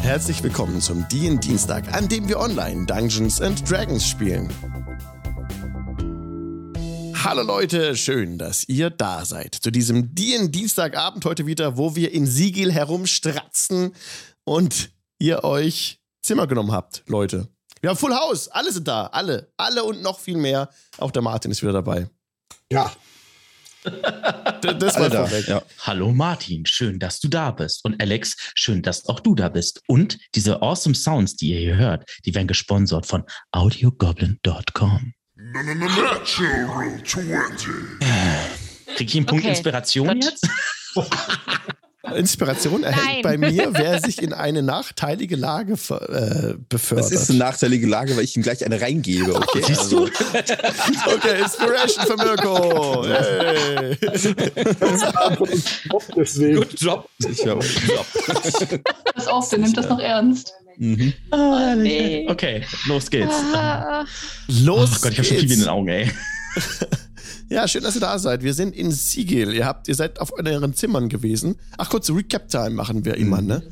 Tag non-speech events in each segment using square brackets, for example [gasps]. Herzlich willkommen zum DIN Dienstag, an dem wir online Dungeons and Dragons spielen. Hallo Leute, schön, dass ihr da seid. Zu diesem DIN Dienstagabend heute wieder, wo wir in Siegel herumstratzen und ihr euch Zimmer genommen habt, Leute. Wir haben Full House, alle sind da, alle, alle und noch viel mehr. Auch der Martin ist wieder dabei. Ja, D- Das war Alle da. vorweg. Ja. Hallo Martin, schön, dass du da bist. Und Alex, schön, dass auch du da bist. Und diese awesome Sounds, die ihr hier hört, die werden gesponsert von audiogoblin.com. Natural 20. Krieg ich einen Punkt Okay. Inspiration Gut. jetzt? Inspiration erhält Nein. bei mir, wer sich in eine nachteilige Lage ver- äh, befördert. Das ist eine nachteilige Lage, weil ich ihm gleich eine reingebe. Okay, [laughs] Siehst du? Okay, Inspiration für [laughs] Mirko. Hey. auch deswegen. Good job. Ich hab, Pass auf, der nimmt das noch ernst. mhm. Ah, nee. Okay, los geht's. Ah, Los Ach Gott, ich habe schon viel in geht's. den Augen, ey. Ja, schön, dass ihr da seid. Wir sind in Siegel. Ihr, habt, ihr seid auf euren Zimmern gewesen. Ach, kurz Recap-Time machen wir immer, ne?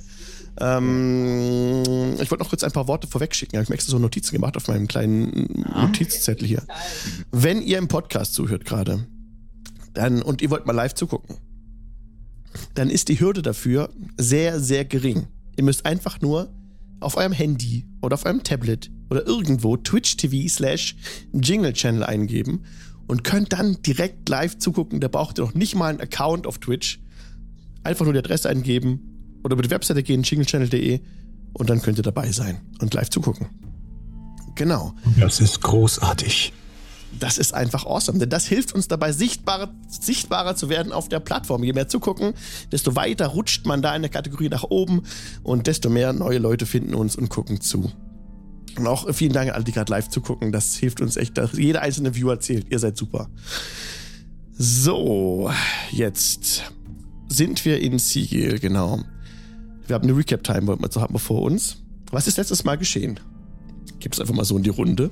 Ähm, ich wollte noch kurz ein paar Worte vorweg schicken. Habe ich mir extra so Notizen gemacht auf meinem kleinen Notizzettel hier. Wenn ihr im Podcast zuhört gerade dann, und ihr wollt mal live zugucken, dann ist die Hürde dafür sehr, sehr gering. Ihr müsst einfach nur auf eurem Handy oder auf eurem Tablet oder irgendwo Twitch TV slash Jingle Channel eingeben und könnt dann direkt live zugucken. Da braucht ihr noch nicht mal einen Account auf Twitch. Einfach nur die Adresse eingeben oder über die Webseite gehen, jinglechannel.de und dann könnt ihr dabei sein und live zugucken. Genau. Das ist großartig. Das ist einfach awesome, denn das hilft uns dabei, sichtbarer, sichtbarer zu werden auf der Plattform. Je mehr zugucken, desto weiter rutscht man da in der Kategorie nach oben und desto mehr neue Leute finden uns und gucken zu. Und auch vielen Dank an alle, die gerade live zugucken. Das hilft uns echt. Dass jeder einzelne Viewer zählt. Ihr seid super. So, jetzt sind wir in Siegel, genau. Wir haben eine Recap-Time, wollten wir zu haben, vor uns. Was ist letztes Mal geschehen? Gib's einfach mal so in die Runde.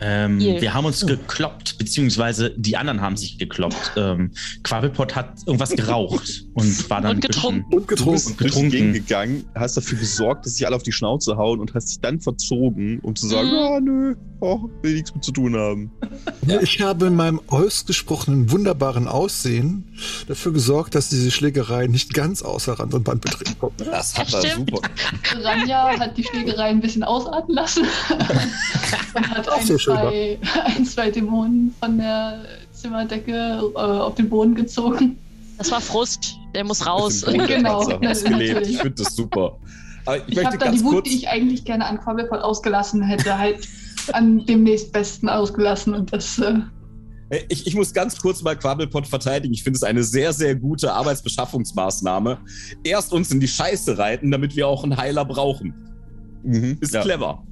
Ähm, Hier. wir haben uns gekloppt, beziehungsweise die anderen haben sich gekloppt. Ähm, Quabbelpot hat irgendwas geraucht und war dann Und ein bisschen- getrunken. Und Du bist getrunken. getrunken. Getrunken. gegengegangen, hast dafür gesorgt, dass sich alle auf die Schnauze hauen und hast dich dann verzogen, um zu sagen, Mhm. ah nö, oh, will nichts mit zu tun haben. Ich habe in meinem ausgesprochenen wunderbaren Aussehen dafür gesorgt, dass diese Schlägerei nicht ganz außer Rand und Band betrieben kommt. Das hat Das er stimmt. super. Ranja [laughs] hat die Schlägerei ein bisschen ausatmen lassen und hat Auch ein sehr schön zwei, ein, zwei Dämonen von der Zimmerdecke äh, auf den Boden gezogen. Das war Frust, der muss raus. Mit dem [laughs] Bruder Genau, Tatsache [laughs] das ist ausgelebt. natürlich- Ich finde das super. Aber ich, Ich, möchte habe dann ganz die Wut, kurz. die ich eigentlich gerne an Quabbelpot ausgelassen hätte, halt an dem nächstbesten ausgelassen und das äh, Ich, ich muss ganz kurz mal Quabbelpot verteidigen. Ich finde es eine sehr, sehr gute Arbeitsbeschaffungsmaßnahme. Erst uns in die Scheiße reiten, damit wir auch einen Heiler brauchen. Ist clever.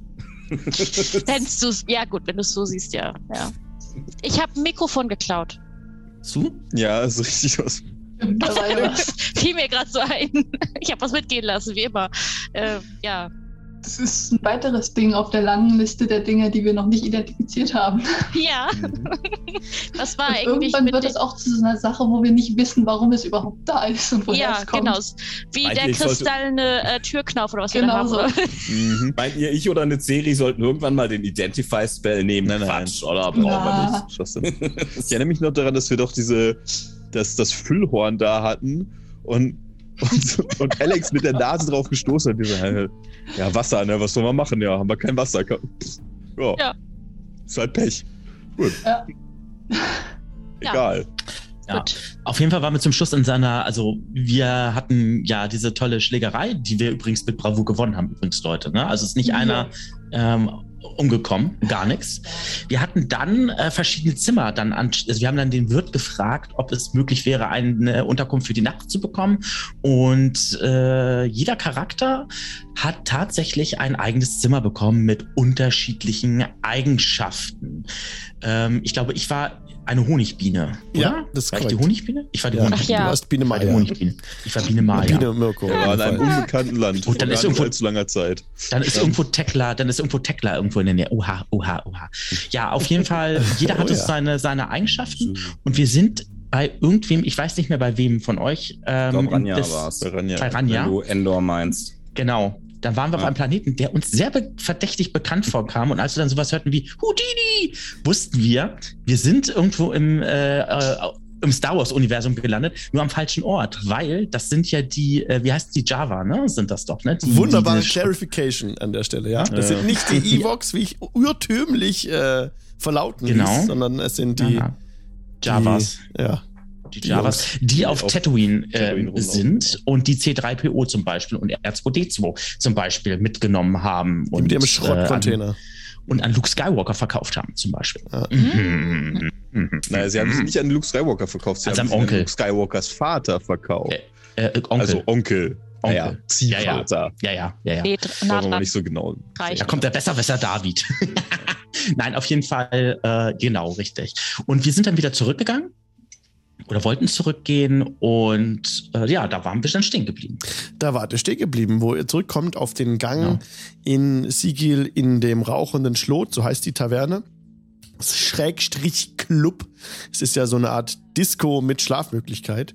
Wenn's du's, ja gut, wenn du es so siehst, ja. ja. Ich habe ein Mikrofon geklaut. [laughs] Zu? Ja, ist richtig was. dabei war. Fiel mir gerade so ein. Ich habe was mitgehen lassen, wie immer. Äh, ja, Das ist ein weiteres Ding auf der langen Liste der Dinge, die wir noch nicht identifiziert haben. ja, Mhm. das war Und Ah, eigentlich irgendwann mit wird den- es auch zu so einer Sache, wo wir nicht wissen, warum es überhaupt da ist und woher ja, es kommt. genau. Wie der Eigentlich sollte- kristallene äh, Türknauf oder was Genau wir da haben. Mhm. Meint ihr, ich oder eine Serie sollten irgendwann mal den Identify-Spell nehmen? Nein, nein. Quatsch, oder? Genau, Ja. Brauchen wir nicht. Ich erinnere mich noch daran, dass wir doch diese, das, das Füllhorn da hatten und, und, und Alex mit der Nase drauf gestoßen hat. Wir so, hä, ja, Wasser, ne? Was soll man machen? Ja, haben wir kein Wasser. Ka- pff, Ja. Ja. Ist halt Pech. Gut. Ja. Ja. [laughs] Egal. Ja. [laughs] Gut. Auf jeden Fall waren wir zum Schluss in seiner, also wir hatten ja diese tolle Schlägerei, die wir übrigens mit Bravour gewonnen haben, übrigens Leute. Ne? Also es ist nicht Ja. einer ähm, umgekommen, gar nichts. Wir hatten dann äh, verschiedene Zimmer, dann an, also wir haben dann den Wirt gefragt, ob es möglich wäre, eine Unterkunft für die Nacht zu bekommen. Und äh, jeder Charakter hat tatsächlich ein eigenes Zimmer bekommen mit unterschiedlichen Eigenschaften. Ähm, ich glaube, ich war eine Honigbiene. Oder? Ja, das ist war ich die korrekt. Honigbiene? Ich war die Ja. Ach Honigbiene. Du ja. hast Biene Ich war die Maya. Honigbiene. Ich war Biene Maya. Biene Mirko. Wir waren in einem Fall. unbekannten Land. Und dann vor ist gar irgendwo- nicht allzu langer Zeit. Dann ist Ja. irgendwo Tekla, dann ist irgendwo Tekla irgendwo in der Nähe. Oha, oha, oha. Ja, auf jeden Fall, jeder hat Oh so ja. seine, seine Eigenschaften und wir sind bei irgendwem, ich weiß nicht mehr bei wem von euch. Ähm, Ich glaub, Ranja das- war's. Bei Ranja. Bei Ranja, Wenn du Endor meinst. genau. Dann waren wir auf Ja. einem Planeten, der uns sehr be verdächtig bekannt vorkam. Und als wir dann sowas hörten wie Houdini, wussten wir, wir sind irgendwo im, äh, äh, im Star Wars-Universum gelandet, nur am falschen Ort, weil das sind ja die, äh, wie heißt die Java, ne? Sind das doch, ne? Die, Wunderbare die, Clarification an der Stelle, ja. Das Ja. sind nicht die Evox, wie ich urtümlich äh, verlauten genau. Genau. ließ, sondern es sind die, Ja, Javas. die ja, Die Javas, die auf auf Tatooine, Tatooine ähm, rumlaufen. sind und die C3PO zum Beispiel und R2D2 zum Beispiel mitgenommen haben die und, mit ihrem Äh, an, Schrottcontainer. und an Luke Skywalker verkauft haben zum Beispiel. Ja. Mhm. Naja, sie haben sich nicht an Luke Skywalker verkauft, An sie haben seinem sich an Onkel. Luke Skywalkers Vater verkauft. Äh, äh, Onkel. Also Onkel. Onkel. Naja, Ja, ja. Ziehvater. ja, ja, ja, ja. Nee, dr- Ja, Wollen wir nah mal dran. nicht so genau. Reicht. Da kommt der Besserwisser David. [laughs] Nein, auf jeden Fall, äh, genau, richtig. Und wir sind dann wieder zurückgegangen oder wollten zurückgehen und äh, ja, da waren wir dann stehen geblieben. Da wart ihr stehen geblieben, wo ihr zurückkommt auf den Gang in Sigil in dem rauchenden Schlot, so heißt die Taverne. Das ist Schrägstrich Club. Es ist ja so eine Art Disco mit Schlafmöglichkeit.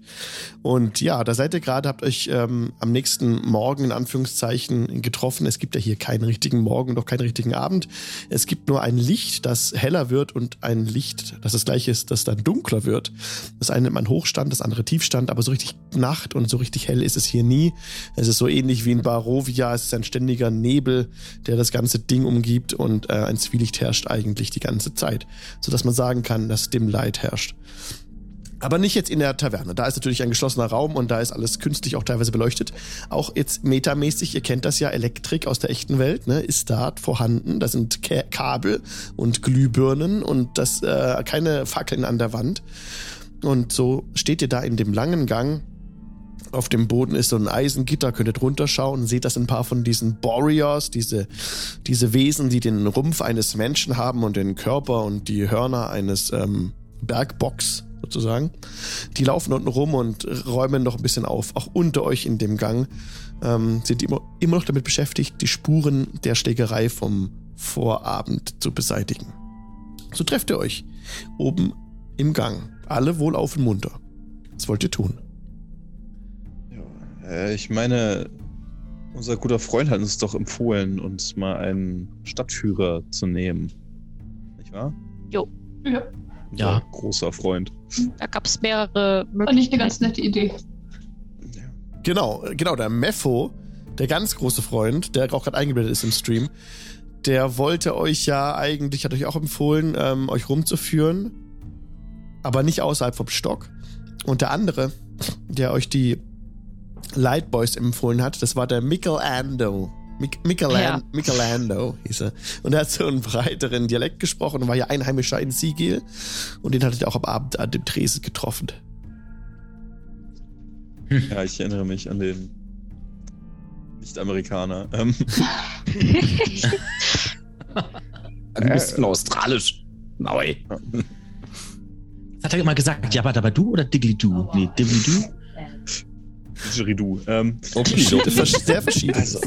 Und ja, da seid ihr gerade, habt euch ähm, am nächsten Morgen in Anführungszeichen getroffen. Es gibt ja hier keinen richtigen Morgen und auch keinen richtigen Abend. Es gibt nur ein Licht, das heller wird und ein Licht, das das gleiche ist, das dann dunkler wird. Das eine nennt man Hochstand, das andere Tiefstand, aber so richtig Nacht und so richtig hell ist es hier nie. Es ist so ähnlich wie in Barovia, es ist ein ständiger Nebel, der das ganze Ding umgibt und äh, ein Zwielicht herrscht eigentlich die ganze Zeit, sodass man sagen kann, dass Dim Light herrscht. Aber nicht jetzt in der Taverne. Da ist natürlich ein geschlossener Raum und da ist alles künstlich auch teilweise beleuchtet. Auch jetzt metamäßig, ihr kennt das ja, Elektrik aus der echten Welt, ne, ist da vorhanden. Da sind Kä Kabel und Glühbirnen und das äh, keine Fackeln an der Wand. Und so steht ihr da in dem langen Gang. Auf dem Boden ist so ein Eisengitter, könntet runterschauen, seht das ein paar von diesen Boreas, diese, diese Wesen, die den Rumpf eines Menschen haben und den Körper und die Hörner eines ähm, Bergbocks sozusagen. Die laufen unten rum und räumen noch ein bisschen auf, auch unter euch in dem Gang. Ähm, sind immer, immer noch damit beschäftigt, die Spuren der Schlägerei vom Vorabend zu beseitigen. So trefft ihr euch oben im Gang. Alle wohlauf und munter. Was wollt ihr tun? Ja, äh, ich meine, unser guter Freund hat uns doch empfohlen, uns mal einen Stadtführer zu nehmen. Nicht wahr? Ja, Unser Ja. Großer Freund. Da gab es mehrere fand ich eine Möglichkeiten. ganz nette Idee. Genau, äh, genau, der Mepho, der ganz große Freund, der auch gerade eingeblendet ist im Stream, der wollte euch ja eigentlich, hat euch auch empfohlen, ähm, euch rumzuführen, aber nicht außerhalb vom Stock. Und der andere, der euch die Lightboys empfohlen hat, das war der Michelando. Mic Michelan Ja. Michelando hieß er. Und er hat so einen breiteren Dialekt gesprochen und war ja Einheimischer in Sigil. Und den hattet ihr auch am Abend an dem Tresen getroffen. Ja, ich erinnere mich an den Nicht-Amerikaner. Ähm, Äh, Ein bisschen australisch. Neu. Das hat er immer gesagt, Jabba Dabba Du oder Diggly Du? Nee, Diggly Du. Didgeridoo. Ähm, Sehr verschieden. Also.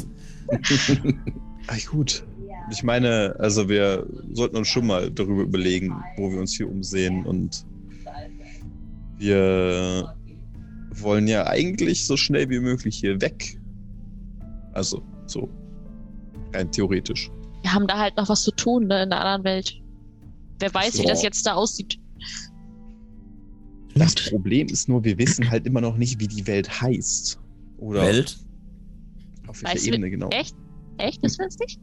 Ach gut. Ich meine, also wir sollten uns schon mal darüber überlegen, wo wir uns hier umsehen und wir wollen ja eigentlich so schnell wie möglich hier weg. Also, so. Rein theoretisch. Wir haben da halt noch was zu tun, ne, in der anderen Welt. Wer weiß, wie So. das jetzt da aussieht. Das Problem ist nur, wir wissen halt immer noch nicht, wie die Welt heißt. Oder Welt? auf Weißt welcher du Ebene genau. Echt? Echt? Das weiß ich?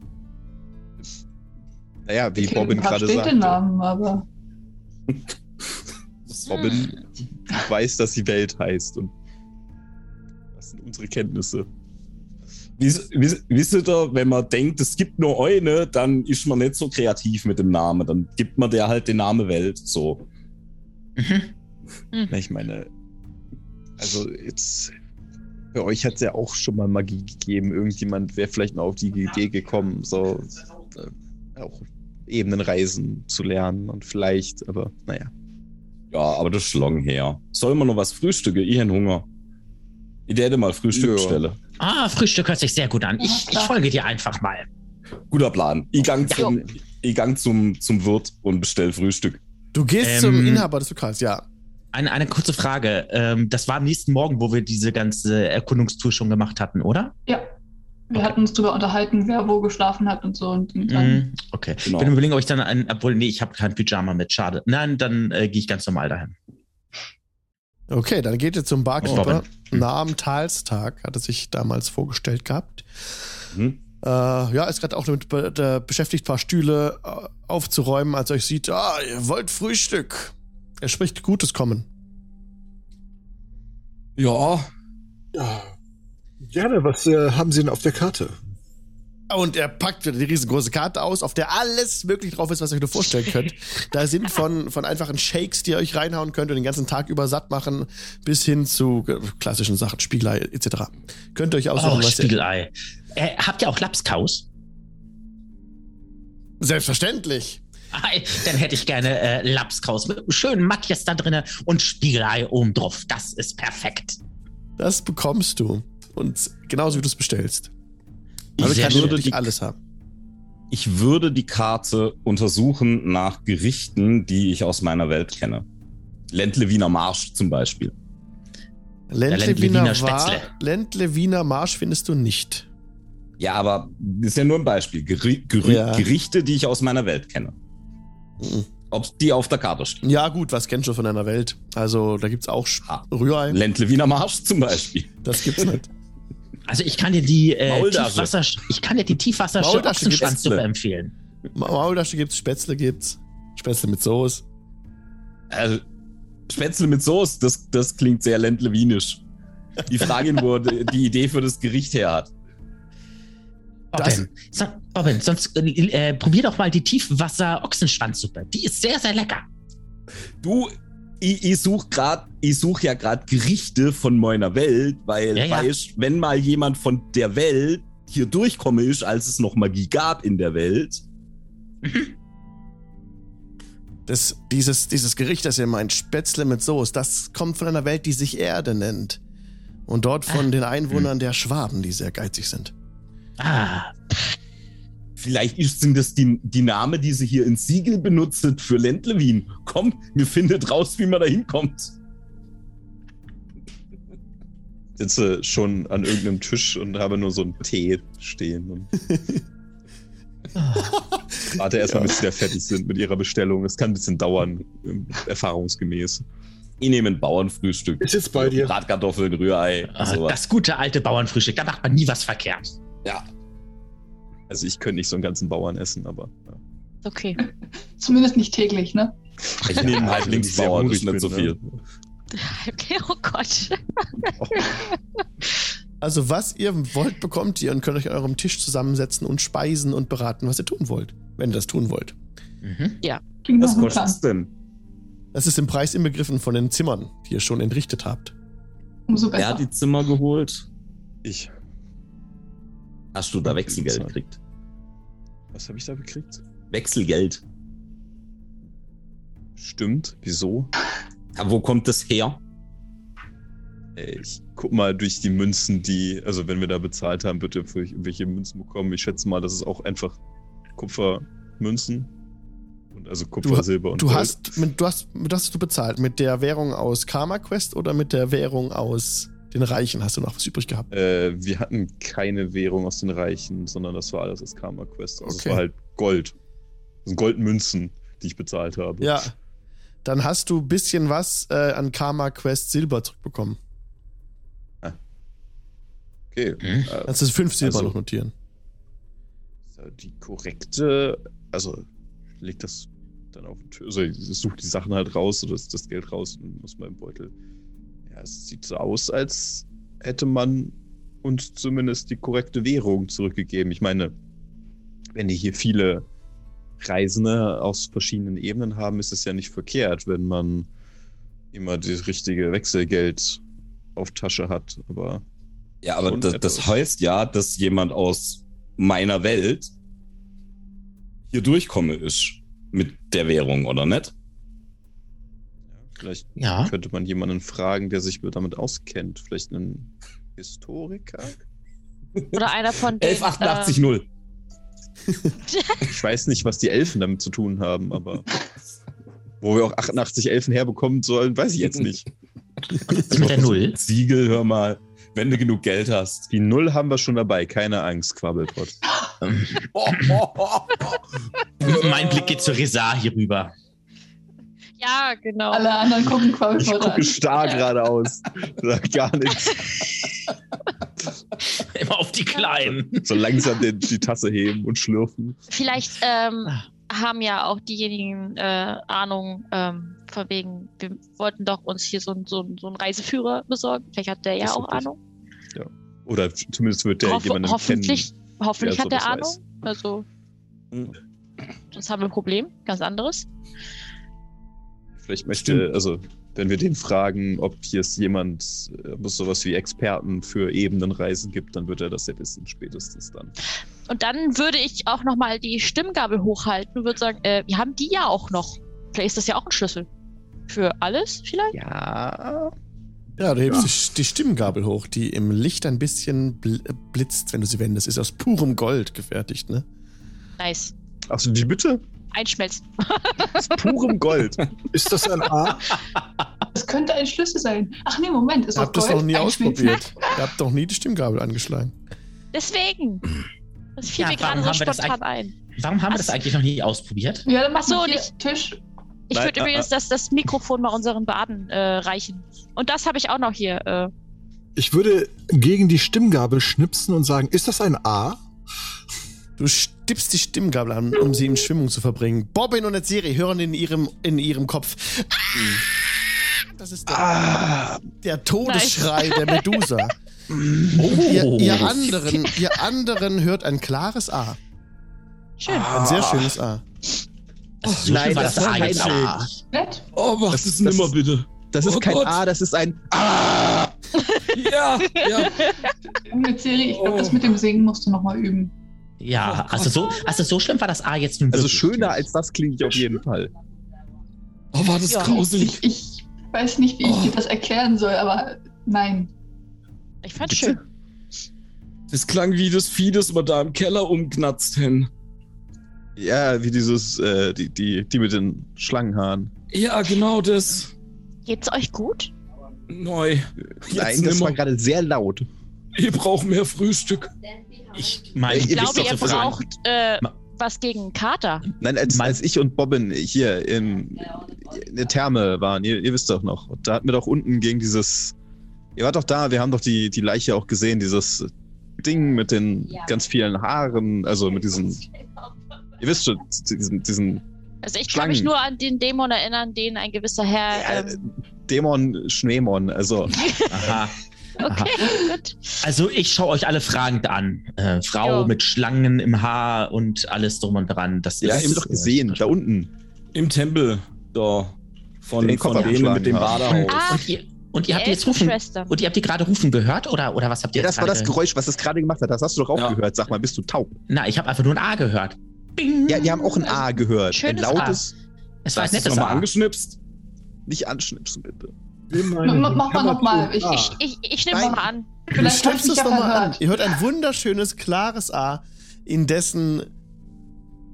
Naja, wie Ich kenne Bobbin ein paar gerade sagte. Städtenamen, aber Robin weiß, dass die Welt heißt. Und das sind unsere Kenntnisse. Wiss, wiss, wisst ihr, wenn man denkt, es gibt nur eine, dann ist man nicht so kreativ mit dem Namen. Dann gibt man der halt den Namen Welt. So. Mhm. Na, ich meine, also jetzt, bei euch hat es ja auch schon mal Magie gegeben. Irgendjemand wäre vielleicht mal auf die Idee gekommen, so äh, auch Ebenenreisen zu lernen und vielleicht, aber naja. Ja, aber das ist lang her. Soll man noch was frühstücken? Ich habe Hunger. Ich hätte mal Frühstück Ja. bestellen. Ah, Frühstück hört sich sehr gut an. Ich, ich folge dir einfach mal. Guter Plan. Ich gang zum, ich gang zum, zum Wirt und bestell Frühstück. Du gehst Ähm, zum Inhaber des Lokals, ja. Eine, eine kurze Frage. Ähm, das war am nächsten Morgen, wo wir diese ganze Erkundungstour schon gemacht hatten, oder? ja, Wir hatten uns darüber unterhalten, wer wo geschlafen hat und so. Und dann Mhm, okay. Genau. Ich bin überlegen, ob ich dann ein, obwohl, nee, ich habe kein Pyjama mit, schade. Nein, dann äh, gehe ich ganz normal dahin. Okay, dann geht ihr zum Barkeeper. Robin. Nah am Talstag hat er sich damals vorgestellt gehabt. Mhm. Äh, ja, ist gerade auch damit be da beschäftigt, ein paar Stühle äh, aufzuräumen, als er euch sieht. Ah, ihr wollt Frühstück. Er spricht Gutes kommen. Ja, Ja. Gerne, was äh, haben Sie denn auf der Karte? Und er packt wieder die riesengroße Karte aus, auf der alles möglich drauf ist, was ihr euch nur vorstellen könnt. [laughs] Da sind von, von einfachen Shakes, die ihr euch reinhauen könnt und den ganzen Tag über satt machen, bis hin zu äh, klassischen Sachen, Spiegelei etc. Könnt ihr euch aussuchen, Oh, was ihr... Spiegelei. Äh, habt ihr auch Lapskaus? Selbstverständlich. Ei, Dann hätte ich gerne äh, Lapskaus mit einem schönen Matjes da drinne und Spiegelei oben drauf. Das ist perfekt. Das bekommst du. Und genauso wie du es bestellst. Also ich Aber Sehr kannst du schön. würde, nicht die, alles haben. ich würde die Karte untersuchen nach Gerichten, die ich aus meiner Welt kenne. Ländle Wiener Marsch zum Beispiel. Ländle Ländle Wiener Wiener War- Spätzle. Ländle Wiener Marsch findest du nicht. Ja, aber das ist ja nur ein Beispiel. Geri Geri Ja. Gerichte, die ich aus meiner Welt kenne. Mhm. Ob die auf der Karte stehen. Ja, gut, was kennst du von deiner Welt? Also, da gibt's auch Sch- Ah. Rührei. Ländle Wiener Marsch zum Beispiel. Das gibt's [laughs] nicht. Also ich kann dir die äh, Maultasche. Tiefwasser, ich kann dir die Tiefwasser Maultasche gibt's Ochsenschwanzsuppe nicht. empfehlen. Ma- Maultasche gibt's, Spätzle gibt's. Spätzle mit Soße. Also, Spätzle mit Soße, das, das klingt sehr ländlewinisch. Die Frage, wo die die Idee für das Gericht her hat. Das- Robin, so, Robin sonst äh, äh, probier doch mal die Tiefwasser Ochsenschwanzsuppe. Die ist sehr, sehr lecker. Du, ich, ich suche grad, ich such ja gerade Gerichte von meiner Welt, weil Ja, ja. Weißt, wenn mal jemand von der Welt hier durchkomme ist, als es noch Magie gab in der Welt, Das, dieses, dieses Gericht, das ihr meint, Spätzle mit Soße, das kommt von einer Welt, die sich Erde nennt. Und dort von den Hm. Einwohnern der Schwaben, die sehr geizig sind. Ah, vielleicht ist, sind das die, die Name, die sie hier in Siegel benutzt für Ländlewien. Komm, wir findet raus, wie man da hinkommt. [laughs] Sitze schon an irgendeinem Tisch und habe nur so einen Tee stehen. [laughs] Und warte erstmal, bis sie da fertig sind mit ihrer Bestellung. Es kann ein bisschen dauern, ähm, erfahrungsgemäß. Ich nehme ein Bauernfrühstück. Ist jetzt bei dir. Bratkartoffeln, Rührei, ah, sowas. das gute alte Bauernfrühstück, da macht man nie was verkehrt. Also ich könnte nicht so einen ganzen Bauern essen, aber ja. Okay. zumindest nicht täglich, ne? Ich nehme halt wenn ich sehr Linksbauern, hungrig ist nicht so bin, viel. ne? [laughs] Oh Gott. Also, was ihr wollt, bekommt ihr und könnt euch an eurem Tisch zusammensetzen und speisen und beraten, was ihr tun wollt. Wenn ihr das tun wollt. Mhm. Klingt nach Was einem kostet Plan. es denn? Das ist im Preis inbegriffen von den Zimmern, die ihr schon entrichtet habt. Umso Wer besser. hat die Zimmer geholt? Ich. Hast du da Wechselgeld gekriegt? Was habe ich da gekriegt? Wechselgeld. Stimmt. Wieso? Ja, wo kommt das her? Äh, Ich guck mal durch die Münzen, die, also wenn wir da bezahlt haben, bitte für welche Münzen bekommen. Ich schätze mal, das ist auch einfach Kupfermünzen. Und also Kupfer, Du ha- Silber und Du Gold. hast, mit, du hast, mit was hast du bezahlt? Mit der Währung aus Karma Quest oder mit der Währung aus den Reichen? Hast du noch was übrig gehabt? Äh, wir hatten keine Währung aus den Reichen, sondern das war alles aus Karma Quest. Also es Okay. war halt Gold. Das sind Goldmünzen, die ich bezahlt habe. Ja. Dann hast du ein bisschen was äh, an Karma Quest Silber zurückbekommen. Okay. Mhm. Äh, Kannst du fünf Silber Also- noch notieren? die korrekte, also ich leg das dann auf den Tisch, also ich suche die Sachen halt raus oder das, das Geld raus und aus meinem Beutel. Ja, es sieht so aus, als hätte man uns zumindest die korrekte Währung zurückgegeben. Ich meine, wenn die hier viele Reisende aus verschiedenen Ebenen haben, ist es ja nicht verkehrt, wenn man immer das richtige Wechselgeld auf Tasche hat, aber Ja, aber Schon das, etwas. das heißt ja, dass jemand aus meiner Welt hier durchkomme ist mit der Währung, oder nicht? ja, vielleicht Ja. Könnte man jemanden fragen, der sich damit auskennt? Vielleicht einen Historiker? Oder einer von den. 1188 ähm, 0. Ich weiß nicht, was die Elfen damit zu tun haben, aber wo wir auch 88 Elfen herbekommen sollen, weiß ich jetzt nicht. Mit der Null. Äh. Siegel, hör mal. wenn du genug Geld hast. Die Null haben wir schon dabei, keine Angst, Quabbelpott. Oh, Mein Blick geht zu Reza hier rüber. [laughs] Ja, genau. Alle anderen gucken Ich Quabbelpott [laughs] gucke an. starr geradeaus. Sag gar nichts. Immer auf die Kleinen. So langsam den, die Tasse heben und schlürfen. Vielleicht ähm, Ah. haben ja auch diejenigen äh, Ahnung, ähm, von wegen, wir wollten doch uns hier so, einen- so, einen- so einen Reiseführer besorgen. Vielleicht hat der ja Das auch ist richtig. Ahnung. Oder zumindest wird der Hoff- jemanden hoffentlich kennen. hoffentlich der hat der Ahnung. sowas Also, Hm. sonst haben wir ein Problem, ganz anderes. Vielleicht möchte, also wenn wir den fragen, ob hier es jemand, äh, ob es sowas wie Experten für Ebenenreisen gibt, dann wird er das ja wissen, spätestens dann. Und dann würde ich auch nochmal die Stimmgabel hochhalten und würde sagen, äh, wir haben die ja auch noch. Vielleicht ist das ja auch ein Schlüssel. Für alles vielleicht? Ja. Ja, du hebst die, die Stimmgabel hoch, die im Licht ein bisschen bl blitzt, wenn du sie wendest. Ist aus purem Gold gefertigt, ne? Nice. Achso, die bitte? Einschmelzen. Aus purem Gold. Ist das ein A? Das könnte ein Schlüssel sein. Ach nee, Moment, ist Ihr doch habt das Gold. noch nie Ein ausprobiert. [laughs] Ihr habt noch nie die Stimmgabel angeschlagen. Deswegen. Das fiel Ja, mir gerade warum so haben wir das spontan ein. Warum haben wir das eigentlich noch nie ausprobiert? Schlüssel. Ja, dann Ach mach so, so hier nicht- Tisch. Ich Nein, würde ah, übrigens das, das Mikrofon mal unseren Baden äh, reichen. Und das habe ich auch noch hier. Äh. Ich würde gegen die Stimmgabel schnipsen und sagen, ist das ein A? Du stippst die Stimmgabel an, um sie in Schwimmung zu verbringen. Bobbin und Siri hören in ihrem, in ihrem Kopf. Das ist der, Ah, der Todesschrei der Medusa. Oh. Ihr, ihr, anderen, ihr anderen hört ein klares A. Schön. Ah, Ein sehr schönes A. Also, so Nein, schön war das das, war A jetzt mein auch. Nett. Oh, mach Das- das, das- nimmer bitte. das ist Oh kein Gott. A, das ist ein. Ja, ja. Mit Siri, ich glaube, Oh. das mit dem Singen musst du nochmal üben. Ja, also so, also so schlimm war das A jetzt nun Also wirklich schöner nicht. als das klinge ich auf jeden Fall. Oh, war das Ja. grauselig. Ich, ich weiß nicht, wie ich dir das erklären soll, aber nein. Ich fand's schön. Das klang wie das Vieh, das wir da im Keller umknatzt haben. Ja, wie dieses, äh, die, die, die mit den Schlangenhaaren. Ja, genau das. Geht's euch gut? Neu. Nein, das war nimmer. gerade sehr laut. Ihr braucht mehr Frühstück. Ich meine, Ich Ich Ihr glaube, wisst ihr doch, also- braucht äh, Ma- was gegen Kater. Nein, als, Mein- als ich und Bobbin hier in, in der Therme waren, ihr, ihr wisst doch noch, da hatten wir doch unten gegen dieses. Ihr wart doch da, wir haben doch die, die Leiche auch gesehen, dieses Ding mit den ganz vielen Haaren, also mit diesen. Ihr wisst schon, diesen, diesen Also ich kann Schlangen. mich nur an den Dämon erinnern, den ein gewisser Herr. äh, Ähm, Dämon, Schneemon, also. Aha. äh, okay, gut. Also ich schaue euch alle fragend an. Äh, Frau Ja. mit Schlangen im Haar und alles drum und dran. Das Ja, ist, ihr habt doch äh, gesehen, da unten. Im Tempel. Da. Von, Den den Kopf von denen abgeschlagen mit dem haben. Badehaus. Ah, Und ihr, und ihr habt die jetzt rufen. Schwester. Und ihr habt die gerade rufen gehört oder, oder was habt ihr Ja, jetzt das war gerade- das Geräusch, was das gerade gemacht hat. Das hast du doch auch Ja. gehört. Sag mal, bist du taub? Na, ich habe einfach nur ein A gehört. Bing. Ja, die haben auch ein A gehört. Schönes ein lautes, Es war ein Hast du es nettes nochmal A. angeschnipst? nicht anschnipsen, bitte. M- m- Mach mal nochmal. Ich, Ah. ich, Ich, ich nehme Nein. mal an. Du vielleicht hab stimmst ich es ja nochmal an. verhört. Ihr hört ein wunderschönes, klares A, in dessen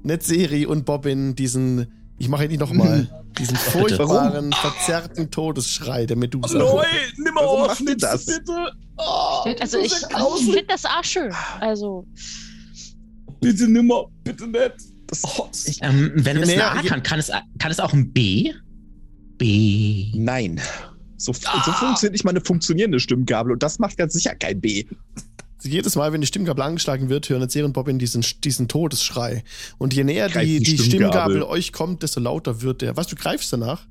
Netzeri und Bobbin diesen, ich mache ihn nicht nochmal, diesen bitte. furchtbaren, verzerrten Todesschrei der Medusa. nimm Warum auf, macht ihr schnipst das? bitte. Oh, Steht- Also Das ich, ist ich ja grauselig. finde das A schön. Also bitte nimmer, bitte nicht. Oh, Ähm, wenn Je es ein näher- A je- kann, kann es, kann es auch ein B? B. Nein. So, Ah. so funktioniert nicht mal eine funktionierende Stimmgabel und das macht ganz sicher kein B. Also Jedes Mal, wenn die Stimmgabel angeschlagen wird, hören Netzeri und Bobbin diesen, diesen Todesschrei. Und je näher Greift die, die die Stimmgabel. Stimmgabel euch kommt, desto lauter wird der. Was, du greifst danach?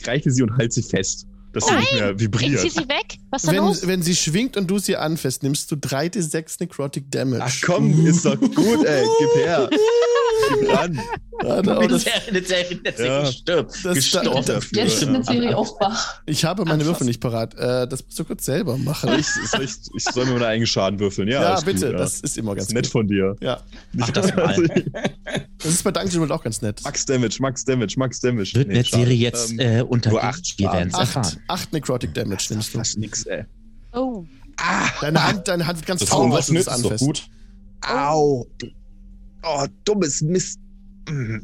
Ich reiche sie und halte sie fest, dass sie Nein! nicht mehr ich ziehe vibriert. sie weg. Was ist da Wenn, los? wenn sie schwingt und du sie anfasst, nimmst du 3d6 Necrotic Damage. Ach komm, ist doch gut, ey. Gib her. Gib ran. Ja, [laughs] da- Eine das, Serie, eine Serie, eine Ja. Serie gestirbt. Das- gestorben. da- Jetzt ist eine Serie auf Bach. ich habe meine Ach, Würfel nicht parat. Äh, das musst du kurz selber machen. Soll Ich, soll ich, ich soll mir mal einen Schaden würfeln. Ja, Ja, ist bitte, Gut, ja. das ist immer Das ganz ist nett gut. von dir. Also, Ja, Mach [laughs] das mal. das ist bei Dungeon World auch ganz nett. Max Damage, Max Damage, Max Damage. Wird Nee, eine schade. Serie jetzt Ähm, äh, unter nur acht Wir Schaden. werden es Acht, erfahren. acht Necrotic Damage nimmst du. fast nix, ey. Oh. Deine Hand, deine Hand wird ganz das taub, als du Oberschnitt das ist doch anfasst. gut. Au. Oh, dummes Mist. Mm.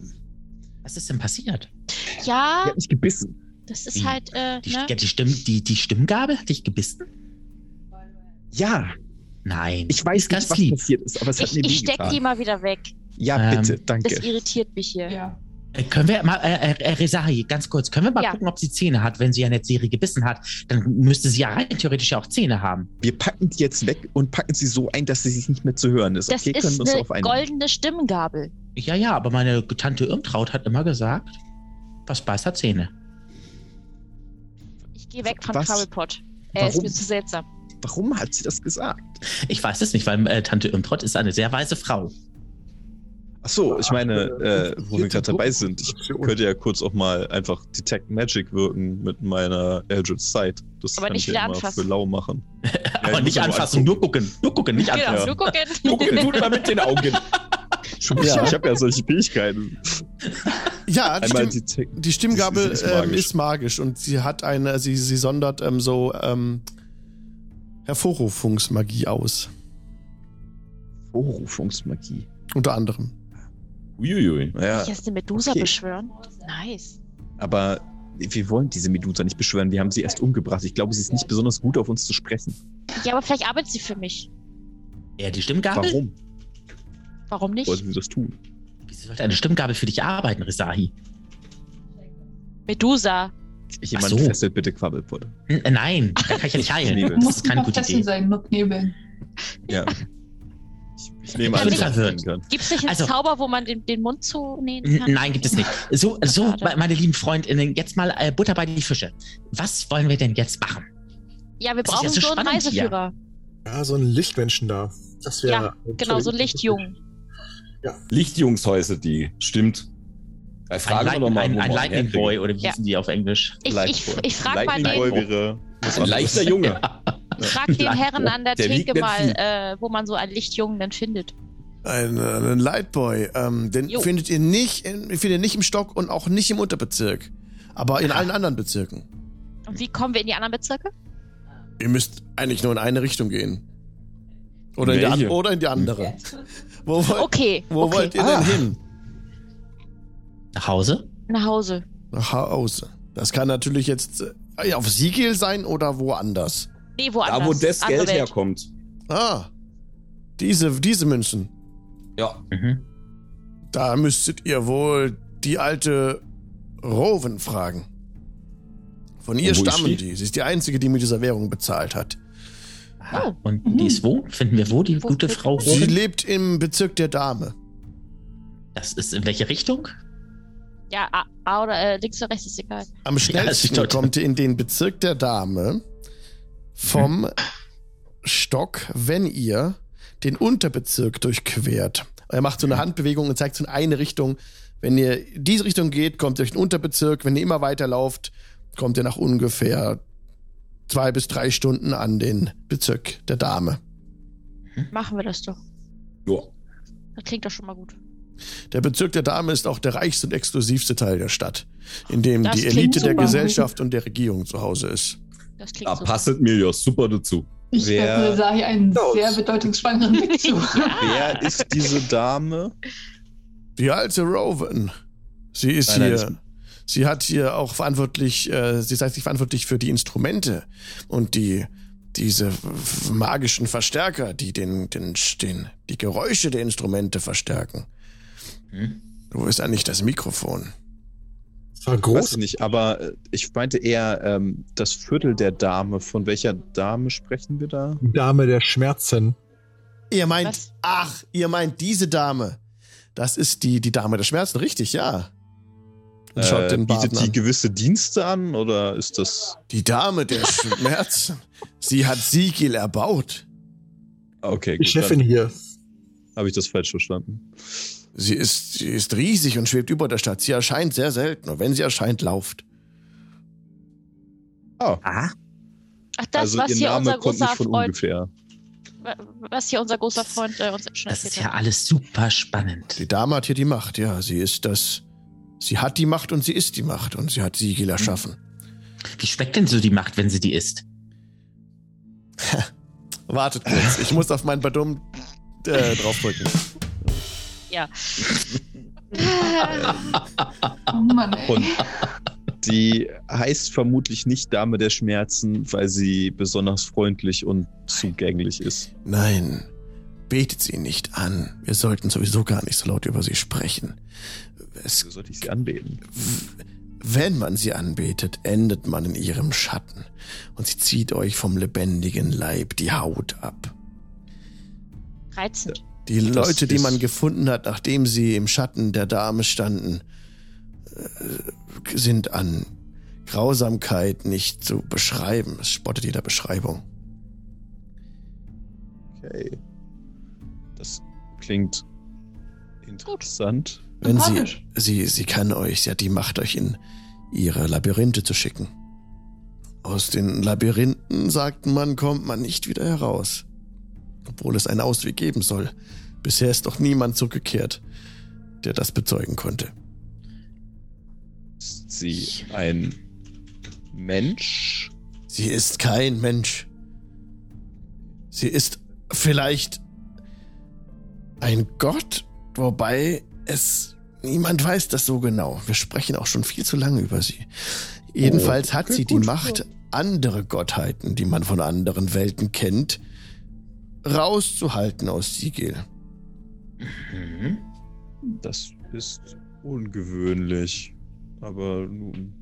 Was ist denn passiert? Die Ja, hat mich gebissen. das Die- ist halt, äh, Die, ne? ja, die, Stimm, die, die Stimmgabel hat dich gebissen? Ja, Nein. ich weiß Ganz nicht, was lieb. passiert ist, aber es hat Ich, mir ich steck wehgetan. die mal wieder weg. Ja, bitte, Ähm, Das danke. irritiert mich hier. Ja. Äh, Können wir mal, äh, äh, Resahi, ganz kurz, können wir mal Ja. gucken, ob sie Zähne hat? Wenn sie ja eine Serie gebissen hat, dann müsste sie ja rein theoretisch ja auch Zähne haben. Wir packen die jetzt weg und packen sie so ein, dass sie sich nicht mehr zu hören ist. Das okay, können ist wir uns eine auf einen. goldene Stimmgabel. Ja, ja, aber meine Tante Irmtraut hat immer gesagt, was beißt hat Zähne. Ich gehe weg von Was? Krabbelpot. Er ist Warum? mir zu seltsam. Warum hat sie das gesagt? Ich weiß es nicht, weil äh, Tante Irmtraut ist eine sehr weise Frau. Ach so, ich meine, äh, wo wir gerade dabei sind, ich Könnte könnte ja kurz auch mal einfach Detect Magic wirken mit meiner Eldritch Sight. Das Aber kann nicht ich wieder ja immer anfassen. für lau machen. Ja, aber ich muss nicht ja anfassen, nur angucken. gucken. Nur gucken, nicht anfassen. Genau, ja. [laughs] nur Gucken gucken. tut man mit den Augen. Ja. Ich habe ja solche [laughs] Fähigkeiten. Ja, die, Einmal Stimm, Detect. die Stimmgabel sie ist ähm, magisch. ist magisch und sie hat eine, sie, sie sondert ähm, so ähm, Hervorrufungsmagie aus. Vorrufungsmagie. Unter anderem. Uiuiui. Ja, Hier ist eine Medusa Okay. beschwören. Nice. aber wir wollen diese Medusa nicht beschwören. Wir haben sie erst umgebracht. Ich glaube, sie ist nicht besonders gut auf uns zu sprechen. Ja, aber vielleicht arbeitet sie für mich. [laughs] Ja, die Stimmgabel? Warum Warum nicht? wollte sie das tun? Wieso sollte eine Stimmgabel für dich arbeiten, Resahi? Medusa. Jemand so. fesselt bitte Quabbelpot. N äh, nein, da kann ich ja nicht heilen. Das Muss ist keine nicht gute fesseln Idee. sein, nur knebeln. Ja. Ich, ich nehme Ich an, bin dass das verwirrt. sein kann. Gibt es nicht einen Also- Zauber, wo man den, den Mund zunähen Mhm. N- kann? Nein, gibt es nicht. So, so Schade. me- meine lieben Freundinnen, jetzt mal äh, Butter bei die Fische. Was wollen wir denn jetzt machen? Ja, wir Das ist ja brauchen so so einen spannend hier. Reiseführer. Ja, so ein Lichtmenschen da. Das wäre. Ja, Genau, so einen Lichtjungen. Lichtjungshäuser, die. Stimmt. Äh, Ein, Fragen wir doch Light, ein, mal. wo ein wir Lightning einen herkriegen. Boy oder wie Ja. hießen die auf Englisch? Ich, ich, Lightning- ich frage mal Lightning Boy den, wäre. was Ein anderes. leichter Junge. ich frag den Lightning Herren an der, Der liegt Theke mit mal, Vieh. äh, wo man so einen Lichtjungen dann findet. Ein, äh, ein Lightboy. Ähm, den Jo. findet ihr nicht, in, findet ihr nicht im Stock und auch nicht im Unterbezirk. Aber in allen anderen Bezirken. Und wie kommen wir in die anderen Bezirke? Ihr müsst eigentlich nur in eine Richtung gehen. Oder, in die, an, Welche? oder in die andere. Wo, wollt, Okay, wo okay. Ah. wollt ihr denn hin? Nach Hause? nach Hause. Nach Hause. Das kann natürlich jetzt äh, auf Siegel sein oder woanders. Nee, woanders. Da, wo das Andere Geld Welt. herkommt. Ah, diese, diese Münzen. Ja. Mhm. Da müsstet ihr wohl die alte Roven fragen. Von ihr Und wo ist stammen sie? die. Sie ist die einzige, die mit dieser Währung bezahlt hat. Ah, Oh. und Mhm. die ist wo? Finden wir wo, die Wo gute findet Frau Sie Robin? lebt im Bezirk der Dame. Das ist in welche Richtung? Ja, A, A oder äh, links oder rechts ist egal. Am sie schnellsten dort- kommt ihr in den Bezirk der Dame vom Mhm. Stock, wenn ihr den Unterbezirk durchquert. Er macht Mhm. so eine Handbewegung und zeigt so in eine Richtung. Wenn ihr diese Richtung geht, kommt ihr durch den Unterbezirk. Wenn ihr immer weiter lauft, kommt ihr nach ungefähr zwei bis drei Stunden an den Bezirk der Dame. Machen wir das doch. Ja. Das klingt doch schon mal gut. Der Bezirk der Dame ist auch der reichste und exklusivste Teil der Stadt, in dem Das die klingt Elite der super. Gesellschaft und der Regierung zu Hause ist. Das klingt Da so. [laughs] passet mir ja super dazu. Ich Wer- Wer sah hier einen Klaus. sehr [laughs] bedeutungsschwangeren Blick zu. Wer ist diese Dame? Die alte Rowan. Sie ist Nein, nein, hier. sie hat hier auch verantwortlich, äh, sie zeigt sich verantwortlich für die Instrumente und die diese f- magischen Verstärker, die den, den, den, die Geräusche der Instrumente verstärken. Hm? Wo ist eigentlich das Mikrofon? Das war Weiß groß. ich nicht, aber äh, ich meinte eher ähm, das Viertel der Dame. Von welcher Dame sprechen wir da? Dame der Schmerzen. Ihr meint, Was? ach, ihr meint diese Dame. Das ist die, die Dame der Schmerzen, richtig, ja. Und schaut Äh, den Baden bietet die an. gewisse Dienste an oder ist das. Die Dame der Schmerzen. Sie hat Siegel erbaut. Ah, Okay, Die gut, Chefin dann hier. habe ich das falsch verstanden. Sie ist, sie ist riesig und schwebt über der Stadt. Sie erscheint sehr selten und wenn sie erscheint, lauft. Ah, Ach, das, also was ihr hier Name unser kommt nicht großer von Freund, ungefähr. wa- was hier unser großer Freund äh, uns schon das ist erzählt ja hat. alles super spannend. Die Dame hat hier die Macht, ja. Sie ist das. Sie hat die Macht und sie ist die Macht und sie hat Siegel erschaffen. Wie schmeckt denn so die Macht, wenn sie die isst? Wartet kurz, ich muss auf mein Badum äh, draufdrücken. Oh Mann, ey. Und Sie heißt vermutlich nicht Dame der Schmerzen, weil sie besonders freundlich und zugänglich ist. Nein, betet sie nicht an. Wir sollten sowieso gar nicht so laut über sie sprechen. Es Also sollte ich sie anbeten. W- Wenn man sie anbetet, endet man in ihrem Schatten und sie zieht euch vom lebendigen Leib die Haut ab. 13. Die Das Leute, die ist- man gefunden hat, nachdem sie im Schatten der Dame standen, äh, sind an Grausamkeit nicht zu beschreiben. Es spottet jeder Beschreibung. Okay. Das klingt interessant. Wenn sie, Sympathisch. sie, sie kann euch, sie hat die Macht, euch in ihre Labyrinthe zu schicken. Aus den Labyrinthen, sagt man, kommt man nicht wieder heraus. Obwohl es einen Ausweg geben soll. Bisher ist noch niemand zurückgekehrt, der das bezeugen konnte. Ist sie ein Mensch? Sie ist kein Mensch. Sie ist vielleicht ein Gott, wobei es niemand weiß das so genau. Wir sprechen auch schon viel zu lange über sie. Jedenfalls hat sie die Macht, andere Gottheiten, die man von anderen Welten kennt, rauszuhalten aus Sigil. Mhm. Das ist ungewöhnlich. Aber nun.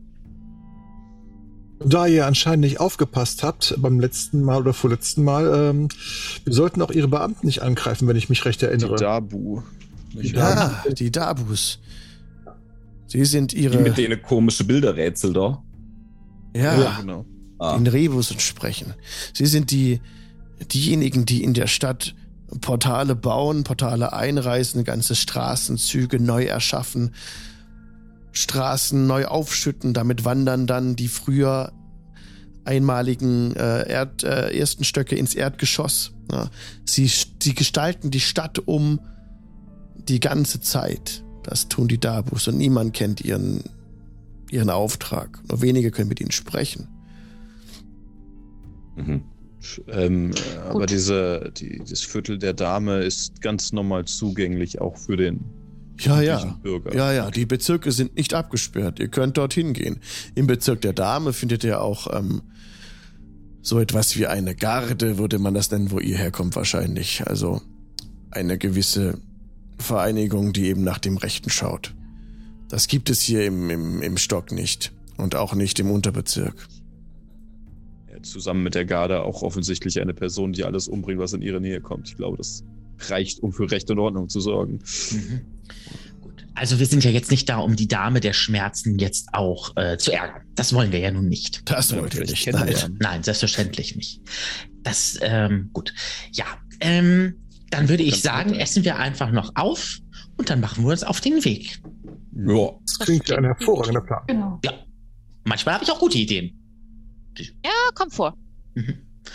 Da ihr anscheinend nicht aufgepasst habt beim letzten Mal oder vorletzten Mal, ähm, wir sollten auch ihre Beamten nicht angreifen, wenn ich mich recht Die erinnere. Dabu. Nicht wahr? Ja, die Dabus. Sie sind Die ihre mit denen komische Bilderrätsel da. ja, genau. Ah. in Rebus entsprechen. Sie sind die, diejenigen, die in der Stadt Portale bauen, Portale einreißen, ganze Straßenzüge neu erschaffen, Straßen neu aufschütten. Damit wandern dann die früher einmaligen äh, Erd, äh, ersten Stöcke ins Erdgeschoss. Ja. Sie, sie gestalten die Stadt um die ganze Zeit. Das tun die Dabus und niemand kennt ihren, ihren Auftrag. Nur wenige können mit ihnen sprechen. Mhm. Ähm, äh, aber diese, die, das Viertel der Dame ist ganz normal zugänglich, auch für den Ja, ja. üblichen Bürger. Ja, ja, die Bezirke sind nicht abgesperrt. Ihr könnt dorthin gehen. Im Bezirk der Dame findet ihr auch ähm, so etwas wie eine Garde, würde man das nennen, wo ihr herkommt wahrscheinlich. Also eine gewisse Vereinigung, die eben nach dem Rechten schaut. Das gibt es hier im, im, im Stock nicht. Und auch nicht im Unterbezirk. Ja, Zusammen mit der Garde auch offensichtlich eine Person, die alles umbringt, was in ihre Nähe kommt. Ich glaube, das reicht, um für Recht und Ordnung zu sorgen. Mhm. Gut. Also wir sind ja jetzt nicht da, um die Dame der Schmerzen jetzt auch äh, zu ärgern. Das wollen wir ja nun nicht. Das Ja, wollt ihr vielleicht nicht. kennen wir Nein. ja. Nein, selbstverständlich nicht. Das, ähm, gut. Ja, ähm, dann würde ich Ganz sagen, gut. essen wir einfach noch auf und dann machen wir uns auf den Weg. Ja. Das klingt ja ein hervorragender Plan. Genau. Manchmal habe ich auch gute Ideen. Ja, komm Ah, vor. Mhm.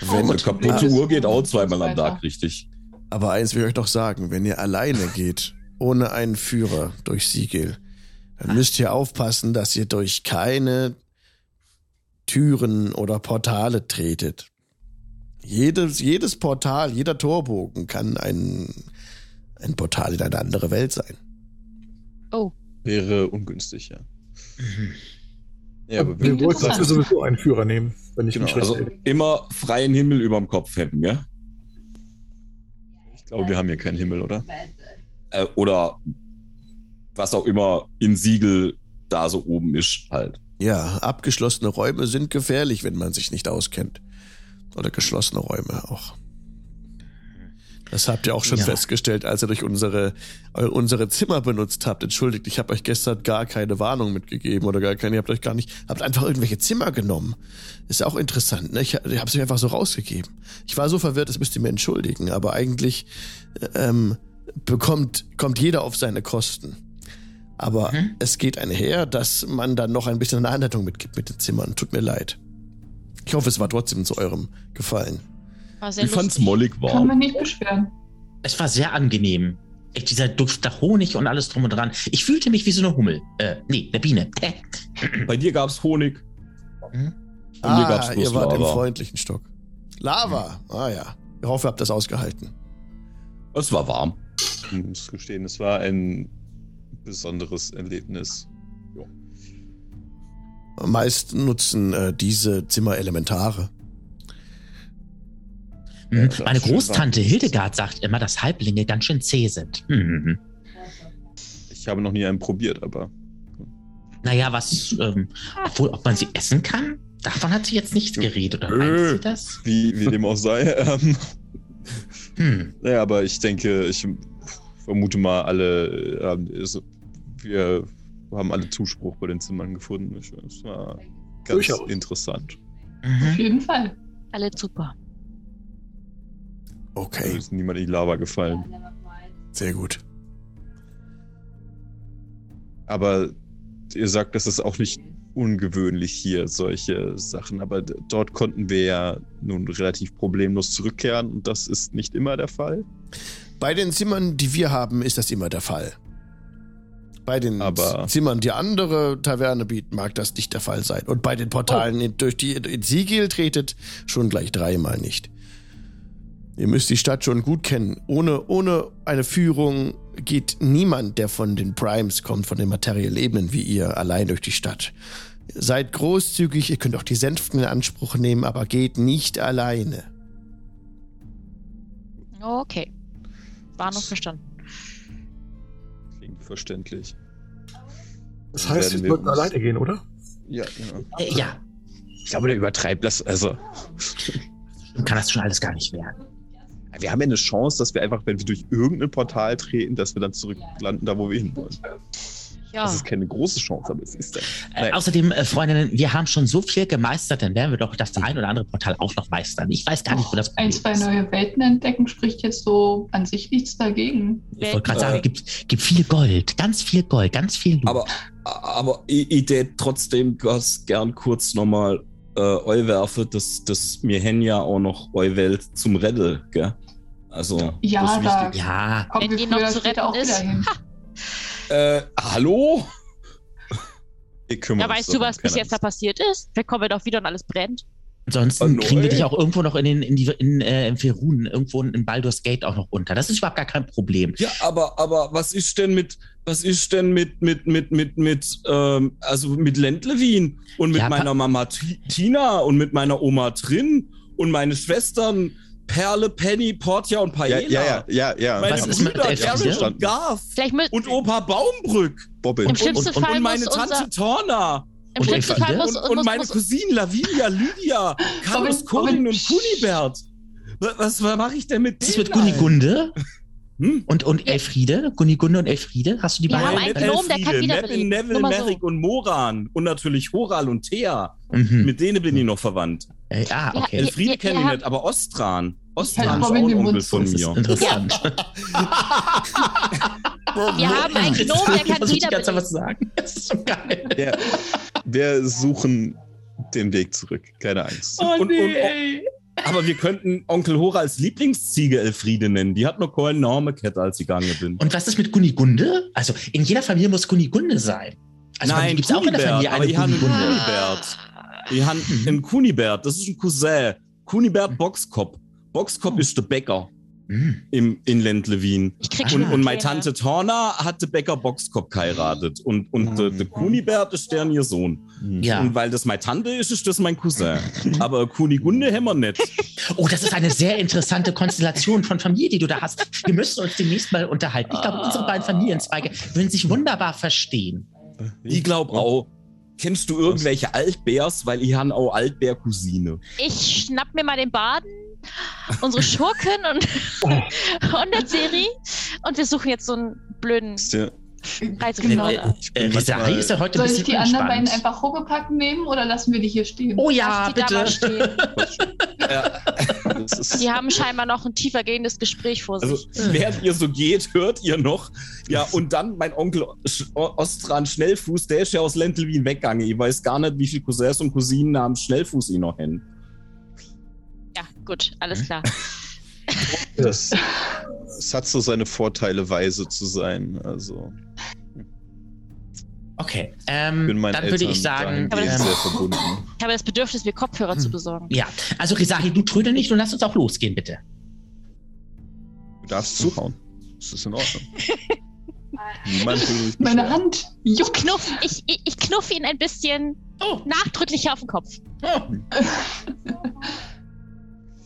Wenn, Eine kaputte Ah. Uhr geht auch zweimal am Weiter. Tag, richtig. Aber eins will ich euch doch sagen, wenn ihr alleine geht, ohne einen Führer durch Siegel, dann müsst ihr aufpassen, dass ihr durch keine Türen oder Portale tretet. Jedes, jedes Portal, jeder Torbogen kann ein, ein Portal in eine andere Welt sein. Wäre ungünstig, ja. Mhm. Ja, aber wir wir, wollten dafür sowieso einen Führer nehmen, wenn ich mich Genau, recht Also erinnere. immer freien Himmel überm Kopf hätten, ja? ich glaube, wir haben hier keinen Himmel, oder? Äh, oder was auch immer in Siegel da so oben ist halt. Ja, abgeschlossene Räume sind gefährlich, wenn man sich nicht auskennt. Oder geschlossene Räume auch. Das habt ihr auch schon Ja. festgestellt, als ihr durch unsere, eu- unsere Zimmer benutzt habt. Entschuldigt, ich habe euch gestern gar keine Warnung mitgegeben oder gar keine, ihr habt euch gar nicht, habt einfach irgendwelche Zimmer genommen. Ist auch interessant, ne? Ich, ha- ich habe euch einfach so rausgegeben. Ich war so verwirrt, das müsst ihr mir entschuldigen, aber eigentlich ähm, bekommt, kommt jeder auf seine Kosten. Aber Mhm. es geht einher, dass man dann noch ein bisschen eine Anleitung mitgibt mit den Zimmern. Tut mir leid. Ich hoffe, es war trotzdem zu eurem Gefallen. War sehr Ich fand's lustig. mollig Kann warm. man nicht beschweren. Es war sehr angenehm. Echt, dieser Duft nach Honig und alles drum und dran. Ich fühlte mich wie so eine Hummel. Äh, nee, eine Biene. Äh. Bei dir gab's Honig. Mhm. Und hier gab's bloß Ah, ihr wart im Lava. Mhm. freundlichen Stock. Lava. Ah ja. Ich hoffe, ihr habt das ausgehalten. Es war warm. Ich muss gestehen, es war ein besonderes Erlebnis. Meist nutzen äh, diese Zimmer Elementare. Mhm. Ja, das Meine ist schön Großtante Hildegard sagt immer, dass Halblinge ganz schön zäh sind. Mhm. Ich habe noch nie einen probiert, aber. Naja, was, ähm, obwohl, ob man sie essen kann? Davon hat sie jetzt nicht geredet, oder meint Äh. sie das? Wie, wie dem auch sei. Ähm, Hm. naja, aber ich denke, ich vermute mal, alle. Haben, ist, wir haben alle Zuspruch bei den Zimmern gefunden. Ich, es war ganz Durchaus. interessant. Auf Mhm. jeden Fall. Alle super. Da Mhm. Okay, ist niemand in die Lava Ähm, gefallen. sehr gut. Aber ihr sagt, das ist auch nicht ungewöhnlich hier, solche Sachen. Aber d- dort konnten wir ja nun relativ problemlos zurückkehren und das ist nicht immer der Fall. Bei den Zimmern, die wir haben, ist das immer der Fall. Bei den Aber- Zimmern, die andere Taverne bieten, mag das nicht der Fall sein. Und bei den Portalen, in- durch die ihr in Siegel tretet, schon gleich dreimal nicht. Ihr müsst die Stadt schon gut kennen. Ohne, ohne eine Führung geht niemand, der von den Primes kommt, von den materiellen Ebenen wie ihr, allein durch die Stadt. Seid großzügig, ihr könnt auch die Sänften in Anspruch nehmen, aber geht nicht alleine. Okay. Warnung verstanden. Klingt verständlich. Das heißt, Werden wir wir sollten uns- alleine gehen, oder? Ja, genau. ja. Äh, ja, Ich glaube, der übertreibt das. Also, kann das schon alles gar nicht werden. wir haben ja eine Chance, dass wir einfach, wenn wir durch irgendein Portal treten, dass wir dann zurücklanden, da wo wir hinwollen. Ja. Ah. Das ist keine große Chance, aber es ist da. Äh, Nein. außerdem, äh, Freundinnen, wir haben schon so viel gemeistert, dann werden wir doch das ein oder andere Portal auch noch meistern. Ich weiß gar nicht, wo das Problem Ein, zwei ist. neue Welten entdecken spricht jetzt so an sich nichts dagegen. Ich wollte gerade Äh. sagen, gibt, gibt viel Gold, ganz viel Gold, ganz viel Loot. Aber, aber ich, ich tät trotzdem ganz gern kurz nochmal äh, einwerfen, dass, dass wir haben ja auch noch eure Welt zum Retten, gell? Also, Ja, das ist da- wichtig. ja, Kommen Wenn die früher noch oder zu später retten ist. wieder hin. Äh, hallo? Wir kümmern Da uns weißt du, darum, was bis keine jetzt da passiert ist? Vielleicht kommen wir doch wieder und alles brennt. Ansonsten Äh, kriegen wir neu? dich auch irgendwo noch in den in die in, äh, in Ferun, irgendwo in Baldur's Gate auch noch unter. Das ist überhaupt gar kein Problem. Ja, aber, aber was ist denn mit, was ist denn mit, mit, mit, mit, mit, ähm, also mit Lendlewin und mit Ja, pa- meiner Mama T Tina und mit meiner Oma Trin und meine Schwestern Perle, Penny, Portia und Ja, Paella. ja, ja, ja, ja. Meine Was ist mit Brüder der Gerrit Elfriede? und Garf Vielleicht mü- und Opa Baumbrück Bobbin. im schlimmsten und- und Fall und meine muss Tante unser, Torna im und schlimmsten Elfriede? Fall muss, und, und muss, meine muss, Cousinen [laughs] Lavinia, Lydia, Carlos, Robin, Corin Robin, und Kunibert. Wa- Was, was mache ich denn mit Was ist denen mit allen? Gunigunde Hm? und, und Elfriede? Gunigunde und Elfriede? Hast du die Wir haben beiden? Äh, einen Ned Gnom, der kann Elfriede, wiederbeleben. Neville, Nur Neville mal so. Merrick und Moran. Und natürlich Horal und Thea. Hm. Mhm. Mit denen bin ich noch verwandt. Äh, ah, Ja, okay. ja, Elfriede wir- kenne wir ich haben- nicht, aber Ostran. Ja, Ostran ist auch Robin, ein den Onkel Mund von das ist mir. interessant. wir haben einen Gnom, [laughs] der Ich kann muss die ganze Zeit wiederbeleben. was sagen. Das ist so [laughs] geil. Wir, wir suchen den Weg zurück. Keine Angst. Oh, Und- und- nee, und- ey. Aber wir könnten Onkel Hora als Lieblingsziege Elfriede nennen. Die hat noch keinen Namen gehabt, als ich gegangen bin. Und was ist mit Gunigunde? Also in jeder Familie muss Gunigunde sein. Also Nein, gibt es auch in der Kunibert, Familie aber eine die haben- Gunigunde. Kunibert. Ah. Die haben Mhm. einen Kunibert, das ist ein Cousin. Kunibert Boxkopf. Boxkopf ist der Bäcker Hm. im Inland Levin. Ich Ah, krieg schon Und, eine und genau. meine Träne. Tante Torna hat den Bäcker Boxkopf geheiratet. Und, und der, der Kunibert ist deren ihr Sohn. Ah. Ja. Und weil das meine Tante ist, ist das mein [laughs] Cousin. Aber Kunigunde haben wir nicht. Oh, das ist eine sehr interessante Konstellation von Familie, die du da hast. Wir müssen uns demnächst mal unterhalten. Ich glaube, unsere beiden Familienzweige würden sich wunderbar verstehen. Ich glaube auch. Kennst du irgendwelche Altbärs? Weil ich habe auch Altbär-Cousine. Ich schnapp mir mal den Baden, unsere Schurken und, [laughs] und der Seri und wir suchen jetzt so einen blöden Wisst ihr, Reizgefährder. Äh, Äh, Risari ist ja heute Soll ein ich bisschen die anderen beiden unspannend. einfach hochgepackt nehmen oder lassen wir die hier stehen? Oh Lass ja, die da mal bitte. stehen. [laughs] [laughs] das ist, Die haben scheinbar noch ein tiefergehendes Gespräch vor sich. Also, während ihr so geht, hört ihr noch. Ja, und dann mein Onkel Sch- O- Ostran Schnellfuß, der ist ja aus Lentel Wien weggegangen. Ich weiß gar nicht, wie viele Cousins und Cousinen haben Schnellfuß ihn noch hin. ja, gut, Mhm. alles klar. das, es hat so seine Vorteile, weise zu sein. Also, Okay, ich bin ähm, meinen dann Eltern würde ich sagen, dahingehend ähm, [laughs] sehr verbunden. Ich habe das Bedürfnis, mir Kopfhörer zu besorgen. ja, also Risari, du tröde nicht und lass uns auch [laughs] losgehen, bitte. [laughs] Du darfst zuhauen. Das ist in Ordnung. Niemand würde sich Meine beschweren. Hand Ich juckt. knuff, ich, ich, ich knuff ihn ein bisschen Oh. nachdrücklicher auf den Kopf. Oh.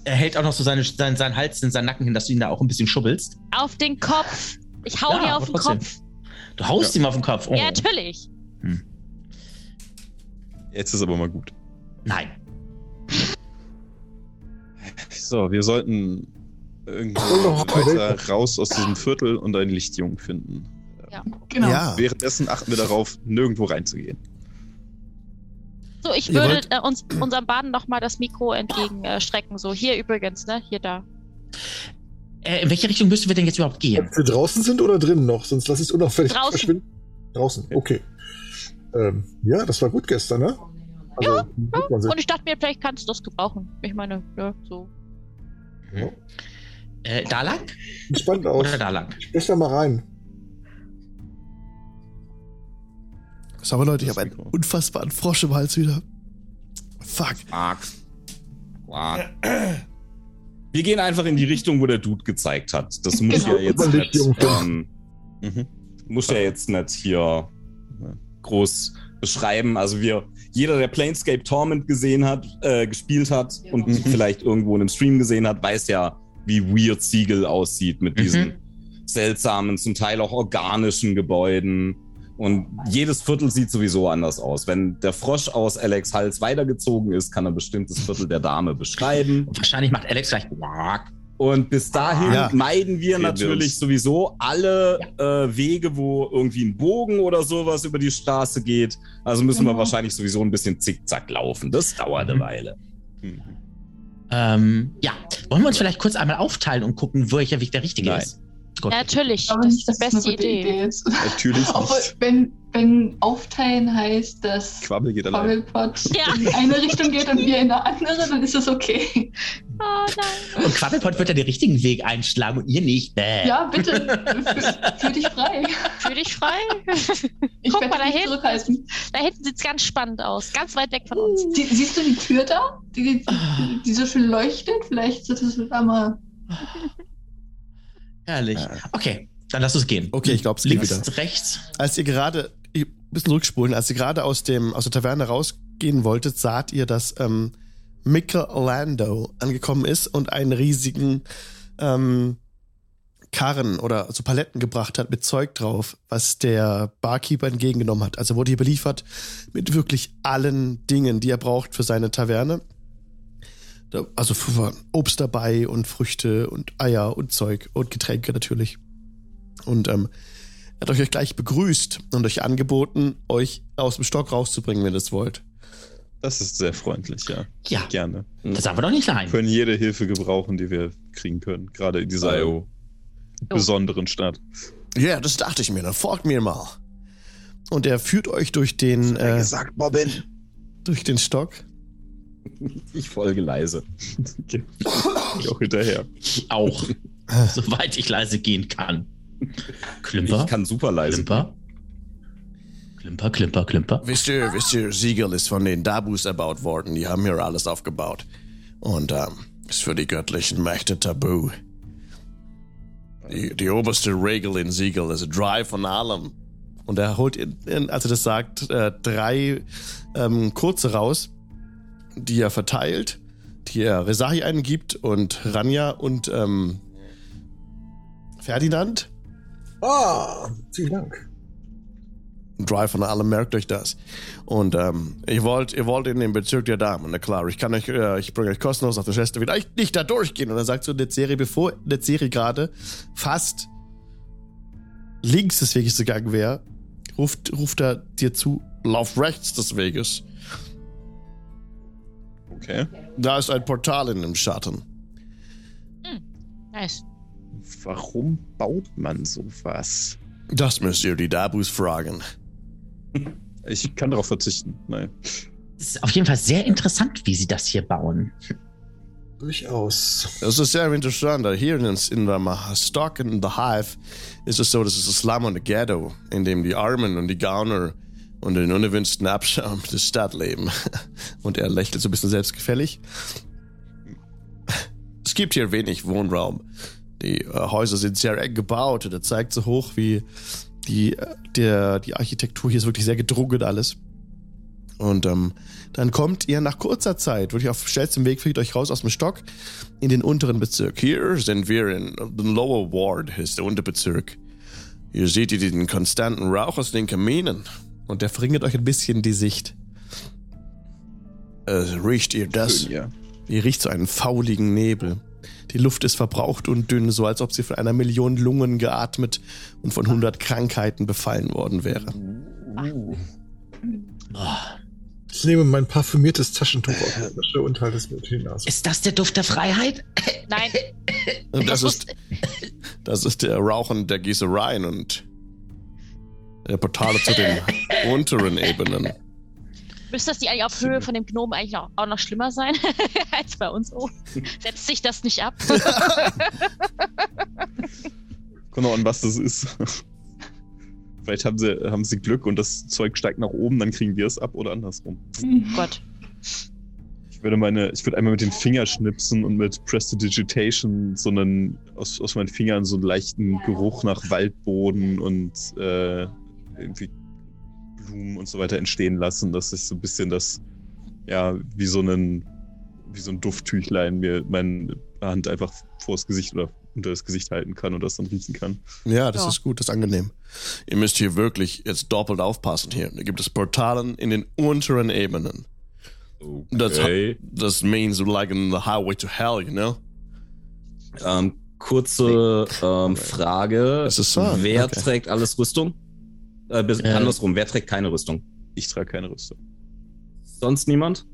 Er hält auch noch so seine, seinen, seinen Hals in seinen Nacken hin, dass du ihn da auch ein bisschen schubbelst. Auf den Kopf. Ich hau Ja, dir aber auf den trotzdem. Kopf. Du haust ihm auf den Kopf. Oh. Ja, natürlich. Jetzt ist aber mal gut. Nein. So, wir sollten irgendwo Oh, noch mal weiter raus aus diesem Viertel und einen Lichtjungen finden. Genau. Ja. Währenddessen achten wir darauf, nirgendwo reinzugehen. So, ich Ihr würde wollt- äh, uns, unserem Baden nochmal das Mikro entgegenstrecken. so, hier übrigens, ne? Hier da. Äh, in welche Richtung müssen wir denn jetzt überhaupt gehen? Ob wir draußen sind oder drinnen noch, sonst lass es unauffällig Draußen. verschwinden. Draußen, okay. Ähm, ja, das war gut gestern, ne? Also, ja, man sich. Und ich dachte mir, vielleicht kannst du das gebrauchen. Ich meine, ne, so. Äh, da lang? Entspannt aus. Oder da lang? Sprich da mal rein. Sag mal, Leute, ich habe Das einen Mikro. unfassbaren Frosch im Hals wieder. Fuck. Quark. Quark. Wir gehen einfach in die Richtung, wo der Dude gezeigt hat. Das muss Genau. ja jetzt Überlegt, nicht, Junge. ähm, Mhm. muss ja jetzt nicht hier äh, groß beschreiben. Also wir, jeder, der Planescape Torment gesehen hat, äh, gespielt hat und Mhm. vielleicht irgendwo in einem Stream gesehen hat, weiß ja, wie weird Siegel aussieht mit diesen seltsamen, zum Teil auch organischen Gebäuden. Und jedes Viertel sieht sowieso anders aus. Wenn der Frosch aus Alex Hals weitergezogen ist, kann er bestimmt das Viertel der Dame beschreiben. Wahrscheinlich macht Alex gleich. Quark. Und bis dahin Ja. meiden wir Sehen wir natürlich uns. sowieso alle äh, Wege, wo irgendwie ein Bogen oder sowas über die Straße geht. Also müssen Mhm. wir Genau. wahrscheinlich sowieso ein bisschen zickzack laufen. Das dauert eine Mhm. Weile. Ähm, ja. Wollen wir uns vielleicht kurz einmal aufteilen und gucken, welcher Weg der richtige Nein. ist? Gut. Natürlich. Ich Das glaube nicht, ist dass die das beste eine gute Idee. Idee ist. Natürlich Obwohl, nicht. [laughs] wenn, wenn aufteilen heißt, dass Quabbel geht allein. Bubble [laughs] Ja. in die eine Richtung geht und wir in eine andere, dann ist das okay. Oh nein. Und Quabbelpot wird ja den richtigen Weg einschlagen und ihr nicht. Bäh. Ja, bitte, fühl- fühl dich frei. Fühl dich frei. [laughs] Ich Guck werde mal, da dich nicht hinten. zurückhalten. da hinten sieht's ganz spannend aus. Ganz weit weg von uns. Sie, siehst du die Tür da? Die, die, die so schön leuchtet? Vielleicht sollte das einmal. Herrlich. Äh. Okay, dann lass uns gehen. Okay, ich glaube, es geht Links, wieder. rechts. Als ihr gerade, ihr- ein bisschen rückspulen, als ihr gerade aus, dem, aus der Taverne rausgehen wolltet, saht ihr, dass ähm, Michelando angekommen ist und einen riesigen ähm, Karren oder so Paletten gebracht hat mit Zeug drauf, was der Barkeeper entgegengenommen hat. Also wurde hier beliefert mit wirklich allen Dingen, die er braucht für seine Taverne. Da- Also war Obst dabei und Früchte und Eier und Zeug und Getränke natürlich. Und ähm, er hat euch gleich begrüßt und euch angeboten, euch aus dem Stock rauszubringen, wenn ihr das wollt. Das ist sehr freundlich, ja. Ja, Gerne. Hm. das sagen wir doch nicht Wir nein. können jede Hilfe gebrauchen, die wir kriegen können. Gerade in dieser Oh. besonderen Stadt. Ja, das dachte ich mir, dann folgt mir mal. Und er führt euch durch den, äh, gesagt, Bobbin. durch den Stock. Ich folge leise. [laughs] Ich auch hinterher. Ich auch. Äh. Soweit ich leise gehen kann. Klimper, Ich kann super leise. Klimper. Klimper, Klimper, Klimper. Wisst ihr, wisst ihr, Siegel ist von den Dabus erbaut worden. Die haben hier alles aufgebaut. Und ähm, ist für die göttlichen Mächte tabu. Die, die oberste Regel in Siegel ist dry von allem. Und er holt, in, in, als er das sagt, äh, drei ähm, kurze raus, die er verteilt, die er Resahi einen gibt und Ranja und ähm, Ferdinand. Ah, vielen Dank. Drive von allem, merkt euch das. Und ähm, ihr, wollt, ihr wollt in den Bezirk der Damen, na klar, ich kann euch, äh, ich bringe euch kostenlos auf der Schwester wieder. Ich nicht da durchgehen. Und dann sagt so der Serie, bevor der Serie gerade fast links des Weges gegangen wäre, ruft, ruft er dir zu, lauf rechts des Weges. Okay. Da ist ein Portal in dem Schatten. Nice. Warum baut man sowas? Das müsst ihr die Dabus fragen. Ich kann darauf verzichten. Nein. Es ist auf jeden Fall sehr interessant, wie sie das hier bauen. Durchaus. Das ist sehr interessant. Hier in, in dem Stock in the Hive ist es so, das ist ein Slum und ein Ghetto, in dem die Armen und die Gauner und den unerwünschten Abschaum der Stadt leben. [laughs] Und er lächelt so ein bisschen selbstgefällig. Es gibt hier wenig Wohnraum. Die äh, Häuser sind sehr eng gebaut und er zeigt so hoch, wie Die, äh, der, die Architektur hier ist wirklich sehr gedrungen alles. Und ähm, dann kommt ihr nach kurzer Zeit, wirklich auf schnellstem Weg, fliegt euch raus aus dem Stock in den unteren Bezirk. Hier sind wir in the Lower Ward, ist der Unterbezirk. Hier seht ihr den konstanten Rauch aus den Kaminen. Und der verringert euch ein bisschen die Sicht. Äh, riecht ihr das? Schön, ja. Ihr riecht so einen fauligen Nebel. Die Luft ist verbraucht und dünn, so als ob sie von einer Million Lungen geatmet und von hundert Krankheiten befallen worden wäre. Oh, Ich nehme mein parfümiertes Taschentuch aus [laughs] der Tasche und halte es mir unter die Nase. ist das der Duft der Freiheit? Nein, Und das Ich ist, das ist der Rauchen der Gießereien und der Portale zu den unteren Ebenen. müsste das die eigentlich auf Höhe von dem Gnomen eigentlich auch, auch noch schlimmer sein [laughs] als bei uns oben? Setzt sich das nicht [laughs] ab? Kommt noch Genau, an, was das ist. Vielleicht haben sie, haben sie Glück und das Zeug steigt nach oben, dann kriegen wir es ab oder andersrum. Gott. Ich würde meine, ich würde einmal mit den Fingern schnipsen und mit Prestidigitation so einen, aus, aus meinen Fingern so einen leichten Geruch nach Waldboden und äh, irgendwie Blumen und so weiter entstehen lassen, dass ich so ein bisschen das, ja, wie so einen, wie so ein Dufttüchlein mir meine Hand einfach vors Gesicht oder unter das Gesicht halten kann und das dann riechen kann. Ja, das Ja. ist gut, das ist angenehm. Ihr müsst hier wirklich jetzt doppelt aufpassen hier. Da gibt es Portalen in den unteren Ebenen. Das, Okay. das means like in the highway to hell, you know? Ähm, kurze ähm, Frage. Das ist wahr, Wer okay. trägt alles Rüstung? Äh, bis, Äh. Andersrum, wer trägt keine Rüstung? Ich trage keine Rüstung. Sonst niemand?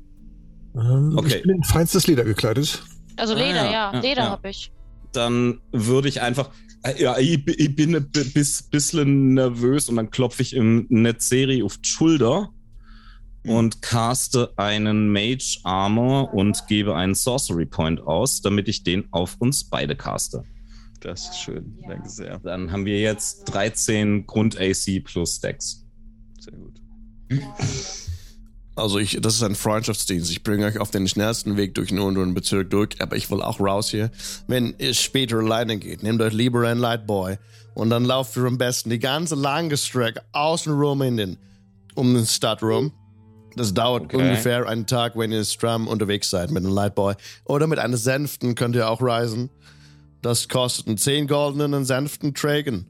Ähm, Okay. Ich bin in feinstes Leder gekleidet. Also Ah, Leder, ja, ja. ja, Leder ja. habe ich. Dann würde ich einfach. äh, Ja, ich, bi- ich bin ein bi- bis, bisschen nervös und dann klopfe ich im Netzeri auf die Schulter und caste einen Mage Armor und gebe einen Sorcery Point aus, damit ich den auf uns beide caste. Das ist schön. Danke sehr. Dann haben wir jetzt 13 Grund AC plus Stacks. Sehr gut. Also ich, das ist ein Freundschaftsdienst. Ich bringe euch auf den schnellsten Weg durch den unteren Bezirk durch, aber ich will auch raus hier. Wenn es später alleine geht, nehmt euch lieber ein Lightboy und dann lauft ihr am besten die ganze lange Strecke außenrum in den, um den Stadt rum. Das dauert Okay. ungefähr einen Tag, wenn ihr stramm unterwegs seid mit einem Lightboy. Oder mit einer Sänften könnt ihr auch reisen. Das kostet einen 10 goldenen einen Sänften trägen.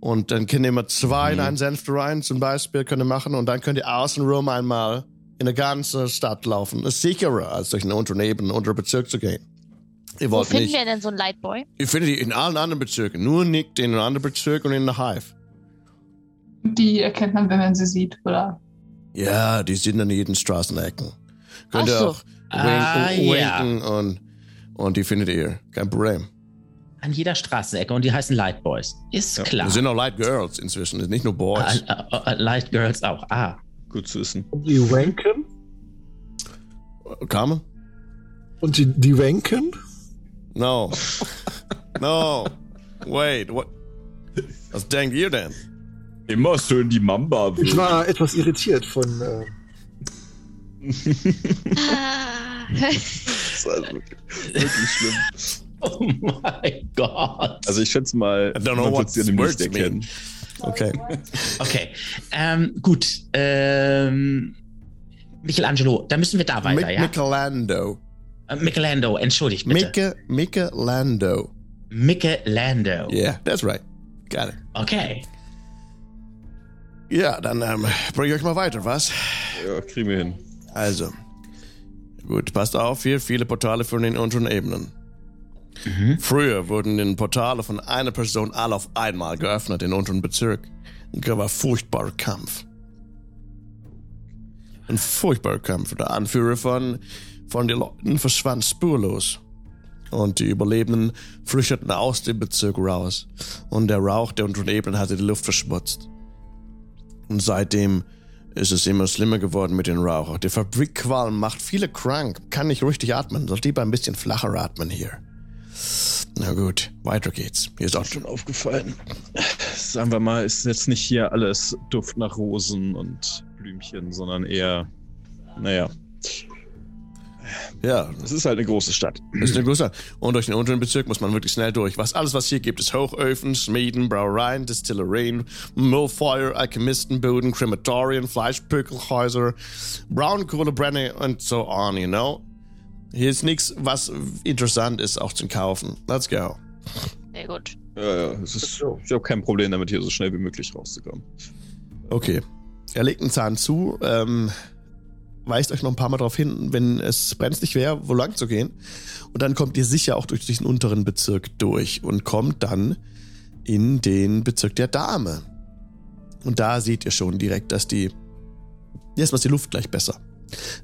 Und dann könnt ihr immer zwei in einen Senf rein, zum Beispiel, könnt ihr machen. Und dann könnt ihr außenrum einmal in der ganzen Stadt laufen. Ist sicherer, als durch einen unteren Ebene, unteren Bezirk zu gehen. Ihr Wo wollt finden nicht. wir denn so [laughs] einen Lightboy? Ihr findet die in allen anderen Bezirken. Nur nicht in den anderen Bezirk und in der Hive. Die erkennt man, wenn man sie sieht, oder? Ja, die sind an jeden Straßenecken. Könnt ihr Ach so. auch Ah, winken, ja. winken und, und die findet ihr. Kein Problem. An jeder Straßenecke und die heißen Light Boys. Ist Ja, klar. Es sind auch Light Girls inzwischen, nicht nur Ah, Boys. ah, ah, Light Girls auch. Ah. Gut zu wissen. Und die Wanken? Ah. Carmen? Und die, die Wanken? [laughs] No. no. Wait, what? Was denkt ihr denn? Immer schön die Mamba. Ich war etwas irritiert von. Äh, Ah. [laughs] Das ist also wirklich schlimm. [laughs] Oh mein Gott. Also ich schätze mal, I don't know man what wird's ja demnächst words mean. erkennen. Okay. Okay. Ähm, gut. Ähm, Michelangelo, da müssen wir da weiter, Mi- ja? Michelando. Äh, Michelando, entschuldigt bitte. Micke, Michelando. Michelando. Yeah, that's right. Got it. Okay. Ja, dann ähm, bringe ich euch mal weiter, was? Ja, kriegen wir hin. Also. Gut, passt auf, hier viele Portale führen in unteren Ebenen. Mhm. Früher wurden die Portale von einer Person alle auf einmal geöffnet in unteren Bezirk. Da war furchtbarer Kampf. Ein furchtbarer Kampf. Der Anführer von, von den Leuten verschwand spurlos. Und die Überlebenden flüchteten aus dem Bezirk raus. Und der Rauch der unteren Ebenen hatte die Luft verschmutzt. Und seitdem ist es immer schlimmer geworden mit den Rauchern. Der Fabrikqualm macht viele krank, kann nicht richtig atmen. Soll lieber ein bisschen flacher atmen hier. Na gut, weiter geht's. Hier ist auch Schon aufgefallen. Sagen wir mal, ist jetzt nicht hier alles Duft nach Rosen und Blümchen, sondern eher, naja, Ja, Es ist halt eine große Stadt. Das ist eine große. Und durch den unteren Bezirk muss man wirklich schnell durch. Was alles, was hier gibt, ist Hochöfen, Schmieden, Brauereien, Distillereien, Millfeuer, Alchemistenbuden, Krematorien, Fleischpökelhäuser, Braunkohlebrenne und so on, you know? Hier ist nichts, was interessant ist, auch zum Kaufen. Let's go. Sehr gut. Ja, ja, es ist, ich habe kein Problem damit, hier so schnell wie möglich rauszukommen. Okay. Er legt einen Zahn zu, ähm, weist euch noch ein paar Mal darauf hin, wenn es brenzlig wäre, wo lang zu gehen. Und dann kommt ihr sicher auch durch diesen unteren Bezirk durch und kommt dann in den Bezirk der Dame. Und da seht ihr schon direkt, dass die. Erstmal ist die Luft gleich besser.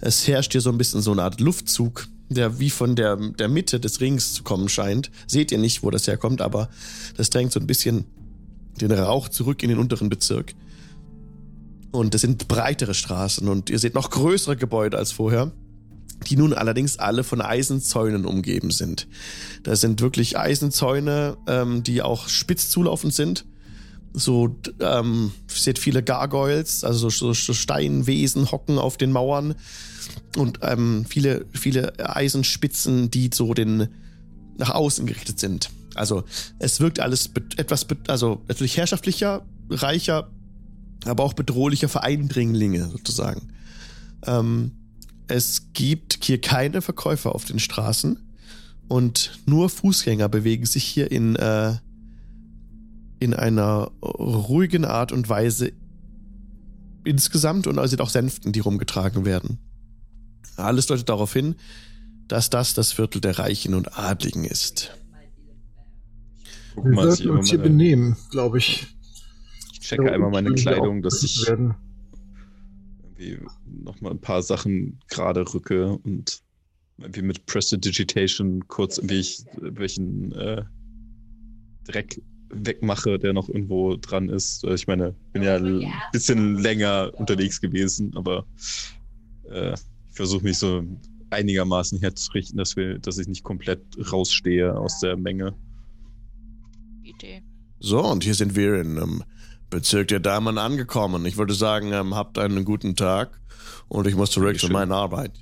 Es herrscht hier so ein bisschen so eine Art Luftzug, der wie von der, der Mitte des Rings zu kommen scheint. Seht ihr nicht, wo das herkommt, aber das drängt so ein bisschen den Rauch zurück in den unteren Bezirk. Und es sind breitere Straßen und ihr seht noch größere Gebäude als vorher, die nun allerdings alle von Eisenzäunen umgeben sind. Da sind wirklich Eisenzäune, ähm, die auch spitz zulaufend sind. So, d- ähm, ihr seht viele Gargoyles, also so, so Steinwesen hocken auf den Mauern und ähm, viele, viele Eisenspitzen, die so den nach außen gerichtet sind. Also es wirkt alles be- etwas, be- also natürlich herrschaftlicher, reicher, aber auch bedrohlicher für Eindringlinge sozusagen. Ähm, es gibt hier keine Verkäufer auf den Straßen und nur Fußgänger bewegen sich hier in, äh, in einer ruhigen Art und Weise insgesamt und es sind auch Sänften, die rumgetragen werden. Alles deutet darauf hin, dass das das Viertel der Reichen und Adligen ist. Guck Wir mal, dass ich, sollten immer uns hier meine, benehmen, glaube ich. ich checke einmal meine Irgendwie Kleidung, auch dass ich werden. irgendwie nochmal ein paar Sachen gerade rücke und irgendwie mit Prestidigitation kurz irgendwie ich, welchen äh, Dreck wegmache, der noch irgendwo dran ist. Äh, Ich meine, bin ja ein bisschen länger unterwegs gewesen, aber äh, ich versuche mich so einigermaßen herzurichten, dass, wir, dass ich nicht komplett rausstehe aus der Menge. Idee. So, und hier sind wir in ähm, Bezirk der Damen angekommen. Ich würde sagen, ähm, habt einen guten Tag und ich muss zurück zu Dankeschön. meiner Arbeit.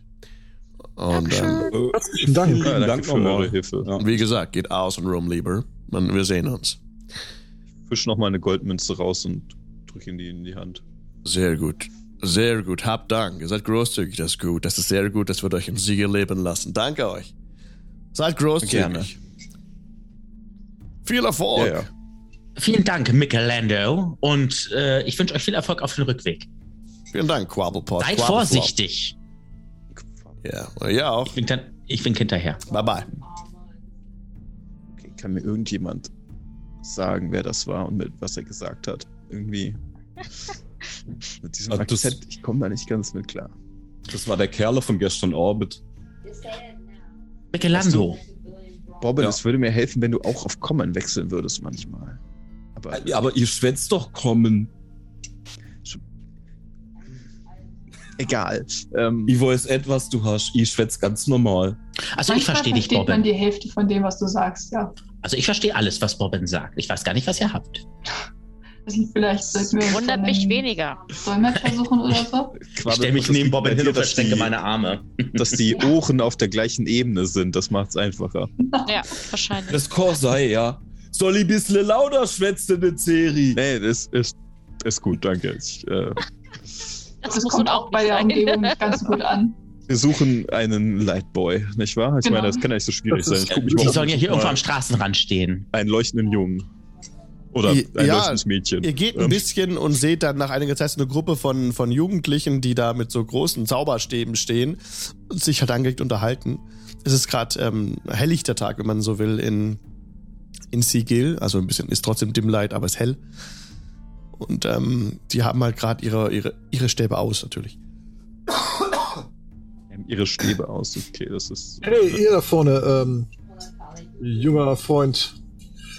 Und ähm, Dankeschön. Herzlichen Dank. [laughs] Ja, danke Äh, Dank für nochmal. eure Hilfe. Ja. wie gesagt, geht aus und rum, lieber. Und wir sehen uns. Fisch nochmal eine Goldmünze raus und drücke ihm die in die Hand. Sehr gut. Sehr gut. Habt Dank. Ihr seid großzügig. Das ist gut. Das ist sehr gut. Das wird euch im Siege leben lassen. Danke euch. Seid großzügig. Gerne. Viel Erfolg. Ja, ja. Vielen Dank, Michelando. Und äh, ich wünsche euch viel Erfolg auf dem Rückweg. Vielen Dank, Quabblepot. Seid Quabbelflop. vorsichtig. Ja, und ihr auch. Ich wink, dann, ich wink hinterher. Bye bye. Okay, kann mir irgendjemand sagen, wer das war und mit was er gesagt hat? Irgendwie. mit diesem Ah, das- Akzent, ich komme da nicht ganz mit klar. Das war der Kerle von gestern Orbit. Michelando. Bobbin, Ja. es würde mir helfen, wenn du auch auf Common wechseln würdest manchmal. Aber Also, Ja, aber ihr schwätzt doch kommen. egal. Ähm, Ich weiß etwas, du hast. Ich schwätz ganz normal. Also ich Manchmal verstehe dich, versteht man Bobbin. die Hälfte von dem, was du sagst, ja. Also ich verstehe alles, was Bobbin sagt. Ich weiß gar nicht, was ihr habt. Also vielleicht sollten wir Wundert von mich einem [laughs] weniger. Dolmetscher suchen oder so. Ich Quabbel- stelle mich das neben liegt Bobbin bei hin dir, und dass verschränke die- meine Arme. Dass die Ohren auf der gleichen Ebene sind, das macht's einfacher. Ja, wahrscheinlich. Das kann sein, ja. Soll ich bissle lauter schwätzen, in der Serie? Nee, das ist, ist gut, danke. Ich, äh, Das, muss kommt nun auch bei der nicht sein. Umgebung [laughs] nicht ganz so gut an. wir suchen einen Lightboy, nicht wahr? Ich Genau. meine, das kann ja nicht so schwierig Das sein. ist Ich guck mich mal Die um. sollen ja hier Mal irgendwo am Straßenrand stehen. Einen leuchtenden Jungen. Oder I- ein ja, leuchtendes Mädchen. Ihr geht ein Ähm, bisschen und seht dann nach einiger Zeit so eine Gruppe von, von Jugendlichen, die da mit so großen Zauberstäben stehen und sich halt angeregt unterhalten. Es ist gerade ähm, helllichter Tag, wenn man so will, in, in Sigil. Also ein bisschen ist trotzdem Dimlight, aber es ist hell. Und ähm, die haben halt gerade ihre, ihre, ihre Stäbe aus, natürlich. ihre Stäbe aus. Okay, das ist. Hey, ihr da vorne, ähm, junger Freund,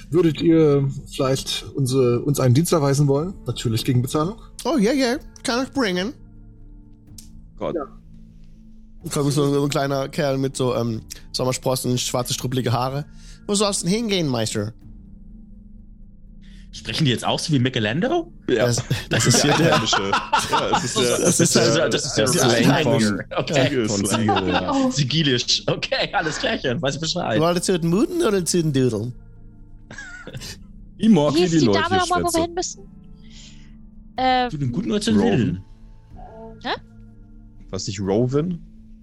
würdet ihr vielleicht unsere, uns einen Dienst erweisen wollen? Natürlich gegen Bezahlung. Oh, ja, ja, kann ich bringen. Gott. Kommt so, so ein kleiner Kerl mit so ähm, Sommersprossen, schwarze, struppelige Haare. Wo sollst du denn hingehen, Meister? Sprechen die jetzt auch so wie Michelando? Ja. Das, das ist hier der. Heimische. Ja, das ist der. Das [laughs] ist halt Also, der. das ist der der Slang Slang von- von okay. Siegel, Von Slang. [laughs] Siegel, ja. Oh, Sigilisch. Okay, alles klärchen. Weiß Halt. Bescheid. War das zu den Muten oder zu den Dödeln? Wie mag Hier die, ist die Leute Dame hier nochmal, wo wir schwätzen? hin müssen. Äh, Zu den guten oder zu Rowan. den Was nicht Rowan?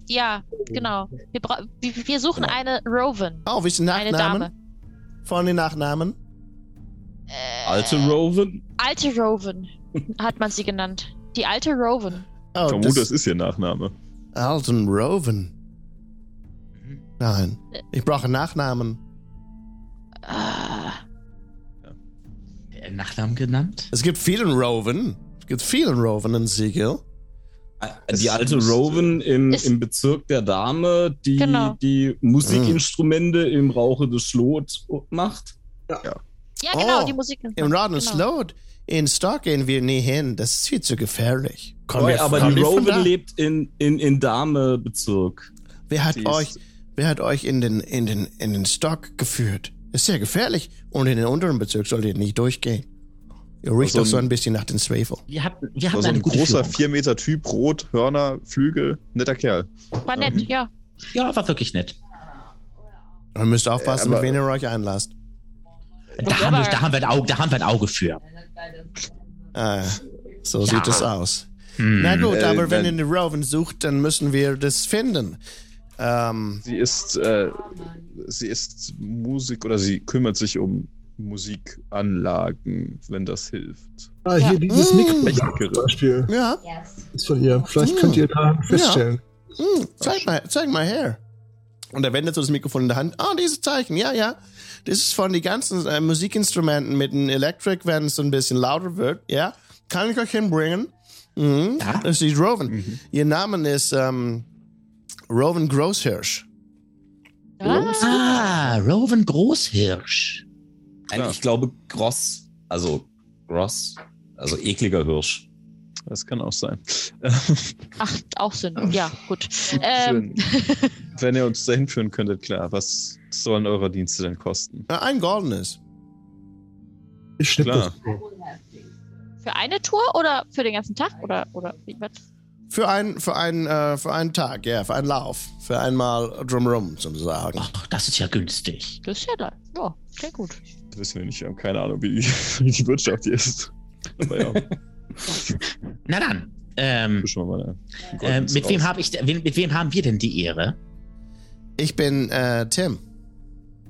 ja, genau. Wir, bra- wir wir suchen eine Rowan. Oh, willst du den Eine Nachnamen? Dame. Von den Nachnamen? Äh, Alte Rowan? Alte Rowan hat man sie genannt. Die alte Rowan. Oh, Vermute, das ist ihr Nachname. Alton Rowan. Mhm. Nein. Äh. Ich brauche einen Nachnamen. Ah, Äh, Nachnamen genannt? Es gibt vielen Rowan. Es gibt vielen Rowan in Siegel. äh, Es Die alte müsste- Rowan im, Es- im Bezirk der Dame, die Genau. die Musikinstrumente im Rauche des Schlot macht. ja, Oh, genau, die Musik. Im Raden Genau. Slot. In Stark gehen wir nie hin. Das ist viel zu gefährlich. Kommen Boy, wir- aber kommen die wir von da? Rowan lebt in, in, in Dame-Bezirk. Wer hat Sie ist- euch, wer hat euch in den, in den, in den Stock geführt? Ist sehr gefährlich. Und in den unteren Bezirk sollt ihr nicht durchgehen. Ihr riecht so doch so ein- ein bisschen nach den Swavel. Wir hatten, wir War hatten so eine ein gute großer Führung. 4 Meter Typ, rot, Hörner, Flügel, netter Kerl. War nett, Mhm. ja. Ja, war wirklich nett. Ihr müsst aufpassen, Ja, mit aber- wen ihr euch einlasst. Da haben, wir, da, haben wir ein Auge, da haben wir ein Auge für. Äh, so Ja. sieht es aus. Hm. Na gut, Äh, aber wenn dann- ihr eine Rowan sucht, dann müssen wir das finden. Ähm, Sie ist, äh, sie ist Musik oder sie kümmert sich um Musikanlagen, wenn das hilft. Ah, hier Ja. dieses Mm. Mikrofon Technikerin. zum Beispiel ja, ist von ihr. Vielleicht könnt ihr da feststellen. Hm, zeig, mal, zeig mal her. Und er wendet so das Mikrofon in der Hand. Ah, dieses Zeichen, ja, ja. Das ist von den ganzen äh, Musikinstrumenten mit dem Electric, wenn es so ein bisschen lauter wird, ja. Kann ich euch hinbringen? Mhm. Ja. Mhm. Das ist die Rowan. Ihr Name ist ähm, Rowan Grosshirsch. Ah, Ah, Rowan Großhirsch. Nein, Ja. Ich glaube, Gross, also Gross, also ekliger Hirsch. Das kann auch sein. Ach, auch Sinn. Ja, gut. Ähm, Schön. wenn ihr uns dahin führen könntet, klar. Was sollen eure Dienste denn kosten? Äh, ein goldenes. Ich schnipp Klar. das. für eine Tour oder für den ganzen Tag? Oder, oder wie was? Für, ein, für, ein, äh, für einen Tag, ja, für einen Lauf. Für einmal drumrum, sozusagen. Ach, das ist ja günstig. Das ist ja da. Ja, klingt gut. Das wissen wir nicht. Wir haben keine Ahnung, wie die, [laughs] wie die Wirtschaft hier ist. Aber [laughs] ja, Na dann. Ähm, schon mal eine. äh, mit, wem hab ich, wen, mit wem haben wir denn die Ehre? Ich bin äh, Tim.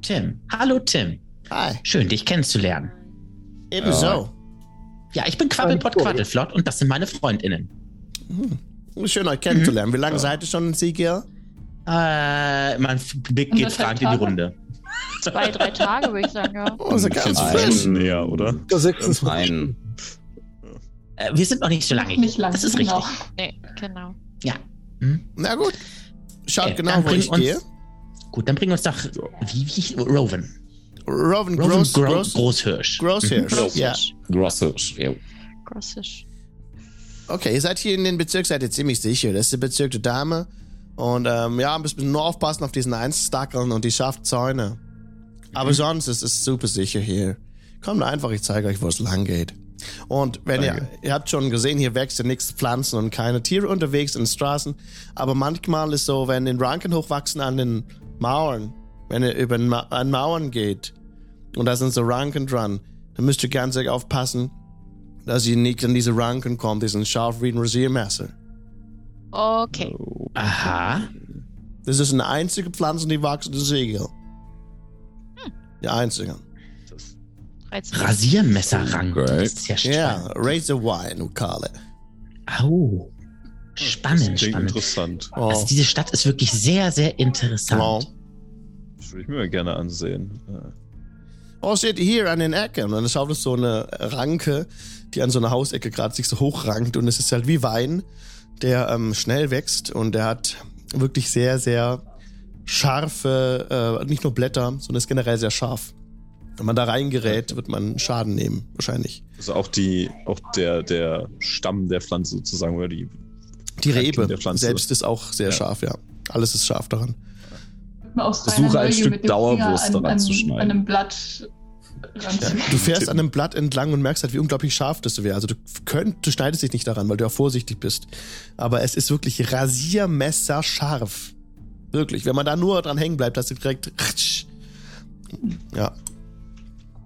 Tim. Hallo Tim. Hi. Schön, dich kennenzulernen. Ebenso. Ja, ich bin Quabbelpott Quaddelflott und das sind meine Freundinnen. Mhm. Schön, euch kennenzulernen. Wie lange seid ihr schon in Siegel? Äh, mein Blick geht das fragend hat in die Tage? Runde. Zwei, [laughs] drei Tage würde ich sagen, ja. Oh, so ganz Nein. frisch. näher, oder? Der 26. Ein Äh, wir sind noch nicht so lange hier. nicht lang. Das ist richtig. genau. Nee, genau. Na gut. Schaut Okay, genau, Äh, dann wo bring ich uns- gehe. Gut, dann bringen wir uns doch. Wie, wie, Rowan. Rowan Rowan Gross, Gro Gross, Großhirsch. Mhm. Grosshirsch. Ja. Grossisch. Gross Hirsch. Ja. Grossisch. Okay, ihr seid hier in den Bezirk, seid ihr ziemlich sicher. Das ist der Bezirk der Dame. Und ähm, ja, ein bisschen nur aufpassen auf diesen Einstackeln und die Schaftzäune. Aber sonst ist es super sicher hier. Kommt einfach, ich zeige euch, wo es lang geht. Und wenn ihr, ihr habt schon gesehen, hier wächst ja nichts Pflanzen und keine Tiere unterwegs in den Straßen. Aber manchmal ist so, wenn den Ranken hochwachsen an den Mauern, wenn ihr über den Ma an Mauern geht und da sind so Ranken dran, dann müsst ihr ganz arg aufpassen, dass ihr nicht an diese Ranken kommt, diesen scharf wie ein Rasiermesser. Okay. Aha. Das ist eine einzige Pflanze, die wächst in Siegel. Hm. Die einzige. Reizend. Rasiermesserrang. Okay. Das ist ja Ja, spannend. Razor Wine, we call it. Au. Das Spannend, klingt spannend. interessant. Oh. Also diese Stadt ist wirklich sehr, sehr interessant. Wow. Das würde ich mir gerne ansehen. Äh, Ja. Oh, seht ihr hier an den Ecken. Und dann schaut es so eine Ranke, die an so einer Hausecke gerade sich so hochrankt. Und es ist halt wie Wein, der ähm, schnell wächst. Und der hat wirklich sehr, sehr scharfe, äh, nicht nur Blätter, sondern ist generell sehr scharf. Wenn man da reingerät, wird man Schaden nehmen, wahrscheinlich. Also auch die, auch der, der Stamm der Pflanze sozusagen oder die. Die Ranken Rebe der Pflanze. selbst ist auch sehr Ja. scharf, ja. Alles ist scharf daran. Aus Versuche, reiner ein Neugier Stück mit dem Dauerwurst Finger an- daran zu schneiden. An einem Blatt Ganz Du fährst an einem Blatt entlang und merkst halt, wie unglaublich scharf das wäre. Also du, könnt, du schneidest dich nicht daran, weil du ja vorsichtig bist. Aber es ist wirklich rasiermesserscharf. Wirklich. Wenn man da nur dran hängen bleibt, hast du direkt. [laughs] ratsch. Ja.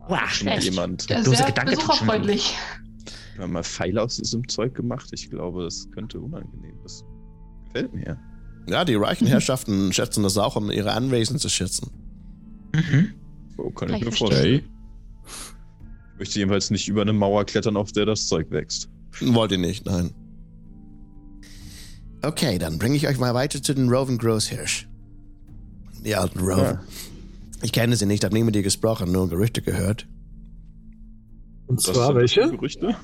Wow. Echt? jemand. Der bloße sehr Gedanke tut schon besucherfreundlich. Wir haben mal Pfeil aus diesem Zeug gemacht. Ich glaube, das könnte unangenehm. Das gefällt mir. Ja, die [laughs] reichen Herrschaften schätzen das auch, um ihre Anwesen zu schätzen. Mhm. Oh, kann Kann ich ich mir verstehen. vorstellen. Ich möchte jedenfalls nicht über eine Mauer klettern, auf der das Zeug wächst. Wollt ihr nicht, nein. Okay, dann bringe ich euch mal weiter zu den Roven Großhirsch. Die alten Roven. Ja. Ich kenne sie nicht, habe nie mit ihr gesprochen, nur Gerüchte gehört. Und Das zwar sind welche? Gerüchte?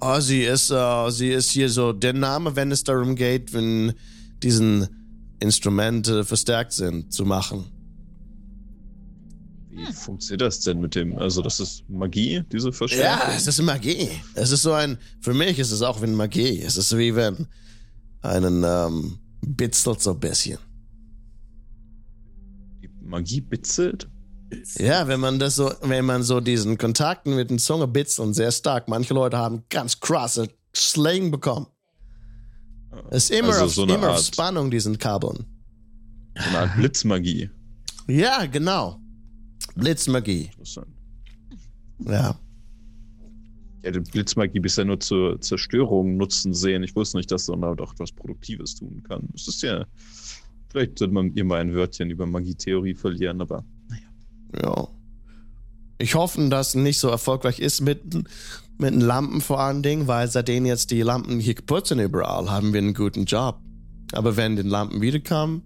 Oh, sie ist, äh, sie ist hier so der Name, wenn es darum geht, wenn diesen Instrumente verstärkt sind, zu machen. Wie Hm. funktioniert das denn mit dem? Also, das ist Magie, diese Verstärkung? Ja, es ist Magie. Es ist so ein, für mich ist es auch wie Magie. Es ist wie wenn einen, ähm, bitzelt so ein bisschen. Die Magie bitzelt? Ja, wenn man das so, wenn man so diesen Kontakten mit den Zunge bitzelt, sehr stark. Manche Leute haben ganz krasse Slang bekommen. Es ist immer, Also auf, so eine immer auf Art- Spannung, diesen Kabeln. So eine Art Blitzmagie. Ja, genau. Blitzmagie. Interessant. Ja. Ich hätte Blitzmagie bisher nur zur Zerstörung nutzen sehen. Ich wusste nicht, dass man damit auch etwas Produktives tun kann. Es ist ja. Vielleicht sollte man ihr mal ein Wörtchen über Magietheorie verlieren, aber Ja. Ich hoffe, dass es nicht so erfolgreich ist mit, mit den Lampen vor allen Dingen, weil seitdem jetzt die Lampen hier geputzt sind überall, haben wir einen guten Job. Aber wenn den Lampen wiederkommen,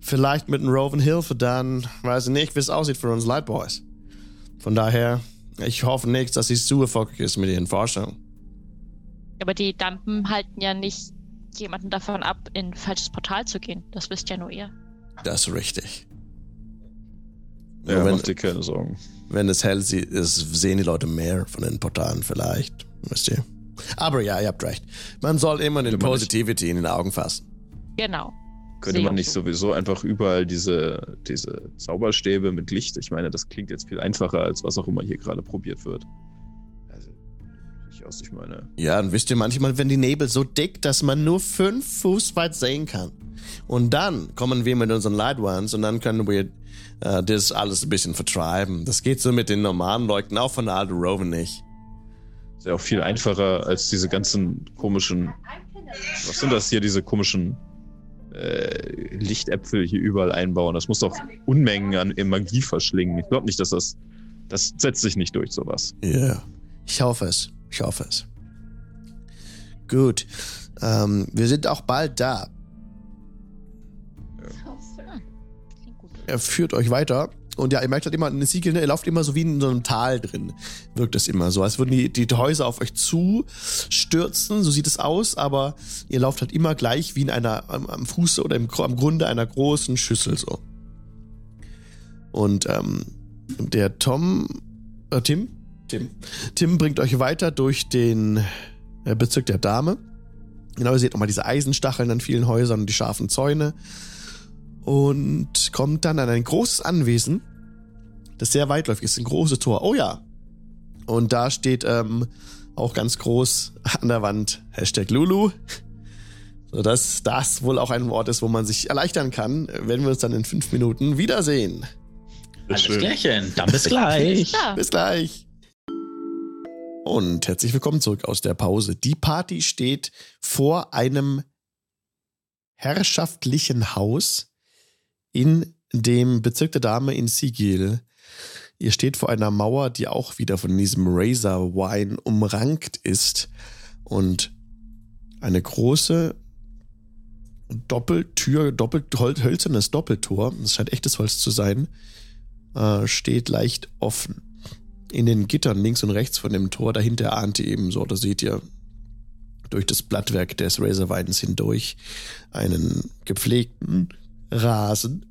vielleicht mit den Roven Hilfe, dann weiß ich nicht, wie es aussieht für uns Lightboys. Von daher, ich hoffe nicht, dass sie zu erfolgreich ist mit ihren Forschungen. Aber die Dampen halten ja nicht jemanden davon ab, in ein falsches Portal zu gehen. Das wisst ja nur ihr. Das ist richtig. ja, Nur wenn, mach dir keine Sorgen. wenn es hell sie- ist, sehen die Leute mehr von den Portalen vielleicht. Wisst ihr? Aber ja, ihr habt recht. Man soll immer den Immer nicht. Positivity in den Augen fassen. Genau. Könnte Sehe man ich nicht so. sowieso einfach überall diese, diese Zauberstäbe mit Licht? Ich meine, das klingt jetzt viel einfacher, als was auch immer hier gerade probiert wird. Also, durchaus, ich meine. Ja, und wisst ihr manchmal, wenn die Nebel so dick, dass man nur fünf Fuß weit sehen kann. Und dann kommen wir mit unseren Light Ones und dann können wir äh, das alles ein bisschen vertreiben. Das geht so mit den normalen Leuten, auch von Aldo Roven nicht. Ist ja auch viel einfacher als diese ganzen komischen. Was sind das hier, diese komischen äh, Lichtäpfel hier überall einbauen? Das muss doch Unmengen an Magie verschlingen. Ich glaube nicht, dass das. Das setzt sich nicht durch, sowas. Ja. Ich hoffe es. Ich hoffe es. Gut. Ähm, wir sind auch bald da. Klingt gut. er führt euch weiter. Und ja, ihr merkt halt immer, in Siegel, ne, ihr lauft immer so wie in so einem Tal drin. Wirkt es immer so. Als würden die, die Häuser auf euch zustürzen, so sieht es aus, aber ihr lauft halt immer gleich wie in einer, am, am Fuße oder im, Gru- am Grunde einer großen Schüssel so. Und ähm, der Tom, äh, Tim? Tim. Tim bringt euch weiter durch den äh, Bezirk der Dame. Genau, ihr seht nochmal diese Eisenstacheln an vielen Häusern und die scharfen Zäune und kommt dann an ein großes Anwesen, das sehr weitläufig ist, ein großes Tor. Oh ja. Und da steht ähm, auch ganz groß an der Wand Hashtag Lulu. Sodass das wohl auch ein Wort ist, wo man sich erleichtern kann, wenn wir uns dann in fünf Minuten wiedersehen. Alles schön. klärchen. Dann bis gleich. Ja, Bis gleich. Und herzlich willkommen zurück aus der Pause. Die Party steht vor einem herrschaftlichen Haus in dem Bezirk der Dame in Sigil. Ihr steht vor einer Mauer, die auch wieder von diesem Razor Wine umrankt ist und eine große Doppeltür, doppelt hol- hölzernes Doppeltor, das scheint echtes Holz zu sein, äh, steht leicht offen. In den Gittern links und rechts von dem Tor, dahinter ahnt ihr eben so, da seht ihr durch das Blattwerk des Razorweidens hindurch einen gepflegten Rasen.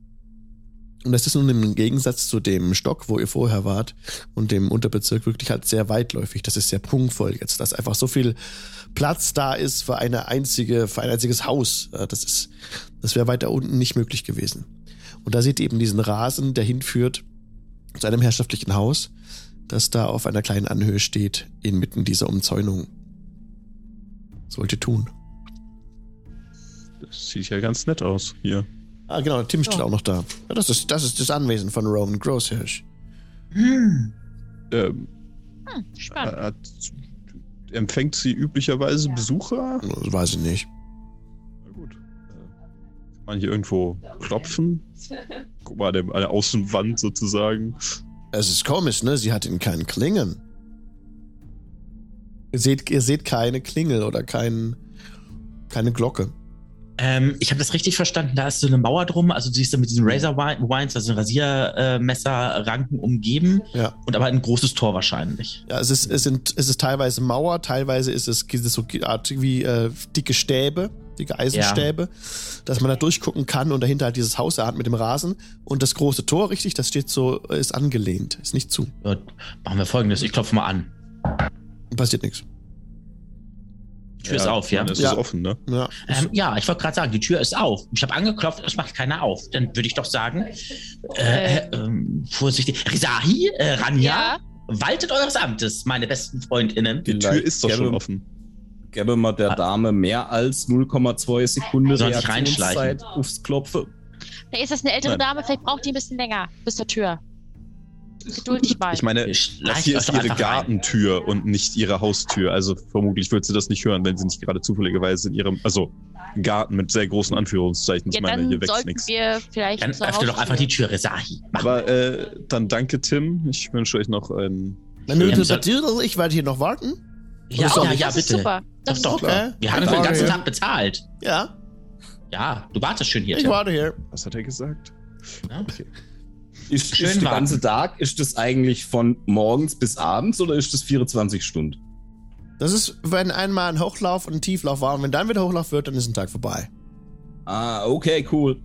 Und das ist nun im Gegensatz zu dem Stock, wo ihr vorher wart, und dem Unterbezirk wirklich halt sehr weitläufig. Das ist sehr prunkvoll jetzt, dass einfach so viel Platz da ist für eine einzige, für ein einziges Haus. Äh, Das ist, das wäre weiter unten nicht möglich gewesen. Und da seht ihr eben diesen Rasen, der hinführt zu einem herrschaftlichen Haus, das da auf einer kleinen Anhöhe steht, inmitten dieser Umzäunung. Was wollt ihr tun? Das sieht ja ganz nett aus hier. Ah, genau, Tim steht auch noch da. Ja, das, ist, das ist das Anwesen von Rowan Großhirsch. Hm. Ähm, äh, Hm, spannend. hat, empfängt sie üblicherweise Ja. Besucher? Das weiß ich nicht. Na gut. Äh, Kann man hier irgendwo klopfen? Guck mal, an der, an der Außenwand sozusagen. Es ist komisch, ne? Sie hat ihn keinen Klingen. Ihr seht, ihr seht keine Klingel oder kein, keine Glocke. Ähm, ich habe das richtig verstanden. Da ist so eine Mauer drum. Also du siehst da mit diesen Razor Wi- Wines, also Rasiermesser, Ranken umgeben Ja. und aber ein großes Tor wahrscheinlich. Ja, es ist, es sind, es ist teilweise Mauer, teilweise ist es, gibt es so eine Art wie äh, dicke Stäbe, dicke Eisenstäbe, dass man da durchgucken kann und dahinter halt dieses Haus hat mit dem Rasen und das große Tor, richtig, das steht so, ist angelehnt, ist nicht zu. Ja, machen wir folgendes. Ich klopfe mal an. Passiert nichts. Die Tür ist auf, ja. Es Ja. ist offen, ne? Ja. Ähm, ja, ich wollte gerade sagen, die Tür ist auf. Ich habe angeklopft, es macht keiner auf. Dann würde ich doch sagen, äh, äh, ähm, vorsichtig. Risahi, äh, Ranja, ja, waltet eures Amtes, meine besten Freundinnen. Die Tür Vielleicht ist doch gäbe- schon offen. Gäbe man der Ah. Dame mehr als 0,2 Sekunden Soll sich reinschleichen. Reaktionszeit aufs Klopfen. vielleicht ist das eine ältere Nein. Dame, vielleicht braucht die ein bisschen länger bis zur Tür. Geduldig mal. Ich meine, das Schleicht Äh, hier euch ist doch ihre einfach rein. Gartentür und nicht ihre Haustür. Also vermutlich wird sie das nicht hören, wenn sie nicht gerade zufälligerweise in ihrem, also Garten mit sehr großen Anführungszeichen. Ich ja, meine, dann hier wächst sollten nichts. wir vielleicht. Dann zur öffne doch Haustür- einfach die Tür, Risahi. Mach Aber äh, dann danke, Tim. Ich wünsche euch noch einen. Dann nö, Ja, nö, soll- nö, ich werde hier noch warten. ja, doch, ja, Das ja, ist bitte. super. Das ist Doch, super. Okay. Wir haben für den Danke. ganzen Tag bezahlt. Ja, Ja, ne? du wartest schön hier. ich Tim. warte hier. Was hat er gesagt? Ja. Ist, Schön ist der warten. ganze Tag, ist das eigentlich von morgens bis abends oder ist das 24 Stunden? Das ist, wenn einmal ein Hochlauf und ein Tieflauf war und wenn dann wieder Hochlauf wird, dann ist ein Tag vorbei. Ah, okay, cool.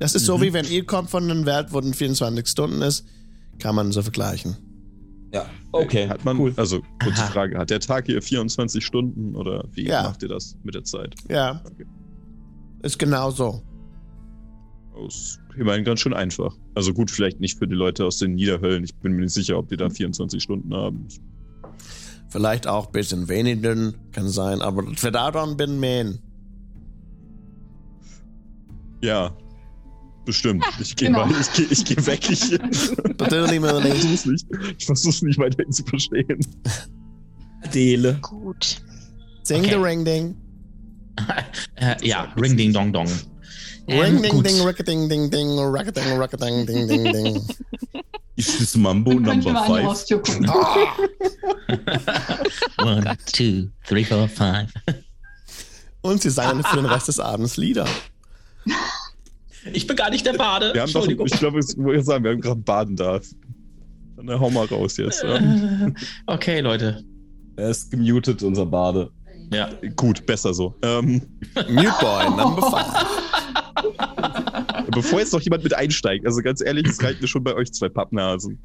Das ist so Mhm. wie wenn ihr kommt von einem Wert, wo ein 24 Stunden ist, kann man so vergleichen. Ja, okay. Hat man, cool. also kurze Aha. Frage, hat der Tag hier 24 Stunden oder wie Ja. macht ihr das mit der Zeit? Ja. Okay. Ist genau so. Oh, Ist immerhin ganz schön einfach. Also gut, vielleicht nicht für die Leute aus den Niederhöllen. Ich bin mir nicht sicher, ob die da 24 Stunden haben. Vielleicht auch ein bisschen weniger, kann sein, aber für da dann bin man. Ja, bestimmt. Ich gehe genau. mal, ich gehe ich geh weg. [laughs] Ich, ich Natürlich, [laughs] natürlich. versuch's nicht. Ich versuch's nicht weiterhin zu verstehen. Adele. Gut. Sing Okay. the ring ding. Äh, ja, ring ding dong dong. Ring Ähm, ding gut. ding, rick ding ding ding, rack ding, rack ding ding ding [laughs] ding. Ist das Mambo Dann könnt ihr mal Number an die 5? Haustür gucken. One, two, three, four, five. Und sie sangen für den Rest des Abends Lieder. Ich bin gar nicht der Bade. Wir haben doch, Entschuldigung. ich glaube, ich wollte sagen, wir haben gerade Baden da. Dann hau mal raus jetzt. Ja. Äh, [laughs] okay, Leute. Er ist gemutet, unser Bade. Ja. Gut, besser so. Ähm, Mute Boy, number five. [laughs] bevor jetzt noch jemand mit einsteigt, also ganz ehrlich, es reicht mir schon bei euch zwei Pappnasen.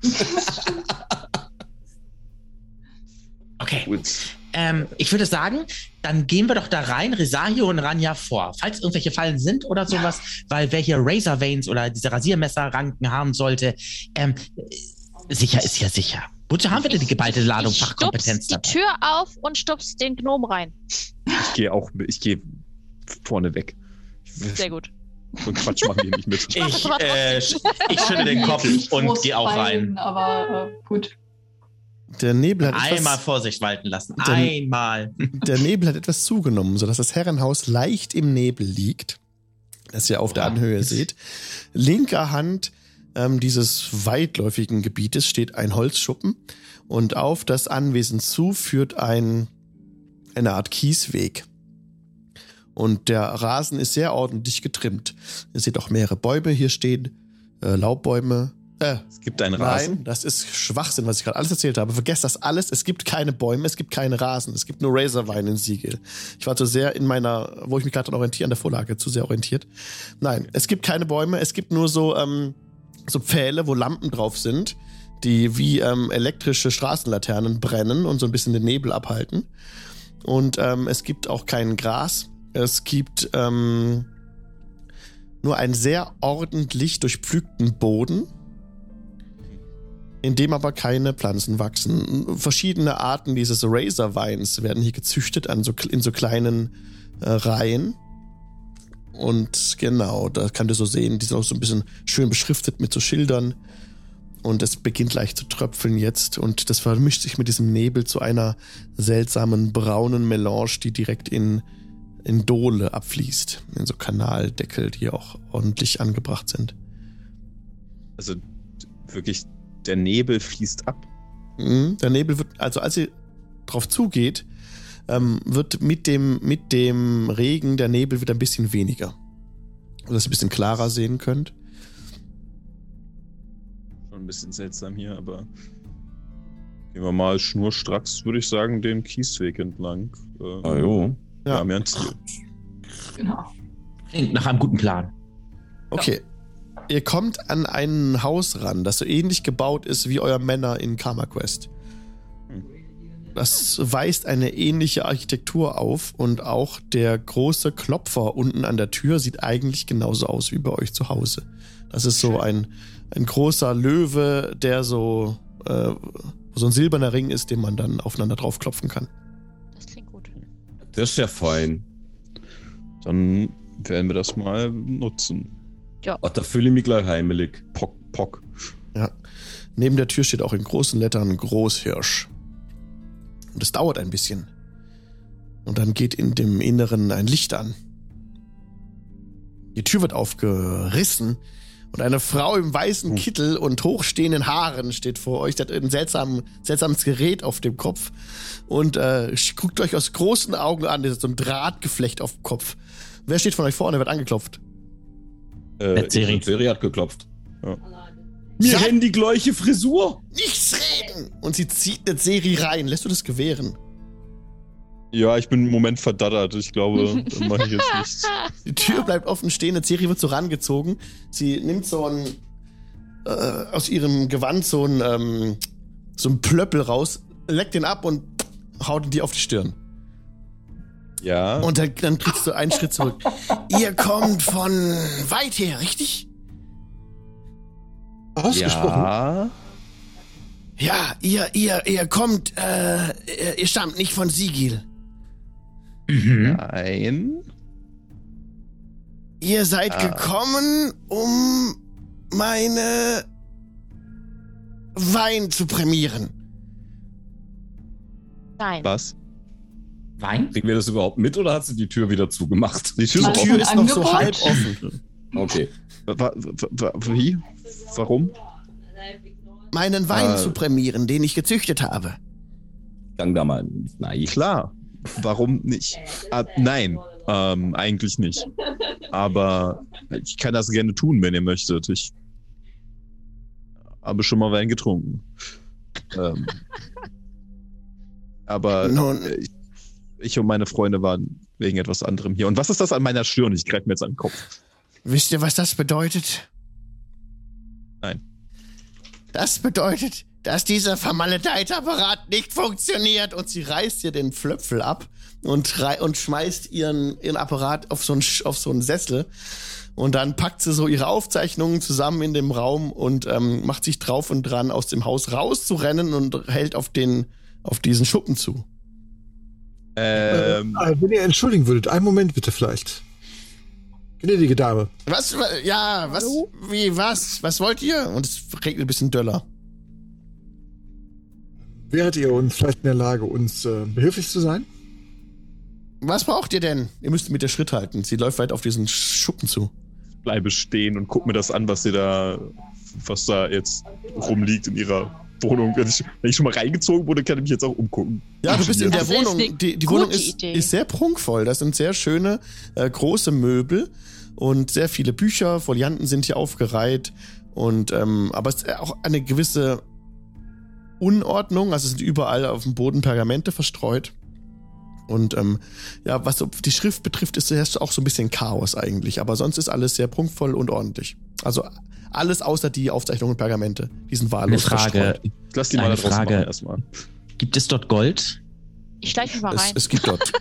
Okay. Gut. Ähm, ich würde sagen, dann gehen wir doch da rein, Resahio und Ranja vor. Falls irgendwelche Fallen sind oder sowas, weil wer hier Razor Veins oder diese Rasiermesserranken haben sollte, ähm, sicher ist ja sicher. Wozu haben wir denn die geballte Ladung ich stups Fachkompetenz die dabei? Tür auf und stups den Gnom rein. Ich gehe auch, ich gehe vorne weg. Sehr gut. So einen Quatsch machen wir nicht mit. Ich, äh, sch- ich schüttle den Kopf Nicht und groß gehe auch fallen, rein. Aber äh, gut. Der Nebel, hat Einmal etwas, Vorsicht walten lassen. Dann- Einmal. der Nebel hat etwas zugenommen, sodass das Herrenhaus leicht im Nebel liegt, das ihr auf der Wow. Anhöhe seht. Linker Hand ähm, dieses weitläufigen Gebietes steht ein Holzschuppen und auf das Anwesen zu führt ein, eine Art Kiesweg. Und der Rasen ist sehr ordentlich getrimmt. Ihr seht auch mehrere Bäume hier stehen, äh, Laubbäume. Äh, Es gibt einen Rasen. Nein, das ist Schwachsinn, was ich gerade alles erzählt habe. Vergesst das alles. Es gibt keine Bäume, es gibt keinen Rasen, es gibt nur Razorwein in Siegel. Ich war zu sehr in meiner, wo ich mich gerade dran orientiere, an der Vorlage zu sehr orientiert. Nein, es gibt keine Bäume, es gibt nur so, ähm, so Pfähle, wo Lampen drauf sind, die wie ähm, elektrische Straßenlaternen brennen und so ein bisschen den Nebel abhalten. Und ähm, es gibt auch kein Gras. Es gibt ähm, nur einen sehr ordentlich durchpflügten Boden in dem aber keine Pflanzen wachsen. Verschiedene Arten dieses Razorweins werden hier gezüchtet an so, in so kleinen äh, Reihen. Und genau, da kann ihr so sehen, die sind auch so ein bisschen schön beschriftet mit so Schildern. Und es beginnt leicht zu tröpfeln jetzt. Und das vermischt sich mit diesem Nebel zu einer seltsamen braunen Melange, die direkt in, in Dohle abfließt. In so Kanaldeckel, die auch ordentlich angebracht sind. Also d- wirklich, der Nebel fließt ab. Mhm. Der Nebel wird, also als ihr drauf zugeht, ähm, wird mit dem, mit dem Regen der Nebel wieder ein bisschen weniger. Dass ihr ein bisschen klarer sehen könnt. Schon ein bisschen seltsam hier, aber gehen wir mal schnurstracks, würde ich sagen, den Kiesweg entlang. Ähm, Ah, jo. Wir Ja. haben ja ein Ziel. Genau. Klingt nach einem guten Plan. Okay. Ihr kommt an ein Haus ran, das so ähnlich gebaut ist wie euer Männer in Karma Quest. Das weist eine ähnliche Architektur auf und auch der große Klopfer unten an der Tür sieht eigentlich genauso aus wie bei euch zu Hause. Das ist so ein, ein großer Löwe, der so, äh, so ein silberner Ring ist, den man dann aufeinander draufklopfen kann. Das klingt gut. Das ist ja fein. Dann werden wir das mal nutzen. Ach, Ah, da fühle ich mich gleich heimelig. Pock, pock. Neben der Tür steht auch in großen Lettern Großhirsch. Und es dauert ein bisschen. Und dann geht in dem Inneren ein Licht an. Die Tür wird aufgerissen und eine Frau im weißen Kittel und hochstehenden Haaren steht vor euch. Die hat ein seltsam, seltsames Gerät auf dem Kopf und äh, sch- guckt euch aus großen Augen an. Das ist so ein Drahtgeflecht auf dem Kopf. Wer steht von euch vorne? Wer wird angeklopft? Äh, Der Siri. Siri hat geklopft. Mir rennen die gleiche Frisur. Nichts reden! Und sie zieht eine Serie rein. Lässt du das gewähren? ja, ich bin im Moment verdattert. Ich [laughs] glaube, dann mache ich jetzt nichts. Die Tür bleibt offen stehen, eine Serie wird so rangezogen. Sie nimmt so ein äh, aus ihrem Gewand so ein ähm, so ein Plöppel raus, leckt den ab und haut ihn dir auf die Stirn. Ja. Und dann, dann kriegst du einen Schritt zurück. Ihr kommt von weit her, richtig? Ausgesprochen. Ah, ja. Ja, ihr ihr ihr kommt äh, ihr- ihr stammt nicht von Sigil. Mhm. Nein. Ihr seid Ah. gekommen, um meine Wein zu prämieren. Nein. Was? Wein? Kriegen wir das überhaupt mit oder hat sie die Tür wieder zugemacht? Die Tür Die Also ist offen. Tür ist noch so Angebot? halb offen. Okay. Wa- wa- wa- Wie? Warum? meinen Wein Äh. zu prämieren, den ich gezüchtet habe. Gang da mal. Nein. Klar. Warum [laughs] nicht? Ah, nein, ähm, eigentlich nicht. Aber ich kann das gerne tun, wenn ihr möchtet. Ich habe schon mal Wein getrunken. [laughs] Ähm, aber Nun, ich, ich und meine Freunde waren wegen etwas anderem hier. Und was ist das an meiner Stirn? Ich greife mir jetzt an den Kopf. wisst ihr, was das bedeutet? Nein. Das bedeutet, dass dieser vermaledeite Apparat nicht funktioniert und sie reißt ihr den Flöpfel ab und, rei- und schmeißt ihren, ihren Apparat auf so, einen, Sch- auf so einen Sessel und dann packt sie so ihre Aufzeichnungen zusammen in dem Raum und ähm, macht sich drauf und dran, aus dem Haus rauszurennen und hält auf, den, auf diesen Schuppen zu. Ähm, Äh, wenn ihr entschuldigen würdet, einen Moment bitte vielleicht. Gnädige Dame. Was? wa- Ja, was? Wie, was? Was wollt ihr? Und es regnet ein bisschen döller. Wäret ihr uns vielleicht in der Lage, uns äh, behilflich zu sein? Was braucht ihr denn? Ihr müsst mit der Schritt halten. Sie läuft weit auf diesen Schuppen zu. bleibe stehen und guck mir das an, was sie da, was da jetzt rumliegt in ihrer Wohnung. Wenn ich, wenn ich schon mal reingezogen wurde, kann ich mich jetzt auch umgucken. Ja, du bist in der Also Das ist Wohnung. eine Die, die gute Wohnung ist, Idee. ist sehr prunkvoll. Das sind sehr schöne, äh, große Möbel und sehr viele Bücher. Folianten sind hier aufgereiht. Und, ähm, aber es ist auch eine gewisse Unordnung. Also es sind überall auf dem Boden Pergamente verstreut. Und ähm, ja, was so die Schrift betrifft, ist zuerst auch so ein bisschen Chaos eigentlich. Aber sonst ist alles sehr prunkvoll und ordentlich. Also alles außer die Aufzeichnungen und Pergamente. Die sind Eine wahllos Frage. verstreut. Ich lass die mal Eine da draußen Frage. machen erstmal. Gibt es dort Gold? Ich schleiche mich mal Es, rein. es gibt [laughs] dort.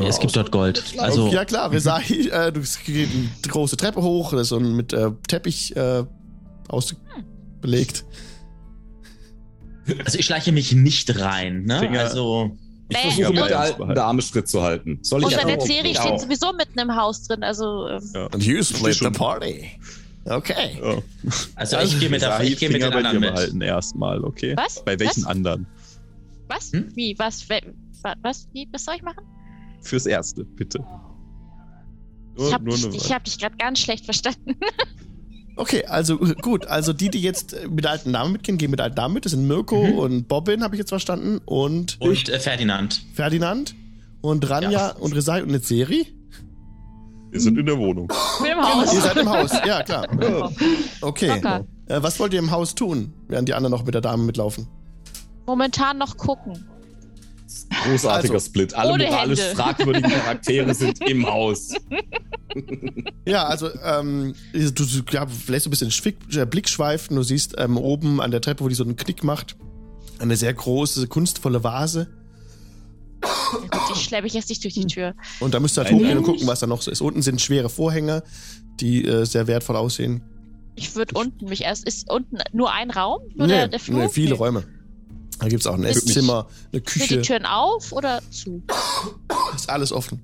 [laughs] es gibt dort Gold. Also, Okay, ja klar, wir sahen, äh, du es geht eine große Treppe hoch, das ist so ein mit äh, Teppich äh, ausgelegt. Also ich schleiche mich nicht rein. Ne? Finger- Also Ich Bäh. versuche mit Ja, der beides alten behalten. Dame Schritt zu halten. Soll ich Unter aber der auch- Serie Ja. steht sowieso mitten im Haus drin. Also ähm, And you split schon. the party. Okay. Ja. Also, Also, ich gehe mit, der, Sahib, ich geh mit Finger den bei dir anderen mit. behalten erstmal, okay? was? Bei welchen anderen? Was? was? Hm? Wie? Was? We wa- was? Wie? Was soll ich machen? Fürs Erste, bitte. ich habe dich, eine ich hab dich gerade ganz schlecht verstanden. Okay, also äh, gut. Also die, die jetzt äh, mit der alten Namen mitgehen, gehen mit der alten Namen mit. Das sind Mirko Mhm. und Bobbin, habe ich jetzt verstanden. Und Und äh, Ferdinand. Ferdinand und Ranja Ja. und Resai und eine Seri. Wir sind in der Wohnung. Mit dem Ihr Haus. seid im Haus, ja klar. Okay. Locker. Äh, was wollt ihr im Haus tun, während die anderen noch mit der Dame mitlaufen? Momentan noch gucken. Großartiger Also, Split. Alle ohne moralisch Hände. fragwürdigen Charaktere sind im Haus. Ja, also ähm, du, du ja, lässt ein bisschen Schwick, äh, Blick schweifen. Du siehst ähm, oben an der Treppe, wo die so einen Knick macht, eine sehr große, kunstvolle Vase. Na Gut, ich schleppe ich jetzt nicht durch die Tür. Und da müsst ihr halt Nein, hochgehen und nein. gucken, was da noch so ist. Unten sind schwere Vorhänge, die äh, sehr wertvoll aussehen. Ich würde unten mich erst. Ist unten nur ein Raum? Nur der, der Flur? viele Räume. Da gibt's auch ein Ist- Esszimmer, eine Sind die Küche. Türen auf oder zu? Ist alles offen.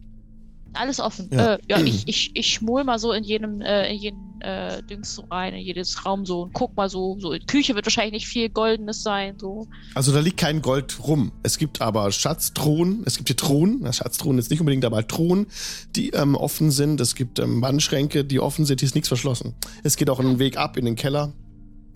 Alles offen. Ja. Ja, äh, ja ich, ich, ich schmul mal so in jedem, äh, in jeden äh, Dings so rein, in jedes Raum so und guck mal so. so in Küche wird wahrscheinlich nicht viel Goldenes sein. So. Also da liegt kein Gold rum. Es gibt aber Schatztruhen, es gibt hier Truhen, na, Schatztruhen jetzt nicht unbedingt, aber Truhen, die ähm, offen sind. Es gibt ähm, Wandschränke, die offen sind, hier ist nichts verschlossen. Es geht auch einen Weg ab in den Keller.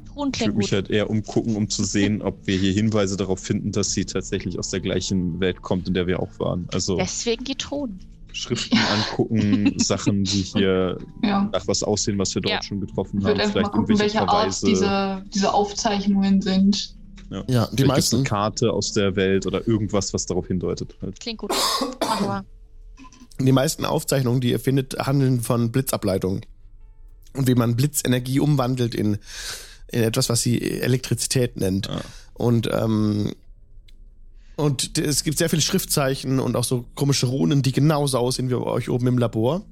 Truhen Ich würde klingen mich gut. halt eher umgucken, um zu sehen, ob wir hier Hinweise darauf finden, dass sie tatsächlich aus der gleichen Welt kommt, in der wir auch waren. Also Deswegen die Truhen. Schriften [laughs] angucken, Sachen, die hier Ja. nach was aussehen, was wir dort Ja. schon getroffen Ich haben. würde einfach mal Genau, Vielleicht gucken, irgendwelche welcher Art Verweise. diese, diese Aufzeichnungen sind. Ja, die Vielleicht gibt's meisten. eine Karte aus der Welt oder irgendwas, was darauf hindeutet. Halt. Klingt gut. Machen wir. Die meisten Aufzeichnungen, die ihr findet, handeln von Blitzableitungen. Und wie man Blitzenergie umwandelt in, in etwas, was sie Elektrizität nennt. Ah. Und, ähm, und d- es gibt sehr viele Schriftzeichen und auch so komische Runen, die genauso aussehen wie bei euch oben im Labor.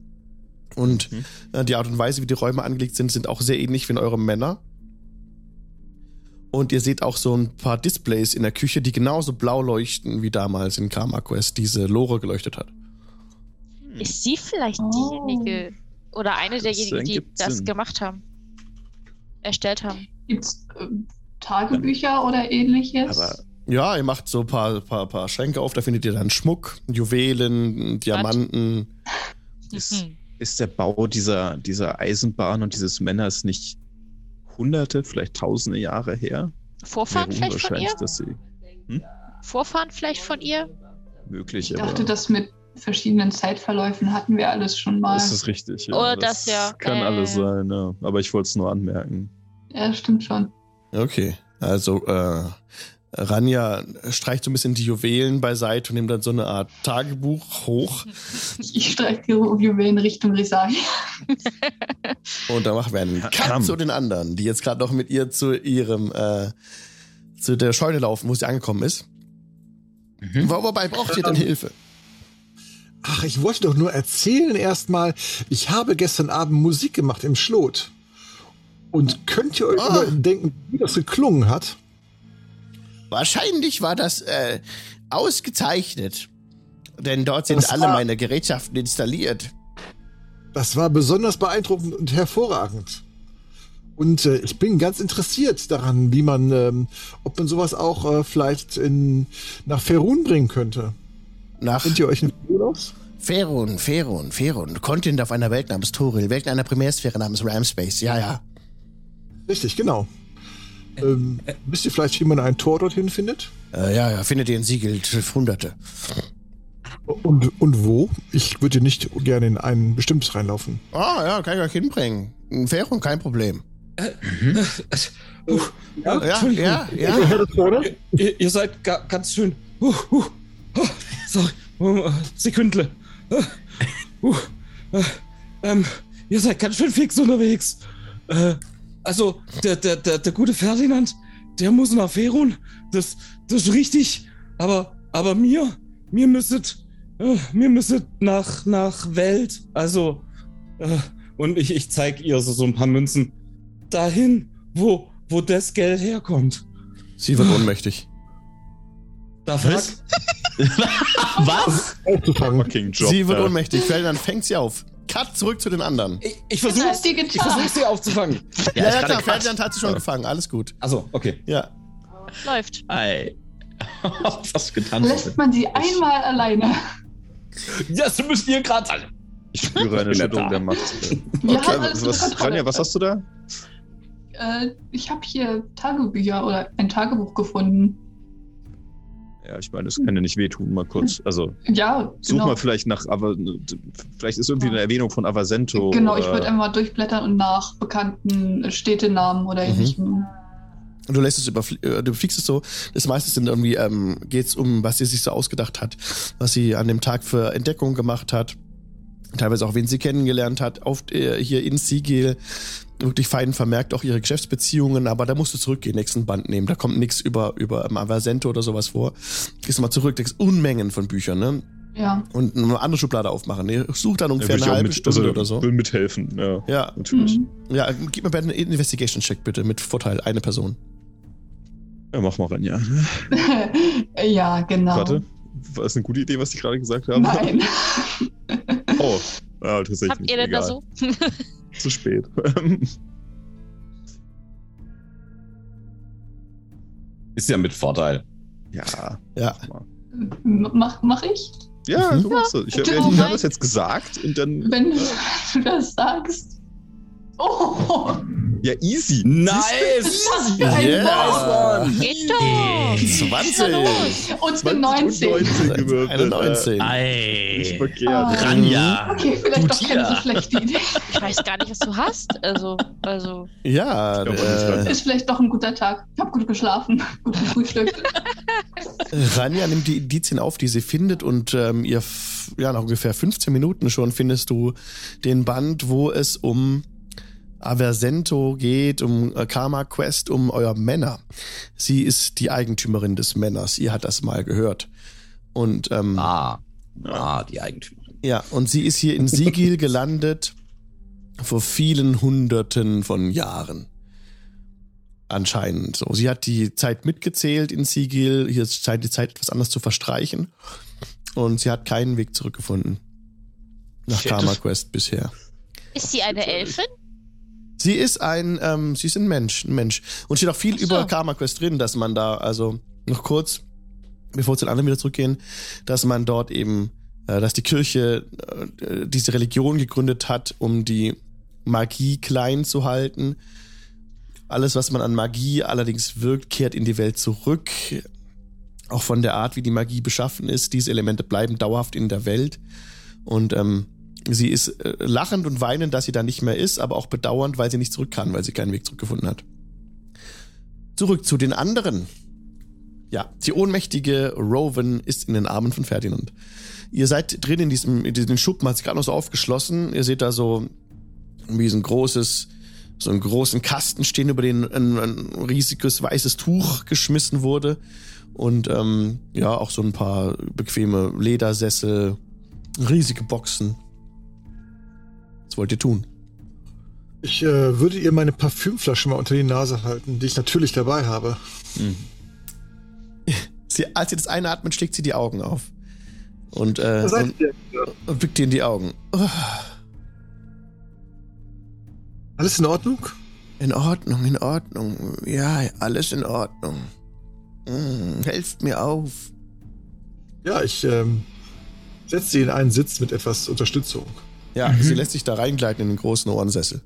Und Mhm. äh, die Art und Weise, wie die Räume angelegt sind, sind auch sehr ähnlich wie in eurem Männer. Und ihr seht auch so ein paar Displays in der Küche, die genauso blau leuchten wie damals in Karma Quest diese Lore geleuchtet hat. Hm. Ist sie vielleicht Oh. diejenige oder eine derjenigen, die ergibt das Sinn. gemacht haben? Erstellt haben. Gibt's ähm, Tagebücher oder ähnliches? Aber- Ja, ihr macht so ein paar, paar, paar Schränke auf, da findet ihr dann Schmuck, Juwelen, Diamanten. Ist- Mhm. Ist der Bau dieser, dieser Eisenbahn und dieses Männers nicht hunderte, vielleicht tausende Jahre her? Vorfahren Wäre vielleicht von unwahrscheinlich, ihr? dass sie Vorfahren vielleicht von ihr? [laughs] möglich, ich aber dachte, das mit verschiedenen Zeitverläufen hatten wir alles schon mal. ist es richtig? Oder Oh, das ja, Kann äh, alles sein, ja. Aber ich wollte es nur anmerken. Ja, stimmt schon. Okay, also äh, Ranja streicht so ein bisschen die Juwelen beiseite und nimmt dann so eine Art Tagebuch hoch Ich, ich streiche die Juwelen Richtung Risai. und dann machen wir einen Cut Ahem. zu den anderen, die jetzt gerade noch mit ihr zu ihrem äh, zu der Scheune laufen, wo sie angekommen ist. Mhm. Wo- Wobei braucht ihr denn Hilfe? Ach, ich wollte doch nur erzählen erstmal, ich habe gestern Abend Musik gemacht im Schlot. Und könnt ihr euch Ah. überdenken, wie das geklungen hat? Wahrscheinlich war das äh, ausgezeichnet, denn dort sind Das alle war- meine Gerätschaften installiert. Das war besonders beeindruckend und hervorragend. Und äh, ich bin ganz interessiert daran, wie man, ähm, ob man sowas auch äh, vielleicht in, nach Ferun bringen könnte. Nach Kennt ihr euch in Ferun aus? Ferun, Ferun, Ferun. Kontinent auf einer Welt namens Toril, Welt in einer Primärsphäre namens Ramspace. Ja, ja. Richtig, genau. Ähm, wisst ihr vielleicht, wie man ein Tor dorthin findet? Äh, ja, ja, findet ihr in Siegel Hunderte. Und, und wo? Ich würde nicht gerne in ein bestimmtes reinlaufen. Ah, ja, kann ich euch hinbringen. In Ferun, kein Problem. Puh, Hm? Ja, ja, ja. ihr, ihr seid ga, ganz schön. Huh, huh, huh, sorry. Hm, äh, Sekündle. Äh, huh, äh, ähm, ihr seid ganz schön fix unterwegs. Äh, also, der, der, der, der gute Ferdinand, der muss nach Ferun. Das, das ist richtig. Aber, aber mir, mir müsstet, äh, mir müsstet nach, nach Welt. Also, äh, und ich, ich zeig ihr so, so ein paar Münzen dahin, wo, wo das Geld herkommt. Sie wird ohnmächtig. Was? Was? Aufzufangen. Fucking Job. Sie wird da. ohnmächtig. Ferdinand fängt sie auf. Cut zurück zu den anderen. Ich, ich Was versuche hast du ich versuch, getan? sie aufzufangen. Ja, ist ja, gerade klar, Quatsch. Ferdinand hat sie schon gefangen. Alles gut. Achso, okay. Ja. Läuft. [laughs] Ei. Was hast du getan? Lässt man sie einmal alleine. [laughs] Ja, so müsst ihr gerade alle. Ich spüre eine Ich bin Schüttung da. [laughs] der Macht. Wir Okay, haben alles unter was, Kontrolle. Rania, was hast du da? Äh, ich habe hier Tagebücher oder ein Tagebuch gefunden. Ja, ich meine, es kann ja nicht wehtun, mal kurz. Also, Ja, such genau. mal vielleicht nach, aber vielleicht ist irgendwie eine Erwähnung von Avasento. Genau, oder, ich würde einmal durchblättern und nach bekannten Städtenamen oder Mhm. ähnlichem. Und du lässt es überfl äh, du fliegst es so. Das meiste sind irgendwie, ähm, geht's um, was sie sich so ausgedacht hat, was sie an dem Tag für Entdeckungen gemacht hat. Teilweise auch, wen sie kennengelernt hat. Oft äh, hier in Siegel wirklich fein vermerkt auch ihre Geschäftsbeziehungen, aber da musst du zurückgehen, nächsten Band nehmen. Da kommt nichts über, über ähm, Aversento oder sowas vor. Gehst mal zurück, denkst Unmengen von Büchern, ne? Ja. Und eine andere Schublade aufmachen. Ne? Such dann Ja, ungefähr würde ich eine auch halbe mit, Stunde also, oder so. Will mithelfen, ja, Ja, natürlich. Mhm. ja, gib mir bitte einen Investigation-Check bitte mit Vorteil, eine Person. Ja, mach mal Rania. Genau. [laughs] ja, genau. Warte, war das eine gute Idee, was die gerade gesagt haben? Nein. [laughs] Oh, ja, tatsächlich. Habt ihr denn egal. da so? [laughs] Zu spät. [laughs] Ist ja mit Vorteil. ja. Ja. M- Mach, mach ich? Ja, Mhm. du machst das. Ich habe Oh hab genau. mein- das jetzt gesagt und dann. Wenn du [laughs] das sagst. Oh, Ja, easy. Nice! was für ein Yeah. Mann. [laughs] Geht doch! Ist da los? Wort. Und eine 19. 19 gewürfelt. Eine 19. Äh, nicht Ei. verkehrt. Ah. Ranja. Okay, vielleicht Du doch keine so Tier. schlechte Idee. Ich weiß gar nicht, was du hast. Also, also. Ja, Ich glaub, das äh, Ist vielleicht doch ein guter Tag. Ich habe gut geschlafen, [laughs] gut gefrühstückt. [laughs] Rania nimmt die Indizien auf, die sie findet und ähm, ihr, f- ja, nach ungefähr 15 Minuten schon findest du den Band, wo es um Aversento geht, um äh, Karma Quest, um euer Männer. Sie ist die Eigentümerin des Männers, ihr hat das mal gehört. Und ähm, Ah, ah, die Eigentümer. Ja, und sie ist hier in Sigil gelandet vor vielen Hunderten von Jahren. Anscheinend so. Sie hat die Zeit mitgezählt in Sigil. Hier scheint die Zeit etwas anders zu verstreichen. Und sie hat keinen Weg zurückgefunden. Nach Shit. Karma Quest bisher. Ist sie eine Elfin? Sie ist ein, ähm, sie ist ein Mensch, ein Mensch. Und steht auch viel Ach so. über Karma Quest drin, dass man da, also noch kurz, bevor wir zu den anderen wieder zurückgehen, dass man dort eben, äh, dass die Kirche äh, diese Religion gegründet hat, um die Magie klein zu halten. Alles, was man an Magie allerdings wirkt, kehrt in die Welt zurück. Auch von der Art, wie die Magie beschaffen ist. Diese Elemente bleiben dauerhaft in der Welt. Und ähm, sie ist äh, lachend und weinend, dass sie da nicht mehr ist, aber auch bedauernd, weil sie nicht zurück kann, weil sie keinen Weg zurückgefunden hat. Zurück zu den anderen. Ja, die ohnmächtige Rowan ist in den Armen von Ferdinand. Ihr seid drin in diesem, in diesem Schuppen, hat sich gerade noch so aufgeschlossen. Ihr seht da so wie so ein großes, so einen großen Kasten stehen, über den ein, ein riesiges weißes Tuch geschmissen wurde. Und ähm, ja, auch so ein paar bequeme Ledersessel, riesige Boxen. Was wollt ihr tun? Ich äh, würde ihr meine Parfümflasche mal unter die Nase halten, die ich natürlich dabei habe. Sie, als sie das einatmet, schlägt sie die Augen auf. Und, äh, Da seid und, ihr. und blickt ihr in die Augen. Oh, Alles in Ordnung? In Ordnung, in Ordnung. Ja, alles in Ordnung. Mm, helft mir auf. Ja, ich ähm, setze sie in einen Sitz mit etwas Unterstützung. Ja, sie lässt sich da reingleiten in den großen Ohrensessel.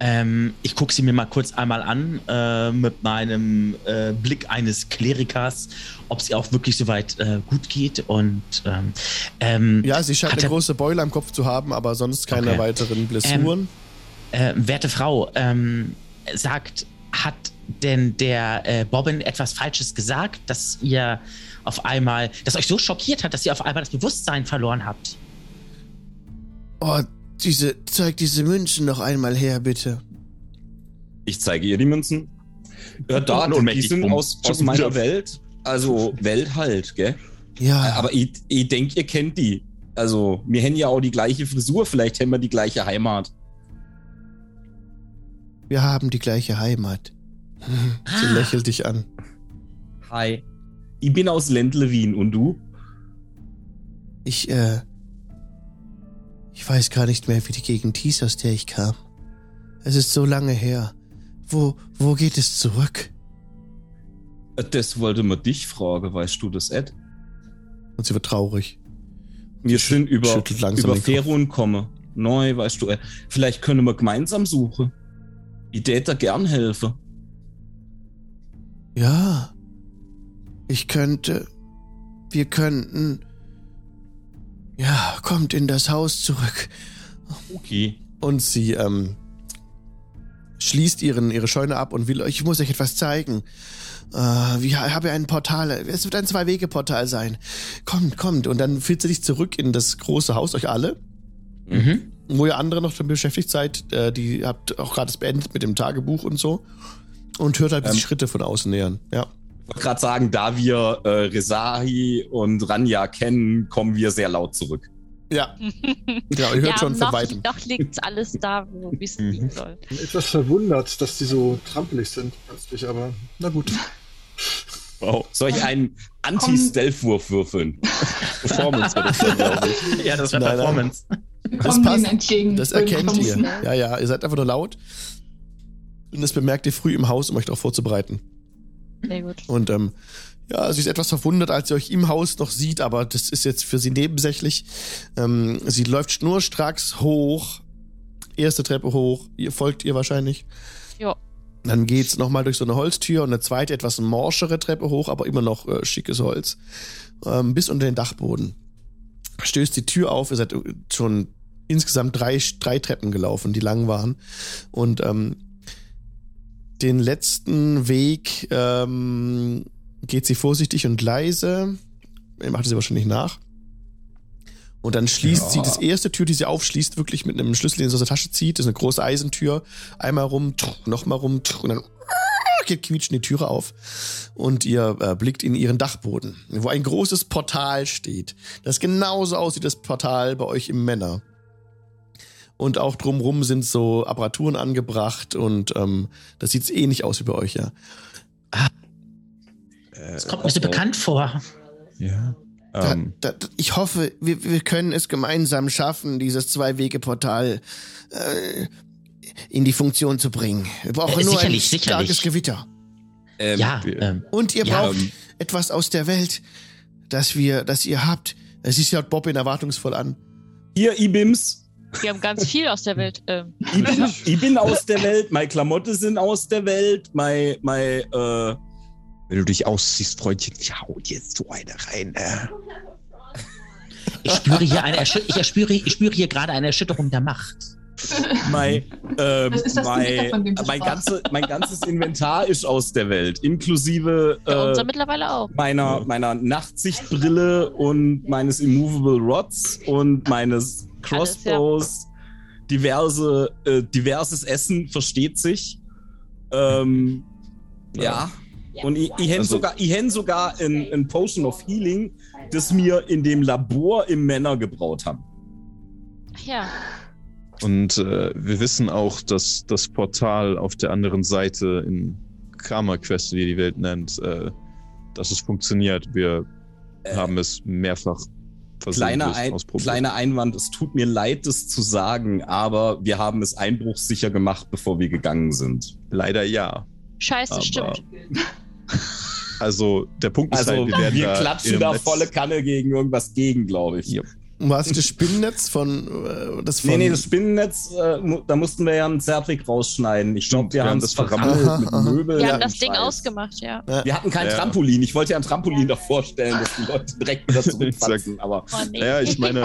Ähm, ich gucke sie mir mal kurz einmal an äh, mit meinem äh, Blick eines Klerikers, ob sie auch wirklich soweit äh, gut geht. Und ähm, ähm, Ja, sie scheint Hat eine er- große Beule am Kopf zu haben, aber sonst keine Okay. weiteren Blessuren. äh, werte Frau, ähm, sagt, hat denn der äh, Bobbin etwas Falsches gesagt, dass ihr auf einmal, dass euch so schockiert hat, dass ihr auf einmal das Bewusstsein verloren habt? oh, diese, zeig diese Münzen noch einmal her, bitte. Ich zeige ihr die Münzen. Ja, da, Und die ohnmächtig, sind bumm. aus, aus Schon meiner wieder. Welt. Also Welt halt, gell? Ah. Ja, Aber ich, ich denke, ihr kennt die. Also, wir haben ja auch die gleiche Frisur, vielleicht haben wir die gleiche Heimat. wir haben die gleiche Heimat. Ah. Sie lächelt dich an. Hi. Ich bin aus Ländle Wien und du? Ich, äh. Ich weiß gar nicht mehr, wie die Gegend hieß, aus der ich kam. Es ist so lange her. Wo, wo geht es zurück? Äh, Das wollte man dich fragen, weißt du das, Ed? Und sie wird traurig. Wir sind über, schüttelt langsam über den Kopf. Ferun komme. Neu, weißt du, Ed. Vielleicht können wir gemeinsam suchen. Ich täte gern helfen. Ja. Ich könnte. Wir könnten. Ja, kommt in das Haus zurück. Okay. Und sie ähm, schließt ihren, ihre Scheune ab und will euch, ich muss euch etwas zeigen. Äh, ich habe ein Portal, es wird ein Zwei-Wege-Portal sein. Kommt, kommt. Und dann führt sie dich zurück in das große Haus, euch alle. Mhm. Wo ihr andere noch damit beschäftigt seid, äh, die habt auch gerade es beendet mit dem Tagebuch und so. Und hört halt die Ähm. Schritte von außen nähern. Ja. Ich wollte gerade sagen, da wir äh, Resahi und Ranja kennen, kommen wir sehr laut zurück. Ja, genau, ihr hört schon von noch, Weitem. noch liegt alles da, wo wie es Mhm. liegen soll. Bin etwas verwundert, dass die so trampelig sind plötzlich, aber na gut. Wow. Soll ich einen Anti-Stealth-Wurf würfeln? Performance wäre das, glaube ich. Ja, das war Nein, nein. Performance. Wir Das kommen passt. ihnen entgegen. Das erkennt Wir ihr. müssen- Ja, ja, ihr seid einfach nur laut. Und das bemerkt ihr früh im Haus, um euch darauf vorzubereiten. Sehr gut. Und ähm, ja, sie ist etwas verwundert, als sie euch im Haus noch sieht, aber das ist jetzt für sie nebensächlich. Ähm, sie läuft schnurstracks hoch, erste Treppe hoch, ihr folgt ihr wahrscheinlich. Ja. Dann geht's nochmal durch so eine Holztür und eine zweite, etwas morschere Treppe hoch, aber immer noch äh, schickes Holz, ähm, bis unter den Dachboden. Stößt die Tür auf, ihr seid äh, schon insgesamt drei, drei Treppen gelaufen, die lang waren. Und ähm, den letzten Weg ähm, geht sie vorsichtig und leise. Er macht es ihr wahrscheinlich nach. Und dann schließt sie das erste Tür, die sie aufschließt, wirklich mit einem Schlüssel, den sie aus der Tasche zieht. Das ist eine große Eisentür. Einmal rum, nochmal rum tch, und dann äh, geht quietschen die Türe auf. Und ihr äh, blickt in ihren Dachboden, wo ein großes Portal steht, das genauso aussieht wie das Portal bei euch im Männer. Und auch drumrum sind so Apparaturen angebracht und ähm, das sieht ähnlich aus wie bei euch, ja. Äh, Das kommt mir so bekannt vor. Ja. Da, Ähm, da, da, ich hoffe, wir, wir können es gemeinsam schaffen, dieses Zwei-Wege-Portal äh, in die Funktion zu bringen. Wir brauchen Äh, nur ein sicherlich, starkes sicherlich. Gewitter. Äh, Ähm, Ja, wir- ähm, Und ihr Ja, braucht etwas aus der Welt, das wir, das ihr habt. Sie schaut Bob in erwartungsvoll an. Hier, Ibims. Wir haben ganz viel aus der Welt. Ähm, Ich bin, ich bin aus der Welt, meine Klamotten sind aus der Welt, mein, mein, äh, wenn du dich ausziehst, Freundchen, ich hau dir jetzt so eine rein. Äh. ich spüre hier eine Erschü ich, erspüre, ich spüre hier gerade eine Erschütterung der Macht. mein, äh, Das ist das Gewitter, von mein, dem du mein, sprachst. ganze, mein ganzes Inventar ist aus der Welt, inklusive ja, äh, unser mittlerweile auch. meiner, meiner Nachtsichtbrille und meines Immovable Rods und meines Crossbows, diverse, äh, diverses Essen, versteht sich. Ähm, ja. Und ich, ich hätte Also- sogar, ich hätte sogar ein, ein Potion of Healing, das mir in dem Labor im Männer gebraut haben. Ach Ja, Und äh, wir wissen auch, dass das Portal auf der anderen Seite in Karma Quest, wie die Welt nennt, äh, dass es funktioniert. Wir Äh, haben es mehrfach Kleiner, versehentlich ein, ausprobiert. kleiner Einwand, es tut mir leid, das zu sagen, aber wir haben es einbruchsicher gemacht, bevor wir gegangen sind. Leider ja. scheiße, Aber- stimmt. Also der Punkt ist Also halt, wir, wir werden da klatschen im da Netz- volle Kanne gegen irgendwas gegen, glaube ich. Ja. War es Um das Spinnennetz von äh, das von Nee, nee, das Spinnennetz, äh, mu- da mussten wir ja einen Zertrick rausschneiden. Ich glaube, Stimmt, wir, wir haben haben das es verrammelt. verrammelt Aha, mit aha. Möbeln. Wir haben und das Ding Scheiß. ausgemacht, ja. Wir hatten kein Ja. Trampolin. Ich wollte ja ein Trampolin davor stellen, dass die Leute [laughs] direkt wieder zurückfassen. Aber Oh, nee. Ja, ich [laughs] meine,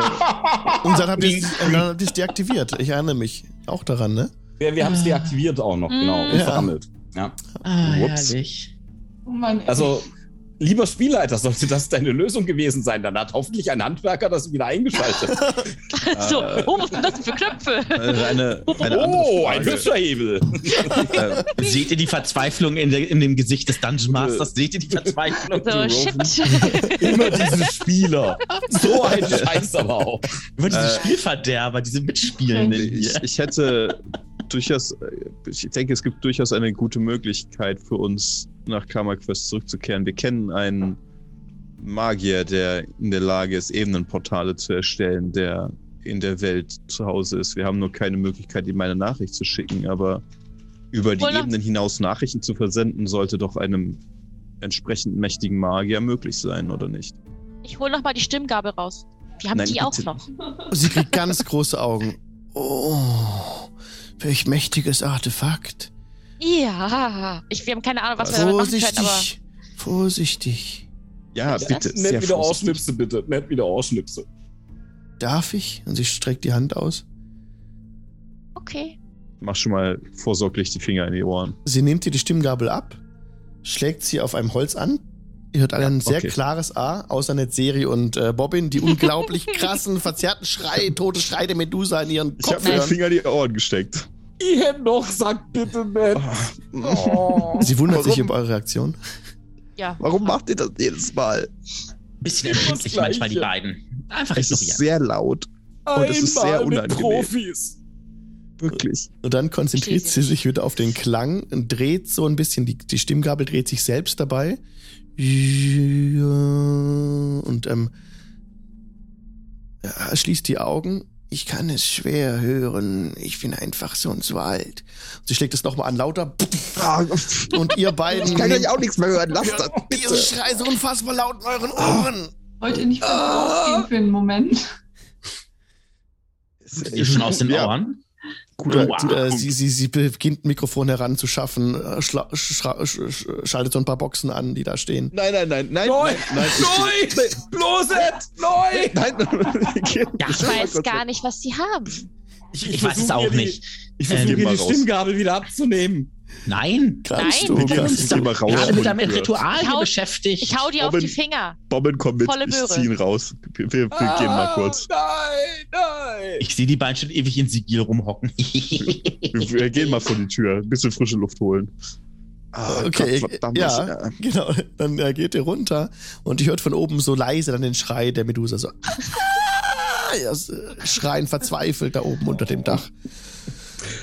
und dann habt ihr es und dann habt ihr es deaktiviert. Ich erinnere mich auch daran, ne? wir, wir haben es deaktiviert auch noch, Mm. genau. Und Ja. verrammelt. Ah, Whoops. herrlich. Oh Mann, ey. Also, lieber Spielleiter, sollte das deine Lösung gewesen sein. Dann hat hoffentlich ein Handwerker das wieder eingeschaltet. so, oh, was sind das denn für Knöpfe? [laughs] äh, eine, eine oh, ein andere hübscher Hebel. Frage. Äh, Seht ihr die Verzweiflung in, der, in dem Gesicht des Dungeon Masters? Seht ihr die Verzweiflung? [laughs] So, [laughs] shit. Immer diese Spieler. So ein Scheiß aber auch. Über diese Äh, Spielverderber, diese Mitspielenden ich, hier. ich hätte durchaus, äh, ich denke, es gibt durchaus eine gute Möglichkeit für uns, nach Karma Quest zurückzukehren. Wir kennen einen Magier, der in der Lage ist, Ebenenportale zu erstellen, der in der Welt zu Hause ist. Wir haben nur keine Möglichkeit, ihm eine Nachricht zu schicken, aber über die Wohl noch- Ebenen hinaus Nachrichten zu versenden, sollte doch einem entsprechend mächtigen Magier möglich sein, oder nicht? Ich hole nochmal die Stimmgabel raus. Wir haben Nein, die auch bitte. noch. Sie kriegt ganz große Augen. Oh, welch mächtiges Artefakt. Ja. Ich, wir haben keine Ahnung, was wir damit machen können, aber. Vorsichtig, vorsichtig. Ja, Ist Ah, bitte. Nicht wieder vorsichtig. Ausschnipse, bitte. Nicht wieder Ausschnipse. Darf ich? Und sie streckt die Hand aus. Okay. Mach schon mal vorsorglich die Finger in die Ohren. Sie nimmt ihr die Stimmgabel ab, schlägt sie auf einem Holz an. Ihr hört alle ein sehr okay. klares A, außer Ned Seri und äh, Bobbin, die unglaublich krassen, [laughs] verzerrten Schrei, tote Schrei der Medusa in ihren Ich habe Kopf mir die hören. Finger in die Ohren gesteckt. Ich hätte noch gesagt, bitte Oh. nicht. Ah, [laughs] Sie wundert sich Warum? über eure Reaktion. Ja. Warum macht ihr das jedes Mal? Bisschen empfindlich Gleiche. manchmal die beiden. Einfach Es ist ignorieren. sehr laut, Und es oh, ist sehr Einmal mit unangenehm. Profis. wirklich. Und dann konzentriert sie Verstehe. sich wieder auf den Klang und dreht so ein bisschen, die, die Stimmgabel dreht sich selbst dabei. Und ähm, ja, schließt die Augen. Ich kann es schwer hören. Ich bin einfach sonst alt. Sie schlägt es nochmal an, lauter. Ah, Und ihr beiden. nehmt- nichts mehr hören, lasst das, Diese Schrei so unfassbar laut in euren Ah, Ohren. Wollt ihr nicht Ah! rausgehen für einen [laughs] Moment? Ist schon aus den Ja, Ohren. Guter, Wow. äh, sie, sie, sie beginnt ein Mikrofon heranzuschaffen, äh, schla- schra- sch- sch- schaltet so ein paar Boxen an, die da stehen. Nein, nein, nein, nein, Neu! nein, nein, Neu! Bloß jetzt! Neu! nein, nein, Ja, Ich weiß gar nicht, was sie haben. Ich, Ich weiß es versuche auch mir nicht. Die, ich Ähm, versuche Äh, geh mir mal die raus. Stimmgabel wieder abzunehmen. Nein. Kannst Nein. du, Wir gehen kannst uns du. da mal raus. Gerade mit einem Hunde. Ritual Ich hau- hier beschäftigt. Ich hau dir auf Robin- die Finger. Bomben, komm mit, Volle ich Möhre. Ah. zieh ihn raus. Wir, wir, wir gehen mal kurz. Ah, Nein, nein! Ich sehe die beiden schon ewig in Sigil [laughs] rumhocken. Wir, wir gehen mal vor die Tür, ein bisschen frische Luft holen. Ah, Okay, Gottverdammt, ja. [laughs] Genau, dann äh, geht ihr runter und ihr hört von oben so leise dann den Schrei der Medusa so. [laughs] "Ah!" Ja, so, Schreien verzweifelt da oben unter dem Dach.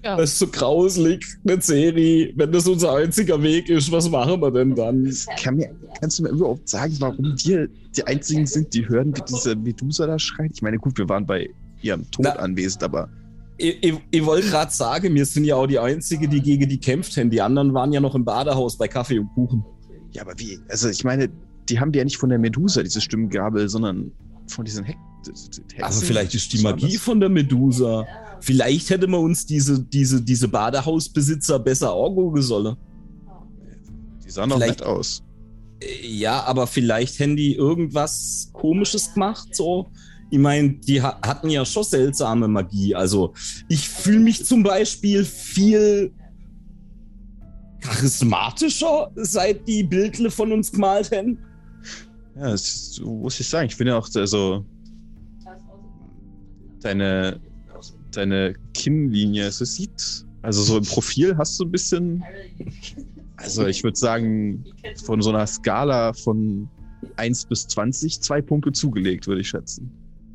Das ist so grauselig, eine Serie. Wenn das unser einziger Weg ist, was machen wir denn dann? Kann mir, kannst du mir überhaupt sagen, warum wir die Einzigen sind, die hören, wie diese Medusa da schreit? Ich meine, gut, wir waren bei ihrem Tod Na. anwesend, aber Ich, ich, ich wollte gerade sagen, wir sind ja auch die Einzige, die gegen die kämpft haben. Die anderen waren ja noch im Badehaus bei Kaffee und Kuchen. ja, aber wie? Also ich meine, die haben die ja nicht von der Medusa, diese Stimmgabel, sondern von diesen Heck. Also vielleicht ist die Magie von der Medusa. Vielleicht hätte man uns diese, diese, diese Badehausbesitzer besser angucken sollen. Die sahen doch Vielleicht- nett aus. Äh, Ja, aber vielleicht hätten die irgendwas Komisches gemacht, so. Ich meine, die ha hatten ja schon seltsame Magie. Also, ich fühle mich zum Beispiel viel charismatischer, seit die Bildle von uns gemalt haben. Ja, das ist, so muss ich sagen. Ich finde auch, also deine, deine Kinnlinie, es es sieht. Also so im Profil hast du ein bisschen. Also ich würde sagen, von so einer Skala von 1 bis 20 zwei Punkte zugelegt, würde ich schätzen.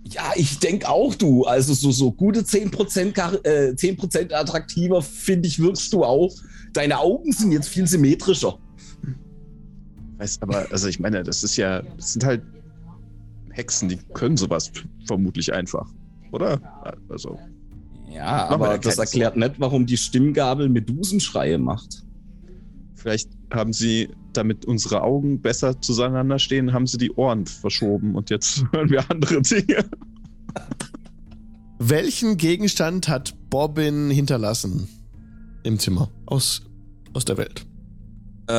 Ja, ich denk auch, du. Also so, so gute 10%, Kar- äh, 10 attraktiver, finde ich, wirkst du auch. Deine Augen sind jetzt viel symmetrischer. Weißt, aber also ich meine, das ist ja, das sind halt Hexen, die können sowas vermutlich einfach, oder? Also Ja, aber aber das das erklärt nicht, warum die Stimmgabel Medusenschreie macht. Vielleicht haben sie, damit unsere Augen besser zueinander stehen, haben sie die Ohren verschoben und jetzt [laughs] hören wir andere Dinge. Welchen Gegenstand hat Bobbin hinterlassen im Zimmer aus aus der Welt? Äh,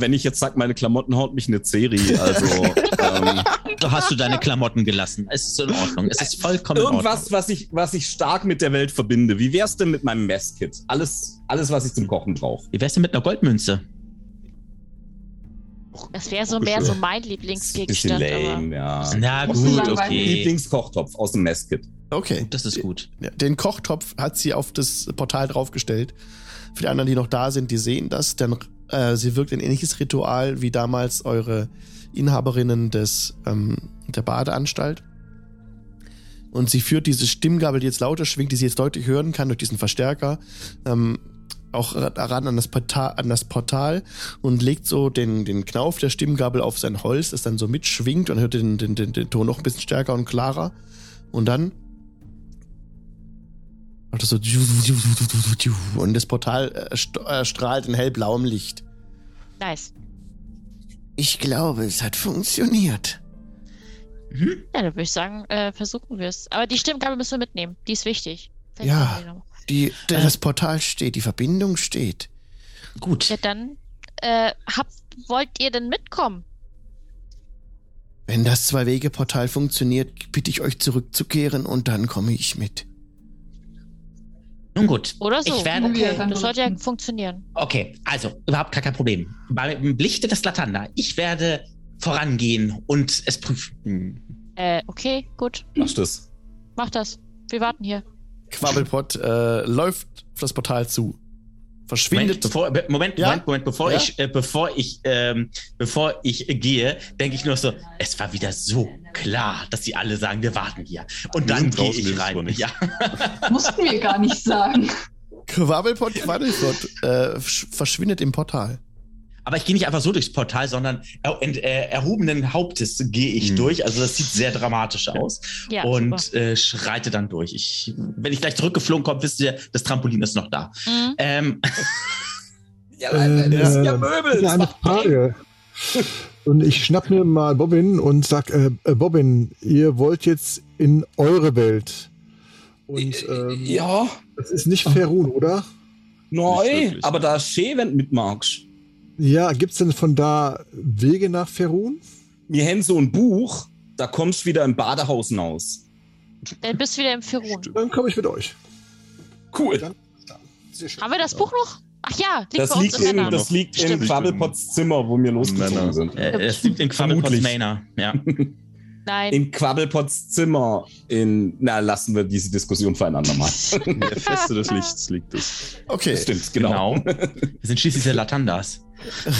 wenn ich jetzt sag, meine Klamotten haut mich eine Serie. [laughs] Also ähm, Da hast du deine Klamotten gelassen. Es ist in Ordnung. Es ist vollkommen irgendwas, was ich, was ich stark mit der Welt verbinde. Wie wär's denn mit meinem Messkit? Alles, alles, was ich zum Kochen brauche. in Ordnung. Wie wär's denn mit einer Goldmünze? Das wäre so mehr äh, so mein Lieblingsgegenstand. aber- lame, ja. Na Das ist gut, langweilig. okay. Lieblingskochtopf aus dem Messkit. Okay. Das ist gut. Ja, Den Kochtopf hat sie auf das Portal draufgestellt. Für die anderen, die noch da sind, die sehen das, denn äh, sie wirkt ein ähnliches Ritual wie damals eure Inhaberinnen des, ähm, der Badeanstalt. Und sie führt diese Stimmgabel, die jetzt lauter schwingt, die sie jetzt deutlich hören kann durch diesen Verstärker, ähm, auch ran an das, Portal, an das Portal und legt so den, den Knauf der Stimmgabel auf sein Holz, das dann so mitschwingt und hört den, den, den, den Ton noch ein bisschen stärker und klarer. Und dann macht das so und das Portal äh, st- äh, strahlt in hellblauem Licht. Nice. Ich glaube, es hat funktioniert. Mhm. Ja, dann würde ich sagen, äh, versuchen wir es. Aber die Stimmgabel müssen wir mitnehmen. Die ist wichtig. Vielleicht Ja. machen wir die noch. Die, das Portal steht, die Verbindung steht. Gut. Ja, dann äh, habt, wollt ihr denn mitkommen? Wenn das Zwei-Wege-Portal funktioniert, bitte ich euch zurückzukehren und dann komme ich mit. Nun gut. Oder so? Ich werde- Okay, dann das sollte ja berichten. funktionieren. Okay, also überhaupt gar kein Problem. Beim Lichte des Latanda. Ich werde vorangehen und es hm, prüfen. Äh, okay, gut. Mach das. Mach das. Wir warten hier. Quabbelpot äh, läuft auf das Portal zu. Moment, Verschwindet. bevor, be- Moment, Ja? Moment, Moment, bevor Ja? ich, äh, bevor ich, ähm, bevor ich äh, gehe, denke ich nur so, es war wieder so klar, dass sie alle sagen, wir warten hier. Und Wir dann sind gehe draußen, wir ich wissen es rein. noch nicht. Ja, Mussten wir gar nicht sagen. [laughs] Quabbelpot, Quabbelpot äh, sch- verschwindet im Portal. aber ich gehe nicht einfach so durchs Portal, sondern er, ent, äh, erhobenen Hauptes gehe ich Hm. durch. Also das sieht sehr dramatisch aus Ja, und äh, schreite dann durch. Ich, wenn ich gleich zurückgeflogen komme, wisst ihr, das Trampolin ist noch da. super. Mhm. Ähm, Ja, Äh, das ist ja äh, Möbel. Ja, Das eine macht Frage. Und ich schnapp mir mal Bobbin und sag, äh, äh, Bobbin, ihr wollt jetzt in eure Welt. Und ähm, äh, ja, das ist nicht Ferun, oder? Nicht neu. wirklich, Aber ne? da ist schön, wenn du mitmachst. Ja, gibt's denn von da Wege nach Ferun? Wir haben so ein Buch, da kommst du wieder im Badehaus hinaus. Dann bist du wieder im Firun. Dann komme ich mit euch. Cool. Sehr schön. Haben wir das Buch noch? Ach ja, liegt Das bei uns liegt, im in, Keller. das liegt in Stimmt. Quabbelpots Zimmer, wo wir losgezogen Männer. sind. äh, es liegt in Quabbelpots Vermutlich. Manor. [laughs] Ja. Nein. In Quabbelpots Zimmer in. Na, lassen wir diese Diskussion füreinander mal. In der Feste [laughs] des Lichts liegt es. Okay, Stimmt, genau. Genau. Wir sind schließlich diese Latandas.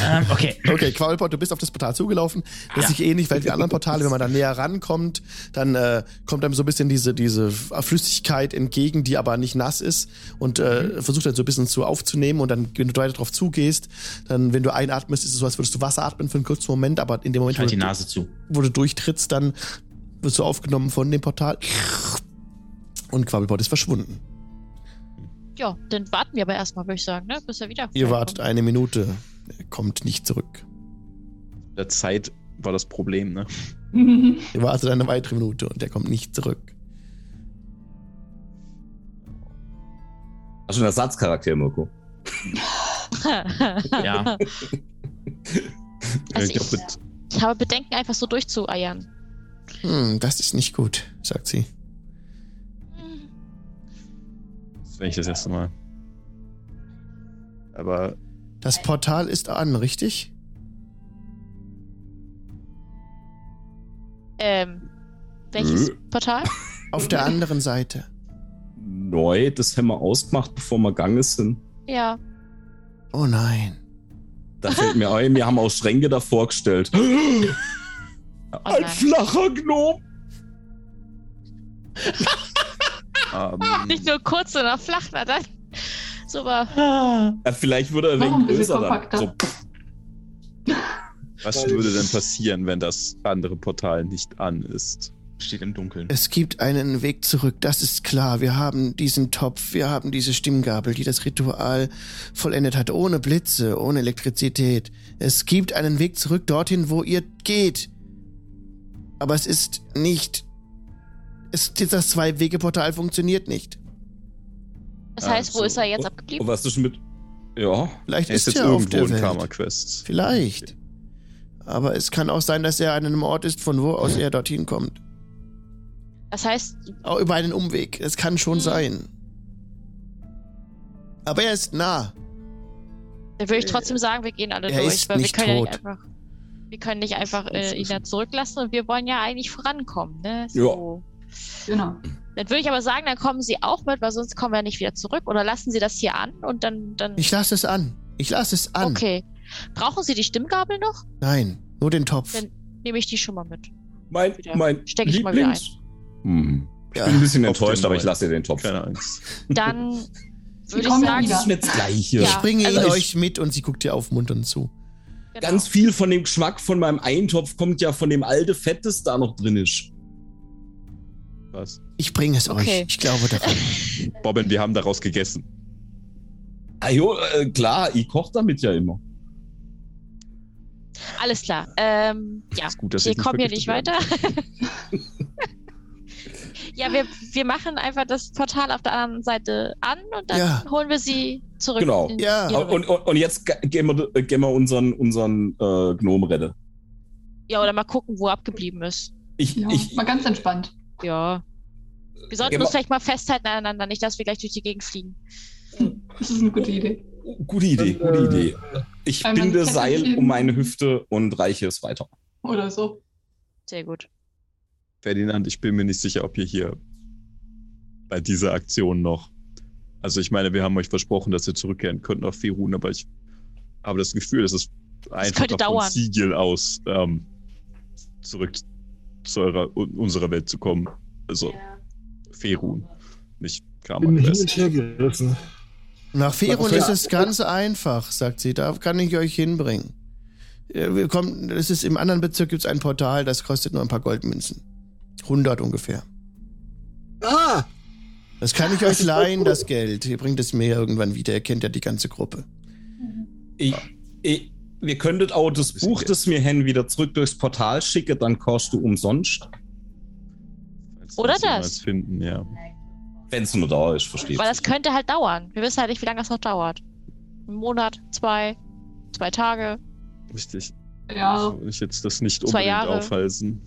ähm, okay. okay, Quabbelpot, du bist auf das Portal zugelaufen. Das ist Ja. nicht ähnlich, weil die anderen Portale, wenn man da näher rankommt, dann äh, kommt einem so ein bisschen diese, diese Flüssigkeit entgegen, die aber nicht nass ist und äh, Mhm. versucht dann so ein bisschen zu aufzunehmen und dann, wenn du weiter drauf zugehst, dann, wenn du einatmest, ist es so, als würdest du Wasser atmen für einen kurzen Moment, aber in dem Moment, Ich halte Halt die wo du- Nase zu. wo du durchtrittst, dann wirst du aufgenommen von dem Portal. Und Quabbelpot ist verschwunden. [laughs] Ja, dann warten wir aber erstmal, würde ich sagen, ne? Bis er wieder. Ihr wartet eine Minute. Er kommt nicht zurück. In Der Zeit war das Problem, ne? Ihr wartet eine weitere Minute und er kommt nicht zurück. Hast du einen Ersatzcharakter, Mirko? Ja. Also ich glaube, mit Ich habe Bedenken, einfach so durchzueiern. Hm, das ist nicht gut, sagt sie. Hm. das wäre ich das erste Mal. Aber Das Portal ist an, richtig? Ähm, welches Äh? Nö. Portal? Auf der anderen Seite. Neu, das haben wir ausgemacht, bevor wir gegangen sind. Ja. [laughs] Oh nein. Da fällt mir ein, wir haben auch Schränke [gasps] davor gestellt. Oh Ein nein. flacher Gnom. Nicht [laughs] ähm, nur kurz, sondern flach, na dann. Super. Ja, Äh, vielleicht würde er ein Warum wenig ein bisschen größer dann. kompakter? So, was würde denn passieren, wenn das andere Portal nicht an ist? Steht im Dunkeln. Es gibt einen Weg zurück, das ist klar. Wir haben diesen Topf, wir haben diese Stimmgabel, die das Ritual vollendet hat. Ohne Blitze, ohne Elektrizität. Es gibt einen Weg zurück dorthin, wo ihr geht. Aber es ist nicht. Es, das Zwei-Wege-Portal funktioniert nicht. Das Ah, heißt, wo Also, ist er jetzt und abgeblieben? was ist mit. Ja, Vielleicht Er ist, ist jetzt er auf irgendwo der in Welt. Karma Quest. Vielleicht. Aber es kann auch sein, dass er an einem Ort ist, von wo aus er dorthin kommt. Oh. Das heißt, Auch über einen Umweg. Es kann schon Hm. sein. Aber er ist nah. dann würde ich trotzdem sagen, wir gehen alle Äh, er durch, ist weil wir nicht können ja nicht tot. einfach. Wir können nicht einfach äh, ihn da zurücklassen und wir wollen ja eigentlich vorankommen, ne? genau. Dann würde ich aber sagen, dann kommen sie auch mit, weil sonst kommen wir nicht wieder zurück. Oder lassen sie das hier an und dann. dann Ich lasse es an. Ich lasse es an. Okay. Brauchen sie die Stimmgabel noch? Nein, nur den Topf. [laughs] Denn- Nehme ich die schon mal mit. mein, Wieder- mein steck ich mal wieder Lieblings. Hm. Ich bin ein bisschen Auf den enttäuscht, aber ich Leuten. lasse dir den Topf. Keine Angst. Dann würde ich kommen sagen, wieder. mir jetzt gleich hier. Ja. Ich bringe Also ihn ich- euch mit und sie guckt dir aufmunternd zu. genau. Ganz viel von dem Geschmack von meinem Eintopf kommt ja von dem alte Fett, das da noch drin ist. Was? Ich bringe es Okay. euch. Ich glaube daran. Bobbin, wir haben daraus gegessen. Ah jo, äh, klar, ich koche damit ja immer. alles klar. Ähm, ja, Ist gut, dass wir ich nicht kommen hier nicht vergiftet weiter. [laughs] ja, wir, wir machen einfach das Portal auf der anderen Seite an und dann Ja. holen wir sie zurück. Genau. in Ja. ihre Und, und, und jetzt ge- gehen wir, äh, gehen wir unseren, unseren äh, Gnom retten. Ja, oder mal gucken, wo er abgeblieben ist. Ich, Ja, ich, mal ganz entspannt. Ja. Wir sollten Gehen wir- uns vielleicht mal festhalten aneinander, nicht, dass wir gleich durch die Gegend fliegen. Hm, Das ist eine gute Idee. gute Idee, Dann, gute äh, Idee. Ich einmal binde nicht Seil vergeben. um meine Hüfte und reiche es weiter. Oder so. Sehr gut. Ferdinand, ich bin mir nicht sicher, ob ihr hier bei dieser Aktion noch. Also ich meine, wir haben euch versprochen, dass ihr zurückkehren könnt nach Ferun, aber ich habe das Gefühl, dass es einfach könnte von dauern. Siegel aus ähm, zurück zu eurer, un- unserer Welt zu kommen. Also Ferun, nicht Bin Kramer. hin und her gerissen. Nach Ferun Ja. ist es ganz einfach, sagt sie. Da kann ich euch hinbringen. Äh, wir kommen- Es ist im anderen Bezirk gibt es ein Portal, das kostet nur ein paar Goldmünzen. 100 ungefähr. Ah! Das kann ich euch leihen, das Geld. Ihr bringt es mir ja irgendwann wieder. Ihr kennt ja die ganze Gruppe. Ich, ich, wir könntet auch das Bisschen Buch, Geld. das mir Hen wieder zurück durchs Portal schicke, dann kochst du umsonst. Oder das? Finden, ja. Wenn es nur da ist, verstehst Weil das könnte halt dauern. Wir wissen halt nicht, wie lange das noch dauert. Ein Monat, zwei, zwei Tage. Richtig. Ja, Ich will euch jetzt das nicht Zwei unbedingt Jahre. aufhalsen.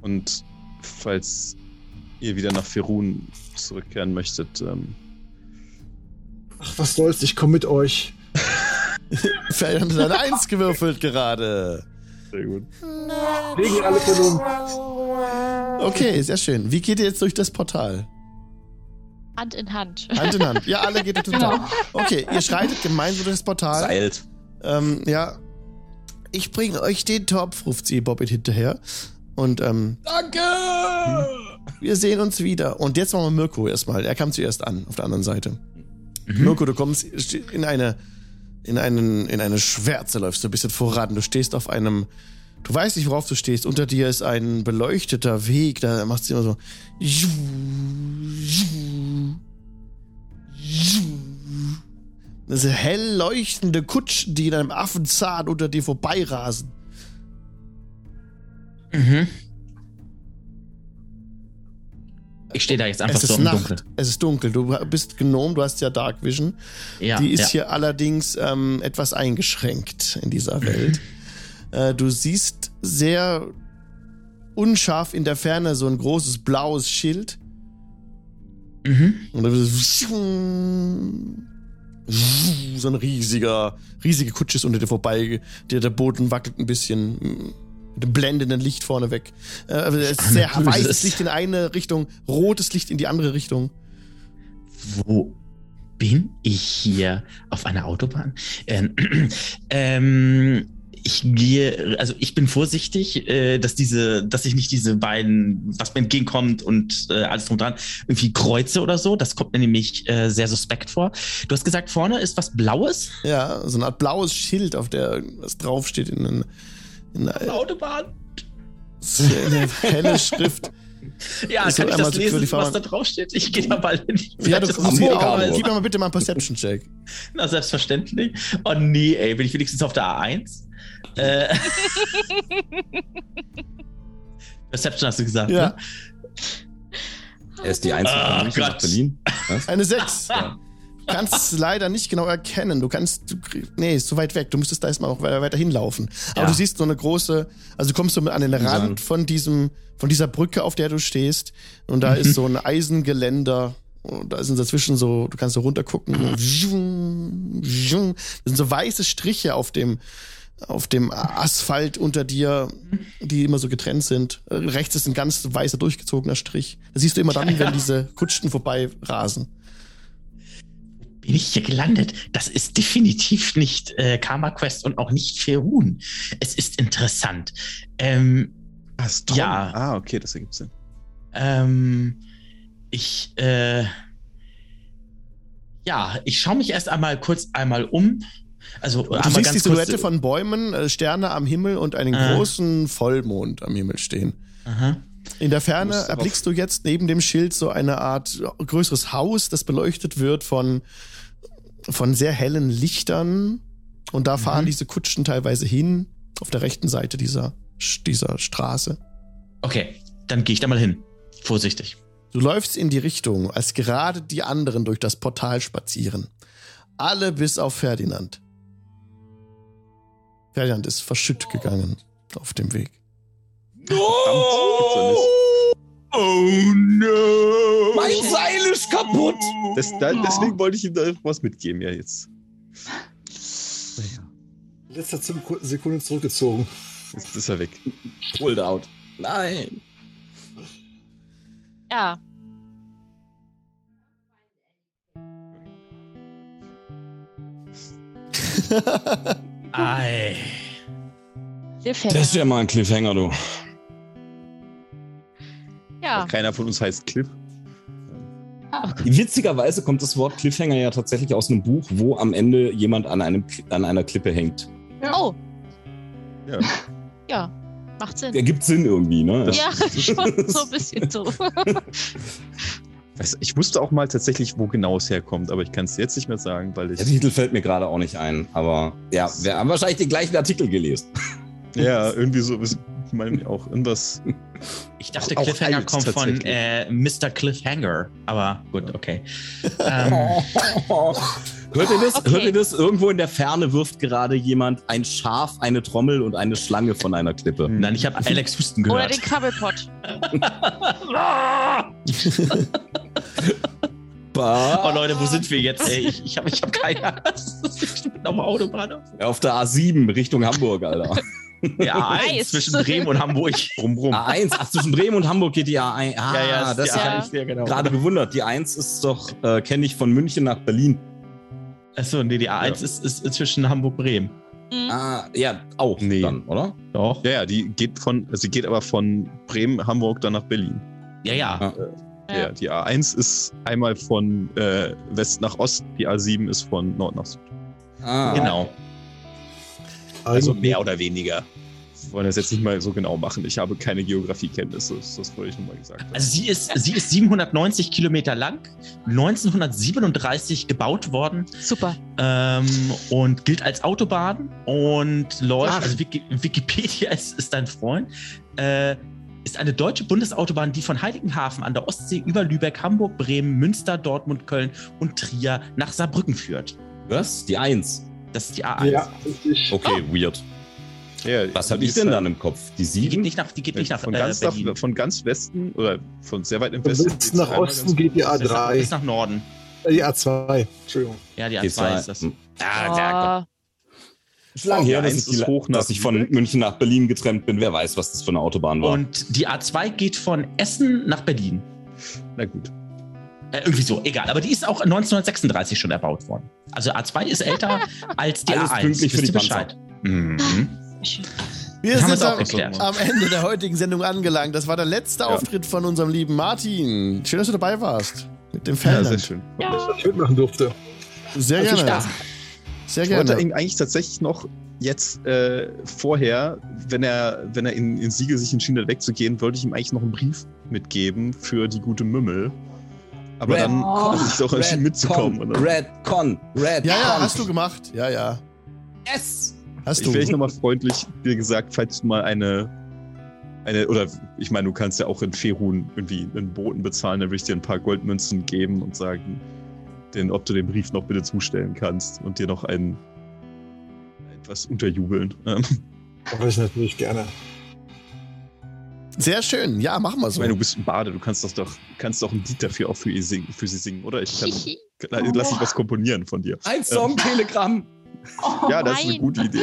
Und falls ihr wieder nach Ferun zurückkehren möchtet, ähm, Ach, was soll's, ich komme mit euch. Ferdinand hat eine Eins gewürfelt gerade. sehr gut. Wegen alle Verlust. Okay, sehr schön. Wie geht ihr jetzt durch das Portal? Hand in Hand. Hand in Hand. Ja, alle geht ihr total. genau. Okay, ihr schreitet gemeinsam durch das du. Portal. Seilt. Ähm, ja. Ich bringe euch den Topf, ruft sie Bobbit hinterher. Und ähm, Danke! wir sehen uns wieder. Und jetzt machen wir Mirko erstmal. Er kam zuerst an, auf der anderen Seite. Mhm. Hm? Mirko, du kommst in eine, in einen, in eine Schwärze läufst du ein bisschen voran. Du stehst auf einem, du weißt nicht, worauf du stehst. Unter dir ist ein beleuchteter Weg. Da macht es immer so. Diese hell leuchtende Kutschen, die in einem Affenzahn unter dir vorbeirasen. Mhm. Ich stehe da jetzt einfach Es so ist im Nacht, Dunkeln. es ist dunkel. Du bist Gnome, du hast ja Dark Vision. Ja, die ist ja. hier allerdings ähm, etwas eingeschränkt in dieser Welt. äh, du siehst sehr unscharf in der Ferne so ein großes blaues Schild. Mhm. Und dann wird es so ein riesiger, riesige Kutsche ist unter dir vorbei. Der, der Boden wackelt ein bisschen. Mit dem blendenden Licht vorne weg. Äh, also es ist sehr Spannend. weißes Licht in eine Richtung, rotes Licht in die andere Richtung. Wo bin ich hier? Auf einer Autobahn? Ähm, [clears throat] ähm, ich gehe, also ich bin vorsichtig, äh, dass diese, dass ich nicht diese beiden, was mir entgegenkommt und äh, alles drum und dran, irgendwie kreuze oder so. Das kommt mir nämlich äh, sehr suspekt vor. Du hast gesagt, vorne ist was Blaues. Ja, so eine Art blaues Schild, auf der irgendwas draufsteht in, in, in, einer- Autobahn. eine helle Schrift. Ja, Also kann ich einmal das so für lesen, die Fahrer- was da draufsteht? Ich gehe da mal hin. Ja, du Das kannst ist mir Hamburger. auch. Hamburger. Gib mir mal bitte mal einen Perception-Check. Na, selbstverständlich. Oh nee, ey, bin ich wenigstens auf der A1? Äh. [laughs] Perception hast du gesagt, Ja. ne? Er ist die einzige Ah, von München nach Gott. Berlin. Eine 6. Kannst es leider nicht genau erkennen. Du kannst. Du, krieg- nee, ist zu weit weg. Du müsstest da erstmal noch weiter, weiter hinlaufen. Aber Ja. du siehst so eine große. Also du kommst so an den Rand von, diesem, von dieser Brücke, auf der du stehst. Und da ist so ein Eisengeländer. Und da sind dazwischen so, du kannst so runtergucken. Da sind so weiße Striche auf dem, auf dem Asphalt unter dir, die immer so getrennt sind. Äh, Rechts ist ein ganz weißer, durchgezogener Strich. Das siehst du immer dann, wenn diese Kutschen vorbei rasen. bin ich hier gelandet? Das ist definitiv nicht äh, Karma Quest und auch nicht Ferun. Es ist interessant. Ähm, Ah, Storm. Ja. Ah, okay, das ergibt Sinn. ähm, ich, äh, ja, ich schaue mich erst einmal kurz einmal um. Also Du einmal siehst die ganz Silhouette kurz, von Bäumen, äh, Sterne am Himmel und einen Ah. großen Vollmond am Himmel stehen. Aha. In der Du Ferne musst darauf- erblickst du jetzt neben dem Schild so eine Art größeres Haus, das beleuchtet wird von, von sehr hellen Lichtern. Und da fahren Mhm. diese Kutschen teilweise hin, auf der rechten Seite dieser, dieser Straße. Okay, dann gehe ich da mal hin. Vorsichtig. Du läufst in die Richtung, als gerade die anderen durch das Portal spazieren. Alle bis auf Ferdinand. Ferdinand ist verschütt gegangen auf dem Weg. Oh no! Mein Seil ist kaputt! Das, da, Ja. Deswegen wollte ich ihm da was mitgeben, ja, jetzt. Letzter Seku- Sekunde zurückgezogen. Jetzt ist er weg. Pulled out. Nein. Ja. Oh. Ei. Wir Das ist fällt. ja mal ein Cliffhanger, du. Ja. Keiner von uns heißt Cliff. Witzigerweise kommt das Wort Cliffhanger ja tatsächlich aus einem Buch, wo am Ende jemand an, einem, an einer Klippe hängt. Oh. Ja. [laughs] Ja. Macht Sinn. Ergibt Sinn irgendwie, ne? Ja, [laughs] schon so ein bisschen so. Weiß- Ich wusste auch mal tatsächlich, wo genau es herkommt, aber ich kann es jetzt nicht mehr sagen, weil Der ich. Titel fällt mir gerade auch nicht ein, aber ja, wir haben wahrscheinlich den gleichen [laughs] Artikel gelesen. [laughs] Ja, irgendwie so. Ich meine auch irgendwas. Ich dachte, Auch Cliffhanger alt kommt von tatsächlich. äh, Mr. Cliffhanger. Aber gut, okay. Oh. ähm, Hört ihr das? Okay. Hört ihr das? Irgendwo in der Ferne wirft gerade jemand ein Schaf, eine Trommel und eine Schlange von einer Klippe. nein, ich habe Alex Husten Oder Ah! gehört. den Krabbelpott. Oh Bah. Leute, wo sind wir jetzt? Ey, ich ich habe ich hab keine Ahnung. Ich bin auf der Autobahn. Auf der A7 Richtung Hamburg, [laughs] Alter. [laughs] Ja, Nice. eins zwischen Bremen und Hamburg. Rum, rum. A1, ach, zwischen Bremen und Hamburg geht die A1. Ah, ja, das die hab A1. ich ja, genau. gerade gewundert. Die 1 ist doch, äh, kenne ich von München nach Berlin. Achso, nee, die A1 ist, ist, ist zwischen Hamburg und Bremen. Mhm. Ah, ja, auch Nee. dann, oder? Doch. Ja, ja, die geht von. Sie geht aber von Bremen, Hamburg dann nach Berlin. Ja, Ah. ja. Ja, Ja. die A1 ist einmal von äh, West nach Ost, die A7 ist von Nord nach Süd. Ah, Genau. Also, mehr oder weniger. Wir wollen das jetzt nicht mal so genau machen. Ich habe keine Geografiekenntnisse, das, das wollte ich nochmal gesagt haben. Also sie ist, sie ist 790 Kilometer lang, 1937 gebaut worden Super. ähm, und gilt als Autobahn und läuft, Ach. also Wiki, Wikipedia [laughs] ist, ist dein Freund, äh, ist eine deutsche Bundesautobahn, die von Heiligenhafen an der Ostsee über Lübeck, Hamburg, Bremen, Münster, Dortmund, Köln und Trier nach Saarbrücken führt. Was? Die 1. Das ist die A1. ja, richtig. Okay, Ah. weird. Ja, Was also habe die ich ist denn halt- dann im Kopf? Die Die geht 7? nicht nach, die geht nicht nach von, äh, ganz Berlin. nach, von ganz Westen oder von sehr weit im Von Westen. Westen nach Osten geht die Bis nach, bis A3. nach Norden. Äh, Die A2. Entschuldigung. Ja, die Die A2 ist das. zwei. Ah, ja, Ah, Gott. Schlang her, Die dass, Eins ich, die, ist hoch hoch nach dass ich von Lübeck. München nach Berlin getrennt bin. Wer weiß, was das für eine Autobahn war. Und die A2 geht von Essen nach Berlin. Na gut. Äh, irgendwie so, egal. Aber die ist auch 1936 schon erbaut worden. Also A2 ist älter als die Alles A1. pünktlich für Wisst ihr die Bescheid? Mhm. sehr schön. Wir haben sind es auch am, geklärt. am Ende der heutigen Sendung angelangt. Das war der letzte Auftritt von unserem lieben Martin. Schön, dass du dabei warst. Mit dem Ja, Fan. sehr sehr, schön. Ja. Ich mitmachen durfte. gerne. Sehr Ich wollte gerne. ihn eigentlich tatsächlich noch jetzt äh, vorher, wenn er, wenn er in, in Siegel sich entschieden hat, wegzugehen, wollte ich ihm eigentlich noch einen Brief mitgeben für die gute Mümmel. Aber Red dann hat er sich doch entschieden mitzukommen. Con, Und dann- Red Con, Red Ja, ja, Con. hast du gemacht. Ja, ja. yes. Hast Ich du. wäre ich nochmal freundlich dir gesagt, falls du mal eine, eine, oder ich meine, du kannst ja auch in Ferun irgendwie einen Boten bezahlen, dann würde ich dir ein paar Goldmünzen geben und sagen, den, ob du den Brief noch bitte zustellen kannst und dir noch einen etwas unterjubeln. Ähm, Aber ich natürlich gerne. Sehr schön. Ja, machen wir Ich so. meine, du bist ein Bade, du kannst das doch, kannst doch ein Lied dafür auch für, ihr singen, für sie singen, Oh. oder? Ich kann, Hihi. kann, lass dich was komponieren von dir. Ein Song, Telegramm. Oh, Ja, das ist eine nein. gute Idee.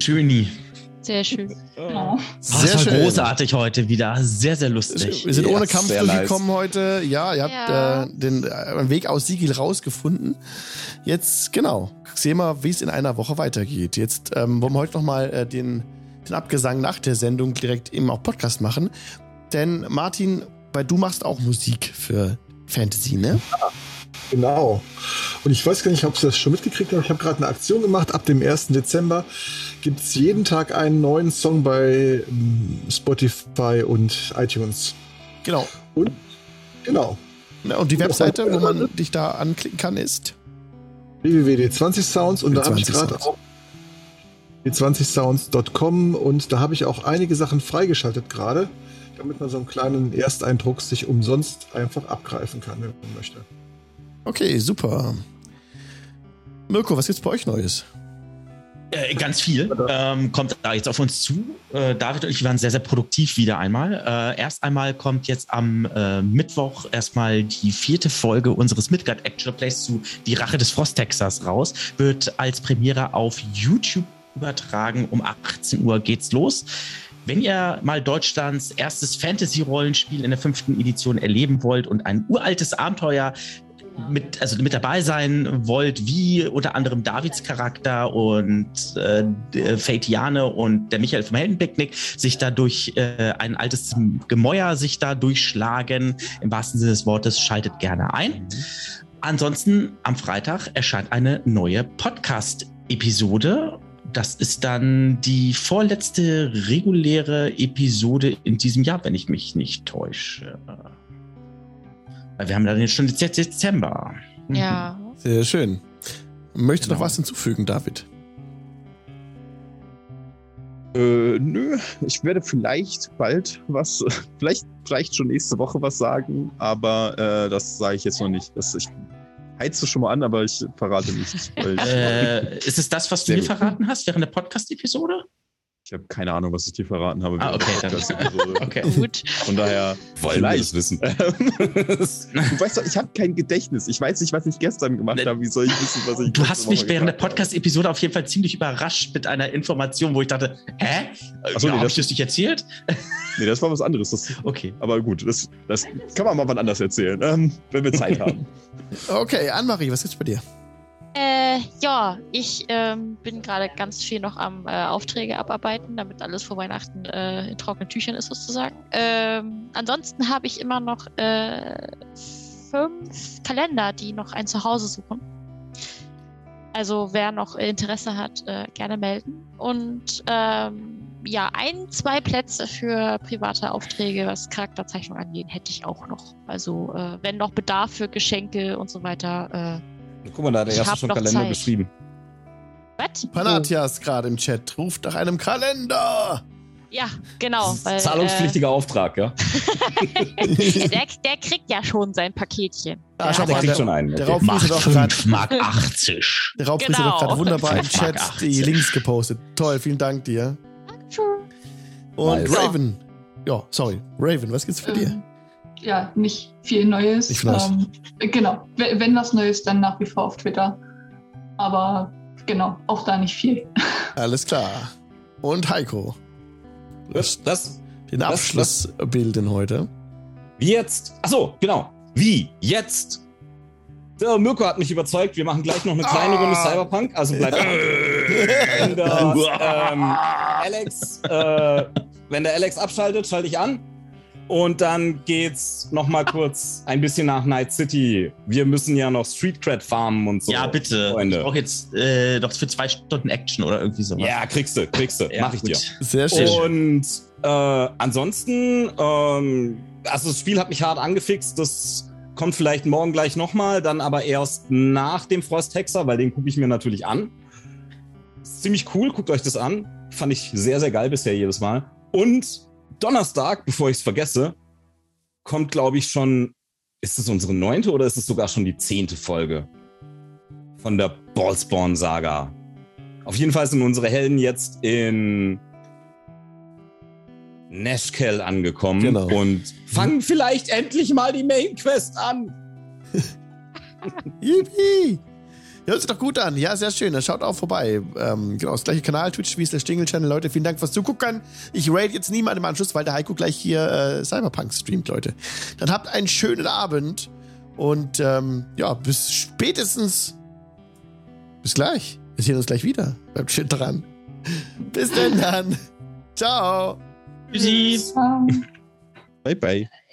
Schöni. [laughs] Sehr schön. Oh. Sehr das war großartig heute wieder. Sehr, sehr lustig. Wir sind Ja, ohne Kampf sehr nice. durchgekommen heute. Ja, ihr habt Ja. Äh, den äh, Weg aus Sigil rausgefunden. Jetzt, genau, sehen wir, wie es in einer Woche weitergeht. Jetzt ähm, wollen wir heute nochmal äh, den, den Abgesang nach der Sendung direkt eben auch Podcast machen. Denn Martin, bei du machst auch Musik für Fantasy, ne? Genau. Und ich weiß gar nicht, ob Sie das schon mitgekriegt haben. Ich habe gerade eine Aktion gemacht. Ab dem 1. Dezember gibt es jeden Tag einen neuen Song bei ähm, Spotify und iTunes. Genau. Und genau. Na, Und die Webseite, wo man dich da anklicken kann, ist. www.d20sounds und da habe ich gerade D20sounds. auch d20sounds.com und da habe ich auch einige Sachen freigeschaltet gerade, damit man so einen kleinen Ersteindruck sich umsonst einfach abgreifen kann, wenn man möchte. Okay, super. Mirko, was gibt's bei euch Neues? Äh, ganz viel. Ähm, kommt da jetzt auf uns zu. Äh, David und ich waren sehr, sehr produktiv wieder einmal. Äh, erst einmal kommt jetzt am äh, Mittwoch erstmal die vierte Folge unseres Midgard Action Plays zu Die Rache des Frosttexas raus. Wird als Premiere auf YouTube übertragen. Um 18 Uhr geht's los. Wenn ihr mal Deutschlands erstes Fantasy-Rollenspiel in der fünften Edition erleben wollt und ein uraltes Abenteuer mit, also mit dabei sein wollt, wie unter anderem Davids Charakter und äh, der Fatiane und der Michael vom Heldenpicknick sich dadurch äh, ein altes Gemäuer sich da durchschlagen, im wahrsten Sinne des Wortes, schaltet gerne ein. Ansonsten am Freitag erscheint eine neue Podcast-Episode. Das ist dann die vorletzte reguläre Episode in diesem Jahr, wenn ich mich nicht täusche. Weil wir haben dann jetzt schon Dez- Dezember. Ja. [laughs] Sehr schön. Möchte Genau. noch was hinzufügen, David? Äh, nö, ich werde vielleicht bald was, [laughs] vielleicht, vielleicht schon nächste Woche was sagen, aber äh, das sage ich jetzt noch nicht. Das, ich heize schon mal an, aber ich verrate nichts. Weil ich Äh, ist es das, was du Sehr mir gut. verraten hast während der Podcast-Episode? ich habe keine Ahnung, was ich dir verraten habe. Ah, okay, dann- Okay. Gut. Von daher, Wollen wir das wissen? [laughs] du weißt doch, ich habe kein Gedächtnis. Ich weiß nicht, was ich gestern gemacht habe. Wie soll ich wissen, was ich Ne- Du letzte hast Woche mich während der gemacht habe? Podcast-Episode auf jeden Fall ziemlich überrascht mit einer Information, wo ich dachte, hä? Ach So, so, ja, nee, hab das- ich das nicht erzählt? Nee, das war was anderes. Das, Okay. aber gut, das, das kann man mal wann anders erzählen, ähm, wenn wir Zeit haben. Okay, Anne-Marie, was gibt's bei dir? Äh, ja, ich ähm, bin gerade ganz viel noch am äh, Aufträge abarbeiten, damit alles vor Weihnachten äh, in trockenen Tüchern ist sozusagen. Ähm, ansonsten habe ich immer noch äh, fünf Kalender, die noch ein Zuhause suchen. Also wer noch Interesse hat, äh, gerne melden. Und ähm, ja, ein, zwei Plätze für private Aufträge, was Charakterzeichnung angeht, hätte ich auch noch. Also äh, wenn noch Bedarf für Geschenke und so weiter. Äh, [laughs] Guck mal, da hat der Ich erste hab schon noch Kalender Zeit. Genau, beschrieben. äh, was? Panatias Hm. gerade im Chat ruft nach einem Kalender. Ah, Ja, genau. Das ist Weil, Zahlungspflichtiger [laughs] Auftrag, ja? Äh, der, der kriegt ja schon sein Paketchen. Ah, schau Der mal, kriegt der, schon einen. ne? der Raubfuß Okay. Mark hat auch gerade 5, Mark 80. der Raubfuß hat Genau. auch gerade wunderbar im [laughs] Fünf Mark Chat die 80. Links gepostet. Toll, vielen Dank dir. Und Nice. Raven. Ja, sorry. Raven, was gibt's für dir? Ähm, ja, nicht viel Neues. Nicht was. Ähm, genau. W- Wenn was Neues, dann nach wie vor auf Twitter. Aber genau, auch da nicht viel. [laughs] Alles klar. Und Heiko. Das, das Den Was- Abschluss bilden heute. Wie jetzt? Achso, genau. Wie jetzt? Der Mirko hat mich überzeugt. Wir machen gleich noch eine kleine Ah. Runde Cyberpunk. Also bleibt dran. wenn, der, ähm, Alex, äh, wenn der Alex abschaltet, schalte ich an. Und dann geht's noch mal kurz ein bisschen nach Night City. Wir müssen ja noch Street Cred farmen und so. ja, bitte. Freunde. Ich brauche jetzt äh, noch für zwei Stunden Action oder irgendwie sowas. Ja, kriegst du, kriegst du. Mach ich dir. Sehr Oh. schön. Und äh, ansonsten, ähm, also das Spiel hat mich hart angefixt. Das kommt vielleicht morgen gleich nochmal, dann aber erst nach dem Frosthexer, weil den gucke ich mir natürlich an. Ist ziemlich cool, guckt euch das an. Fand ich sehr, sehr geil bisher jedes Mal. Und Donnerstag, bevor ich es vergesse, kommt, glaube ich, schon. Ist es unsere neunte oder ist es sogar schon die zehnte Folge von der Ballspawn-Saga? Auf jeden Fall sind unsere Helden jetzt in Nashkel angekommen Genau. und Mhm. fangen vielleicht endlich mal die Main Quest an. Yippie. Ja, hört sich doch gut an. Ja, sehr schön. Dann schaut auch vorbei. Ähm, genau, das gleiche Kanal, Twitch, wie der Stingel Channel. Leute, vielen Dank fürs Zugucken. Ich raid jetzt niemanden im Anschluss, weil der Heiko gleich hier äh, Cyberpunk streamt, Leute. Dann habt einen schönen Abend und ähm, ja, bis spätestens. Bis gleich. Wir sehen uns gleich wieder. Bleibt schön dran. Bis denn dann. Ciao. Tschüssi. Ähm, Bye, bye.